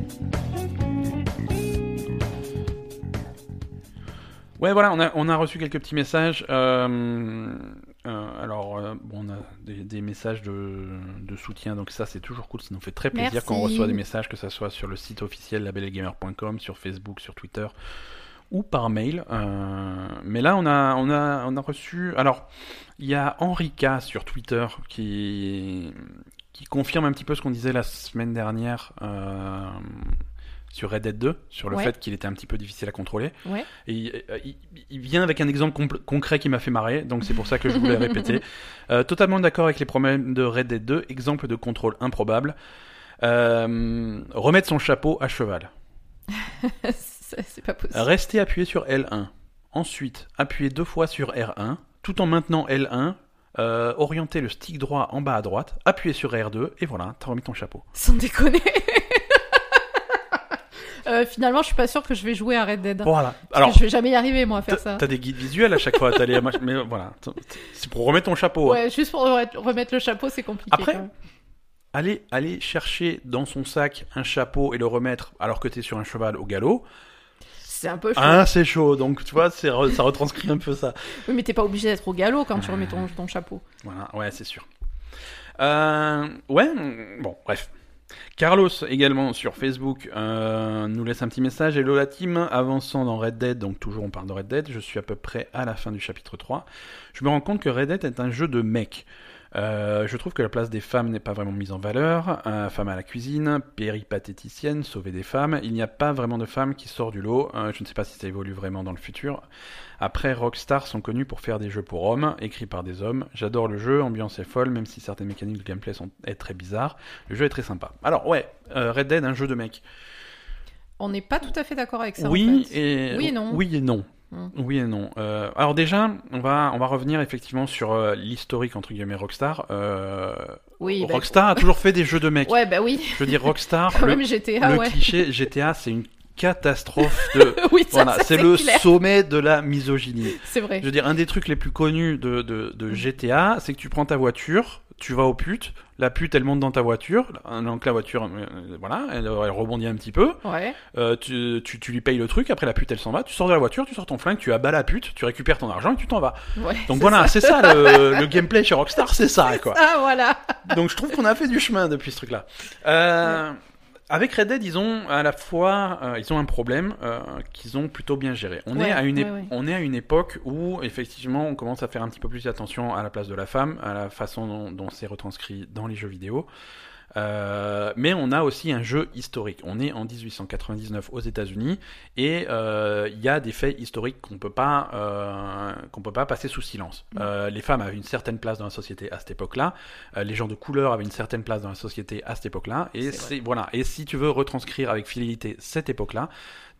Ouais, voilà, on a, on a reçu quelques petits messages. euh, euh, alors, euh, bon, on a des, des messages de, de soutien, donc ça, c'est toujours cool. Ça nous fait très plaisir Merci. quand on reçoit des messages, que ce soit sur le site officiel labellegamer.com, sur Facebook, sur Twitter ou par mail. Euh, mais là, on a, on a, on a reçu. Alors, il y a Henrika sur Twitter qui, qui confirme un petit peu ce qu'on disait la semaine dernière euh, sur Red Dead 2, sur le Ouais. fait qu'il était un petit peu difficile à contrôler. Ouais. Et il, euh, il- il vient avec un exemple compl- concret qui m'a fait marrer, donc c'est pour ça que je voulais répéter. Euh, totalement d'accord avec les problèmes de Red Dead 2, exemple de contrôle improbable. Euh, remettre son chapeau à cheval. Ça, Ça, C'est pas possible. Restez appuyé sur L1. Ensuite, appuyez deux fois sur R1, tout en maintenant L1. euh, orientez le stick droit en bas à droite, appuyez sur R2, et voilà, t'as remis ton chapeau. Sans déconner. Euh, finalement, je suis pas sûre que je vais jouer à Red Dead. Voilà. Alors, Alors, je vais jamais y arriver, moi, à faire t'as ça. t'as des guides visuels à chaque fois, t'as les mach- mais voilà, t- t- c'est pour remettre ton chapeau. hein. Ouais, juste pour re- remettre le chapeau, c'est compliqué. Après, quand même. Allez, allez chercher dans son sac un chapeau et le remettre alors que t'es sur un cheval au galop. c'est un peu chaud. Ah, c'est chaud, donc tu vois, c'est re- ça retranscrit un peu ça. Oui, mais t'es pas obligé d'être au galop quand tu remets ton, ton chapeau. Voilà, ouais, c'est sûr. Euh, ouais, mm, bon, bref. Carlos également sur Facebook euh, nous laisse un petit message. Hello la team, avançant dans Red Dead, donc toujours on parle de Red Dead, je suis à peu près à la fin du chapitre 3. Je me rends compte que Red Dead est un jeu de mecs. Euh, je trouve que la place des femmes n'est pas vraiment mise en valeur. Euh, femme à la cuisine, péripatéticienne, sauver des femmes. Il n'y a pas vraiment de femme qui sort du lot. Euh, je ne sais pas si ça évolue vraiment dans le futur. Après, Rockstar sont connus pour faire des jeux pour hommes, écrits par des hommes. J'adore le jeu, ambiance est folle, même si certaines mécaniques de gameplay sont est très bizarres. Le jeu est très sympa. Alors ouais, euh, Red Dead, un jeu de mec. On n'est pas tout à fait d'accord avec ça. en oui, fait. et... Oui et non. Oui et non. Hmm. Oui et non. Euh, alors déjà, on va, on va revenir effectivement sur euh, l'historique entre guillemets Rockstar. Euh, oui. bah, Rockstar a toujours fait des jeux de mecs. Ouais, bah oui. Je veux dire Rockstar, Quand le, même GTA, le ah ouais. cliché GTA, c'est une catastrophe de... oui, ça, Voilà, ça, c'est le clair. sommet de la misogynie. C'est vrai. Je veux dire, un des trucs les plus connus de, de- de Mm. GTA, c'est que tu prends ta voiture, tu vas aux putes, la pute elle monte dans ta voiture, euh, donc la voiture, euh, voilà, elle, elle rebondit un petit peu, Ouais. euh, tu, tu- tu lui payes le truc, après la pute elle s'en va, tu sors de la voiture, tu sors ton flingue, tu abats la pute, tu récupères ton argent et tu t'en vas. ouais Donc c'est voilà, ça. c'est ça le, le gameplay chez Rockstar, c'est ça quoi. Ah, voilà. Donc je trouve qu'on a fait du chemin depuis ce truc-là. Euh, Avec Red Dead, ils ont à la fois, euh, ils ont un problème euh, qu'ils ont plutôt bien géré. On Ouais, est à une, ép- ouais, ouais. on est à une époque où effectivement, on commence à faire un petit peu plus attention à la place de la femme, à la façon dont, dont c'est retranscrit dans les jeux vidéo. Euh, mais on a aussi un jeu historique. On est en 1899 aux États-Unis et euh, il y a des faits historiques qu'on peut pas euh, qu'on peut pas passer sous silence. Mm. Euh, les femmes avaient une certaine place dans la société à cette époque-là. Euh, les gens de couleur avaient une certaine place dans la société à cette époque-là. Et C'est vrai. c'est voilà. Et si tu veux retranscrire avec fidélité cette époque-là,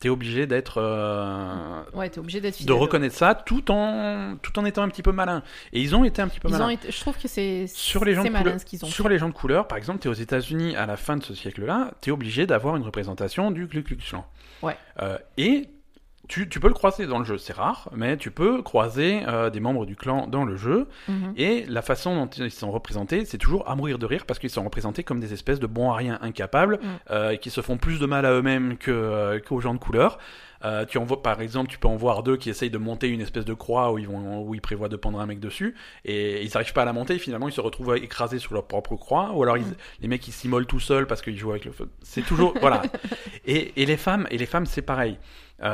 t'es obligé d'être euh, Ouais, t'es obligé d'être de fidèle. reconnaître ça tout en tout en étant un petit peu malin. Et ils ont été un petit peu Ils malins. ont été- Je trouve que c'est Sur les gens c'est de malin couleur- ce qu'ils ont. Sur les gens de couleur, par exemple, tu es aux États-Unis à la fin de ce siècle-là, tu es obligé d'avoir une représentation du Ku Klux Klan. Ouais. Euh, et tu, tu peux le croiser dans le jeu, c'est rare, mais tu peux croiser euh, des membres du clan dans le jeu. fait. Mhm. Et la façon dont ils sont représentés, c'est toujours à mourir de rire parce qu'ils sont représentés comme des espèces de bons à rien incapables Mm. euh, et qui se font plus de mal à eux-mêmes que, euh, qu'aux gens de couleur. Euh, tu en vois, par exemple, tu peux en voir deux qui essayent de monter une espèce de croix où ils, vont, où ils prévoient de pendre un mec dessus et ils n'arrivent pas à la monter. Finalement, ils se retrouvent écrasés sur leur propre croix ou alors ils- Mm. les mecs ils s'immolent tout seuls parce qu'ils jouent avec le feu. C'est toujours voilà. Et, et les femmes, et les femmes, c'est pareil.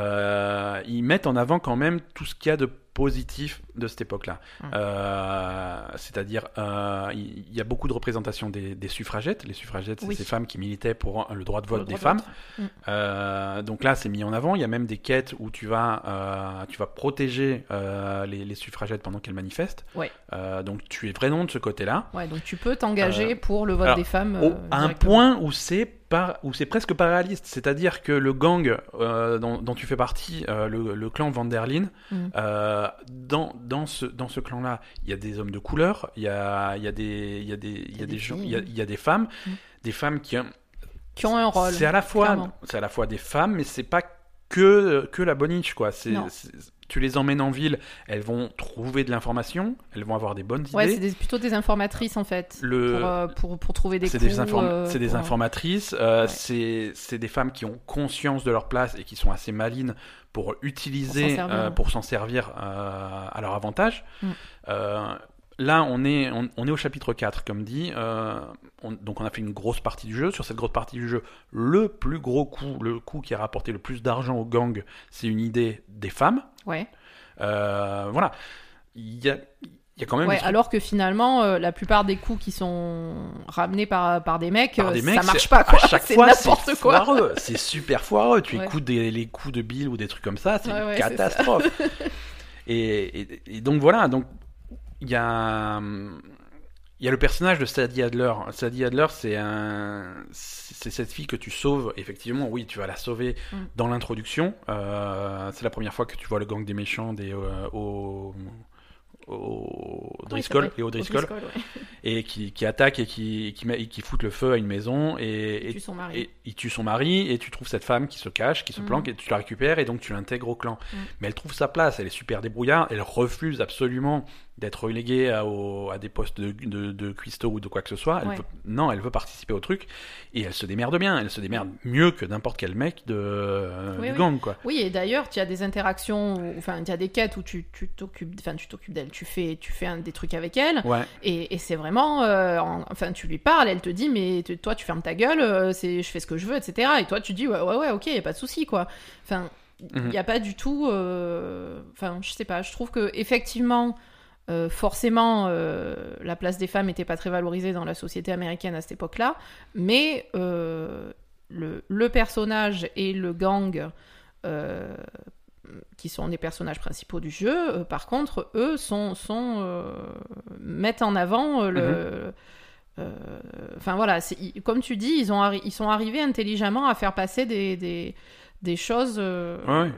Euh, ils mettent en avant quand même tout ce qu'il y a de positif de cette époque-là. Mm. Euh, C'est-à-dire, euh, il il y, a beaucoup de représentations des, des suffragettes. Les suffragettes, c'est Oui. ces femmes qui militaient pour le droit de vote Le des droit de femmes. vote. Mm. Euh, donc là, c'est mis en avant. Il y a même des quêtes où tu vas, euh, tu vas protéger euh, les, les suffragettes pendant qu'elles manifestent. Ouais. Euh, donc tu es vraiment de ce côté-là. Ouais, donc tu peux t'engager pour le vote Euh, alors, des femmes. Au- euh, à un directement. point où c'est par- où c'est presque pas réaliste, c'est-à-dire que le gang euh, dont, dont tu fais partie, euh, le, le clan Vanderlin, Mm. euh, dans, dans ce, dans ce clan-là, il y a des hommes de couleur, il y a, il y a des, il y a des, il y a des gens- il y a- filles. il y a des femmes, Mm. des femmes qui, ont- Qui ont un rôle. c'est à la fois, clairement. c'est à la fois des femmes, mais c'est pas que que la boniche quoi. C'est, Non. c'est- tu les emmènes en ville, elles vont trouver de l'information, elles vont avoir des bonnes Ouais, idées. c'est des- plutôt des informatrices en fait. Le- Pour, euh, pour, pour trouver des C'est coups, des, inform- euh, c'est des pour- informatrices, euh, Ouais. c'est c'est des femmes qui ont conscience de leur place et qui sont assez malines pour utiliser, servir, euh, ouais. pour s'en servir, euh, à leur avantage. Mm. Euh, là, on est, on, on est au chapitre 4, comme dit. euh, on- donc, on a fait une grosse partie du jeu. Sur cette grosse partie du jeu, le plus gros coup, le coup qui a rapporté le plus d'argent au gang, c'est une idée des femmes. Ouais. Euh, voilà. Il y a, il y a quand même Ouais, des trucs- alors que finalement, euh, la plupart des coups qui sont ramenés par, par des mecs, par euh, des ça mecs, marche c'est- pas quoi. À chaque c'est fois, n'importe c'est quoi. foireux. C'est super foireux. Tu Ouais. écoutes des- les coups de Bill ou des trucs comme ça, c'est Ouais, une ouais, c'est ça. catastrophe. et, et- et donc voilà, donc il y a. hum, Il y a le personnage de Sadie Adler. Sadie Adler, c'est un, c'est cette fille que tu sauves. Effectivement, oui, tu vas la sauver Mm. dans l'introduction. Euh, c'est la première fois que tu vois le gang des méchants des euh, au, au Driscoll s'appelle et au Driscoll Driscoll, ouais. et qui, qui attaque et qui et qui, met- et qui fout le feu à une maison et, et Tue son mari. et il tue son mari et tu trouves cette femme qui se cache, qui se Mhm. planque et tu la récupères et donc tu l'intègres au clan. Mhm. Mais elle trouve sa place, elle est super débrouillard, elle refuse absolument d'être reléguée à, au- à des postes de, de, de cuistot ou de quoi que ce soit. Elle Ouais. veut- non, elle veut participer au truc et elle se démerde bien, elle se démerde mieux que n'importe quel mec de, Oui, du oui. gang quoi. Oui, et d'ailleurs, tu as des interactions, où- enfin, tu as des quêtes où tu tu t'occupes, enfin, tu t'occupes d'elle, tu fais, tu fais un, des trucs avec elle, Ouais. et, et c'est vraiment, euh, en- enfin, tu lui parles, elle te dit, mais te- toi, tu fermes ta gueule, euh, c'est, je fais ce que je veux, etc. Et toi, tu dis, ouais, ouais, ouais, ok, y a pas de souci, quoi. Enfin, il Mhm. n'y a pas du tout, euh, enfin, je sais pas, je trouve que effectivement. euh, forcément, euh, la place des femmes n'était pas très valorisée dans la société américaine à cette époque-là, mais euh, le, le personnage et le gang, euh, qui sont des personnages principaux du jeu, euh, par contre, eux sont, sont, euh, mettent en avant euh, le. euh, Enfin voilà, c'est- ils- comme tu dis, ils, ont arri- ils sont arrivés intelligemment à faire passer des, des, des choses euh, Ouais.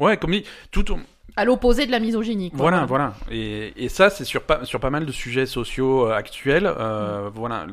Ouais, comme dit, tout, au- à l'opposé de la misogynie. quoi. Voilà, voilà. Et, et ça, c'est sur pas, sur pas mal de sujets sociaux euh, actuels. euh, Mm. Voilà.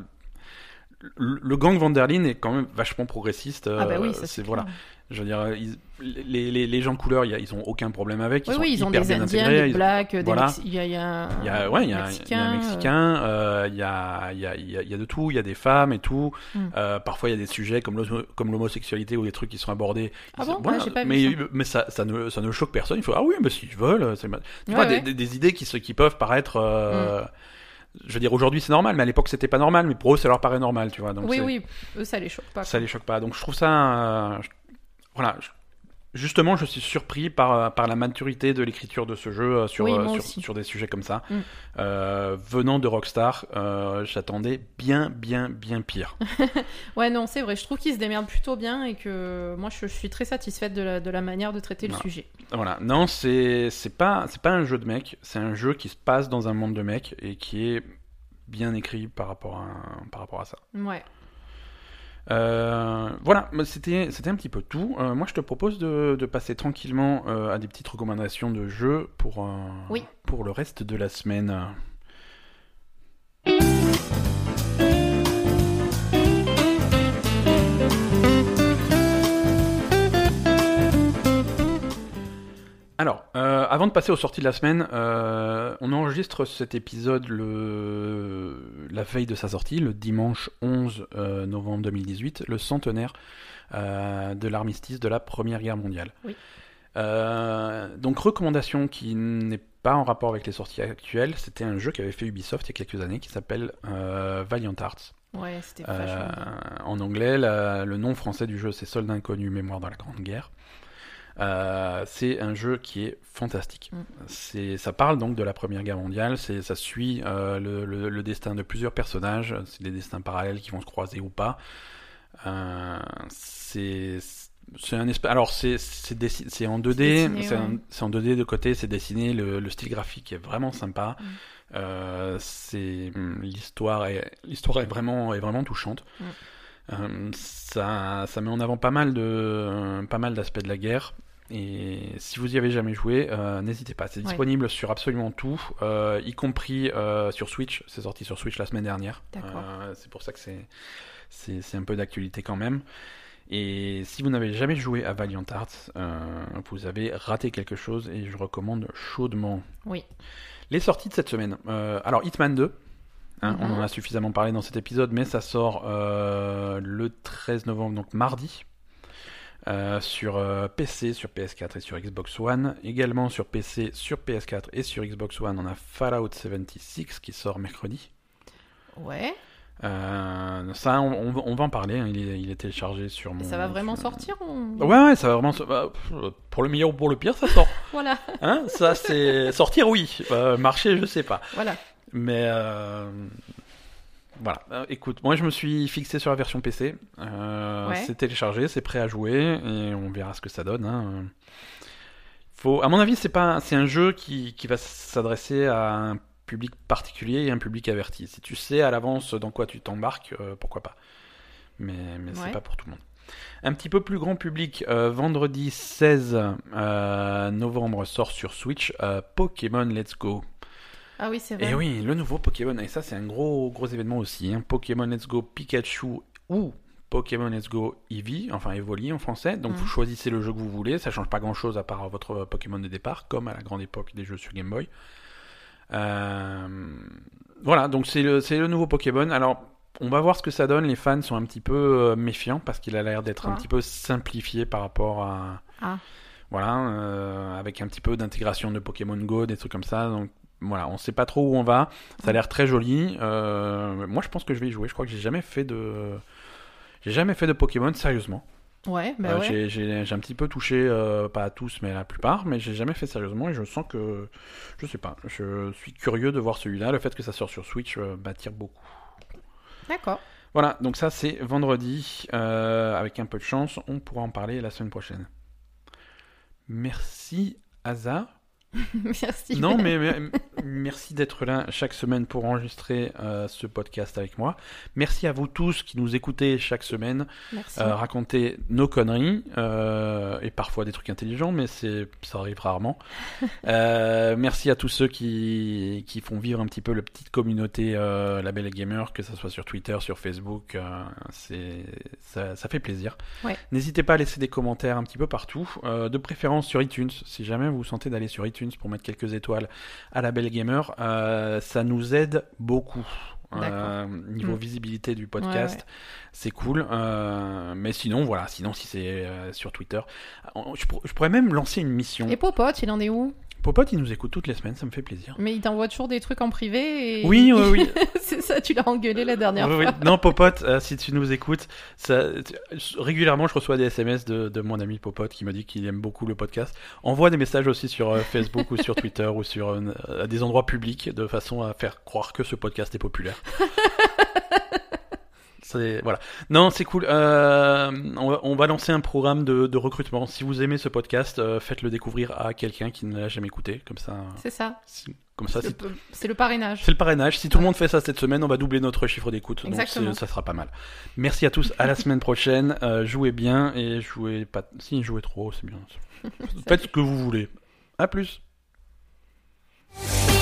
Le, le gang Van der Leen est quand même vachement progressiste. Ah bah euh, oui, ça c'est c'est voilà. clair. Je veux dire, ils- les, les, les gens couleurs, il y a- ils ont aucun problème avec. Ils Oui, sont oui, ils ont hyper des bien Indiens, intégrés. des euh. ils- Blacks, des voilà. Mexi- il y a, il y a un il y a, ouais, il y a, il y a Mexicain. un Mexicain, euh, il y, a, il y, a, il y a- il y a de tout, il y a des femmes et tout. Mm. Euh, parfois, il y a des sujets comme l'homo- comme l'homosexualité ou des trucs qui sont abordés. Ah bon Voilà, Ah, j'ai pas vu mais ça. mais ça, ça, ne, ça ne choque personne. Il faut, ah oui, mais s'ils veulent, c'est ma- Ouais, Enfin, des- ouais. Mm. Des, des idées qui, se- qui peuvent paraître. euh, Je veux dire, aujourd'hui, c'est normal, mais à l'époque, c'était pas normal. Mais pour eux, ça leur paraît normal, tu vois. Donc, Oui, c'est- oui, eux ça les choque pas. ça quoi. les choque pas. Donc je trouve ça. euh, je- Voilà. je- Justement, je suis surpris par, euh, par la maturité de l'écriture de ce jeu euh, sur, Oui, euh, moi sur, aussi. sur des sujets comme ça. Mm. Euh, venant de Rockstar, euh, j'attendais bien, bien, bien pire. Ouais, non, c'est vrai, je trouve qu'ils se démerdent plutôt bien et que moi je, je suis très satisfaite de la, de la manière de traiter le Voilà. sujet. voilà. Non, c'est c'est pas, c'est pas un jeu de mec. C'est un jeu qui se passe dans un monde de mec et qui est bien écrit par rapport à, par rapport à ça. Ouais. Euh, voilà, mais c'était c'était un petit peu tout. Euh, moi, je te propose de, de passer tranquillement euh, à des petites recommandations de jeux pour, euh, Oui. pour le reste de la semaine. Alors, euh, avant de passer aux sorties de la semaine, euh, on enregistre cet épisode le... la veille de sa sortie, le dimanche 11 euh, novembre 2018, le centenaire euh, de l'armistice de la Première Guerre mondiale. Oui. Euh, donc, recommandation qui n'est pas en rapport avec les sorties actuelles, c'était un jeu qu'avait fait Ubisoft il y a quelques années qui s'appelle euh, Valiant Arts. Ouais, c'était Euh, vachement bien. en anglais, la- le nom français du jeu, c'est Soldat inconnu, mémoire dans la Grande Guerre. Euh, c'est un jeu qui est fantastique. Mm. C'est, ça parle donc de la Première Guerre mondiale. C'est, ça suit euh, le, le- le destin de plusieurs personnages. C'est des destins parallèles qui vont se croiser ou pas. Euh, c'est, c'est un esp- Alors c'est, c'est, dessi- c'est en 2D. C'est dessiné, c'est un- ouais. c'est en 2D de côté. C'est dessiné. Le, le style graphique est vraiment sympa. Mm. Euh, c'est hum, l'histoire est l'histoire est vraiment est vraiment touchante. Mm. Euh, ça, ça met en avant pas mal de euh, pas mal d'aspects de la guerre. Et si vous y avez jamais joué, euh, n'hésitez pas. C'est Ouais. disponible sur absolument tout, euh, y compris euh, sur Switch. C'est sorti sur Switch la semaine dernière. D'accord. Euh, c'est pour ça que c'est c'est c'est un peu d'actualité quand même. Et si vous n'avez jamais joué à Valiant Arts, euh, vous avez raté quelque chose et je recommande chaudement. Oui. Les sorties de cette semaine. Euh, alors, Hitman 2. hein, On Mhm. en a suffisamment parlé dans cet épisode, mais ça sort euh, le 13 novembre, donc mardi, euh, sur euh, PC, sur PS4 et sur Xbox One. Également sur PC, sur PS4 et sur Xbox One, on a Fallout 76 qui sort mercredi. Ouais. Euh, ça, on, on va- on va en parler. hein, Il, est, il est téléchargé sur mon. Et ça va vraiment sur- sortir on- Ouais, ouais, ça va vraiment. so- bah, pff, Pour le meilleur ou pour le pire, ça sort. Voilà, Hein, ça, c'est sortir, oui. Euh, marcher, je sais pas. voilà. Mais euh, voilà. Euh, écoute, moi je me suis fixé sur la version PC. Euh, Ouais. C'est téléchargé, c'est prêt à jouer et on verra ce que ça donne. hein. Faut, à mon avis, c'est pas, c'est un jeu qui, qui va s'adresser à un public particulier et un public averti. Si tu sais à l'avance dans quoi tu t'embarques, euh, pourquoi pas. Mais, mais c'est Ouais. pas pour tout le monde. Un petit peu plus grand public, euh, vendredi 16 euh, novembre sort sur Switch euh, Pokémon Let's Go. Ah oui, c'est vrai. Et oui, le nouveau Pokémon, et ça c'est un gros gros événement aussi. hein. Pokémon Let's Go Pikachu ou Pokémon Let's Go Eevee, enfin Evoli en français. Donc Mhm. vous choisissez le jeu que vous voulez, ça change pas grand chose à part votre Pokémon de départ, comme à la grande époque des jeux sur Game Boy. Euh, Voilà, donc c'est le, c'est le nouveau Pokémon. Alors on va voir ce que ça donne, les fans sont un petit peu euh, méfiants parce qu'il a l'air d'être un Pourquoi petit peu simplifié par rapport à... Ah. Voilà, euh, avec un petit peu d'intégration de Pokémon Go, des trucs comme ça. Donc voilà, on sait pas trop où on va. Ça a l'air très joli. Euh, moi, je pense que je vais y jouer. Je crois que j'ai jamais fait de, j'ai jamais fait de Pokémon sérieusement. Ouais, bah Euh, ouais. j'ai- J'ai j'ai un petit peu touché, euh, pas à tous, mais à la plupart, mais j'ai jamais fait sérieusement et je sens que, je sais pas, je suis curieux de voir celui-là. Le fait que ça sort sur Switch euh, m'attire beaucoup. D'accord. Voilà, donc ça c'est vendredi. Euh, avec un peu de chance, on pourra en parler la semaine prochaine. Merci Aza. Merci. Non, mais, mais- merci d'être là chaque semaine pour enregistrer euh, ce podcast avec moi. Merci à vous tous qui nous écoutez chaque semaine, Merci. euh, raconter nos conneries euh, et parfois des trucs intelligents, mais c'est ça arrive rarement. Euh, merci à tous ceux qui, qui font vivre un petit peu la petite communauté euh, Label et Gamer, que ce soit sur Twitter, sur Facebook, euh, c'est ça, ça fait plaisir. Ouais. N'hésitez pas à laisser des commentaires un petit peu partout, euh, de préférence sur iTunes. Si jamais vous sentez d'aller sur iTunes pour mettre quelques étoiles à Label Gamer, euh, ça nous aide beaucoup. Euh, niveau Mm. visibilité du podcast, c'est cool. Euh, mais sinon, voilà, sinon si c'est euh, sur Twitter, on- je, pour- je pourrais même lancer une mission. Et Popote, il en est où Popote, il nous écoute toutes les semaines, ça me fait plaisir. Mais il t'envoie toujours des trucs en privé. Et... Oui, oui, oui. c'est ça, tu l'as engueulé la dernière Oui, oui. fois. Non, Popote, euh, si tu nous écoutes, ça, tu- régulièrement je reçois des SMS de, de mon ami Popote qui me dit qu'il aime beaucoup le podcast. Envoie des messages aussi sur euh, Facebook ou sur Twitter ou sur euh, à des endroits publics de façon à faire croire que ce podcast est populaire. C'est- Voilà. Non, c'est cool. Euh, on, va, on va lancer un programme de, de recrutement. Si vous aimez ce podcast, euh, faites-le découvrir à quelqu'un qui ne l'a jamais écouté. Comme ça, C'est ça. si- comme ça, si C'est le- c'est le parrainage. c'est le parrainage. Si tout le monde fait ça cette semaine, on va doubler notre chiffre d'écoute. Donc Exactement. c'est- ça sera pas mal. Merci à tous. À la semaine prochaine. Euh, jouez bien et jouez pas. Si jouez trop, c'est bien. Faites ce que vous voulez. À plus. Thank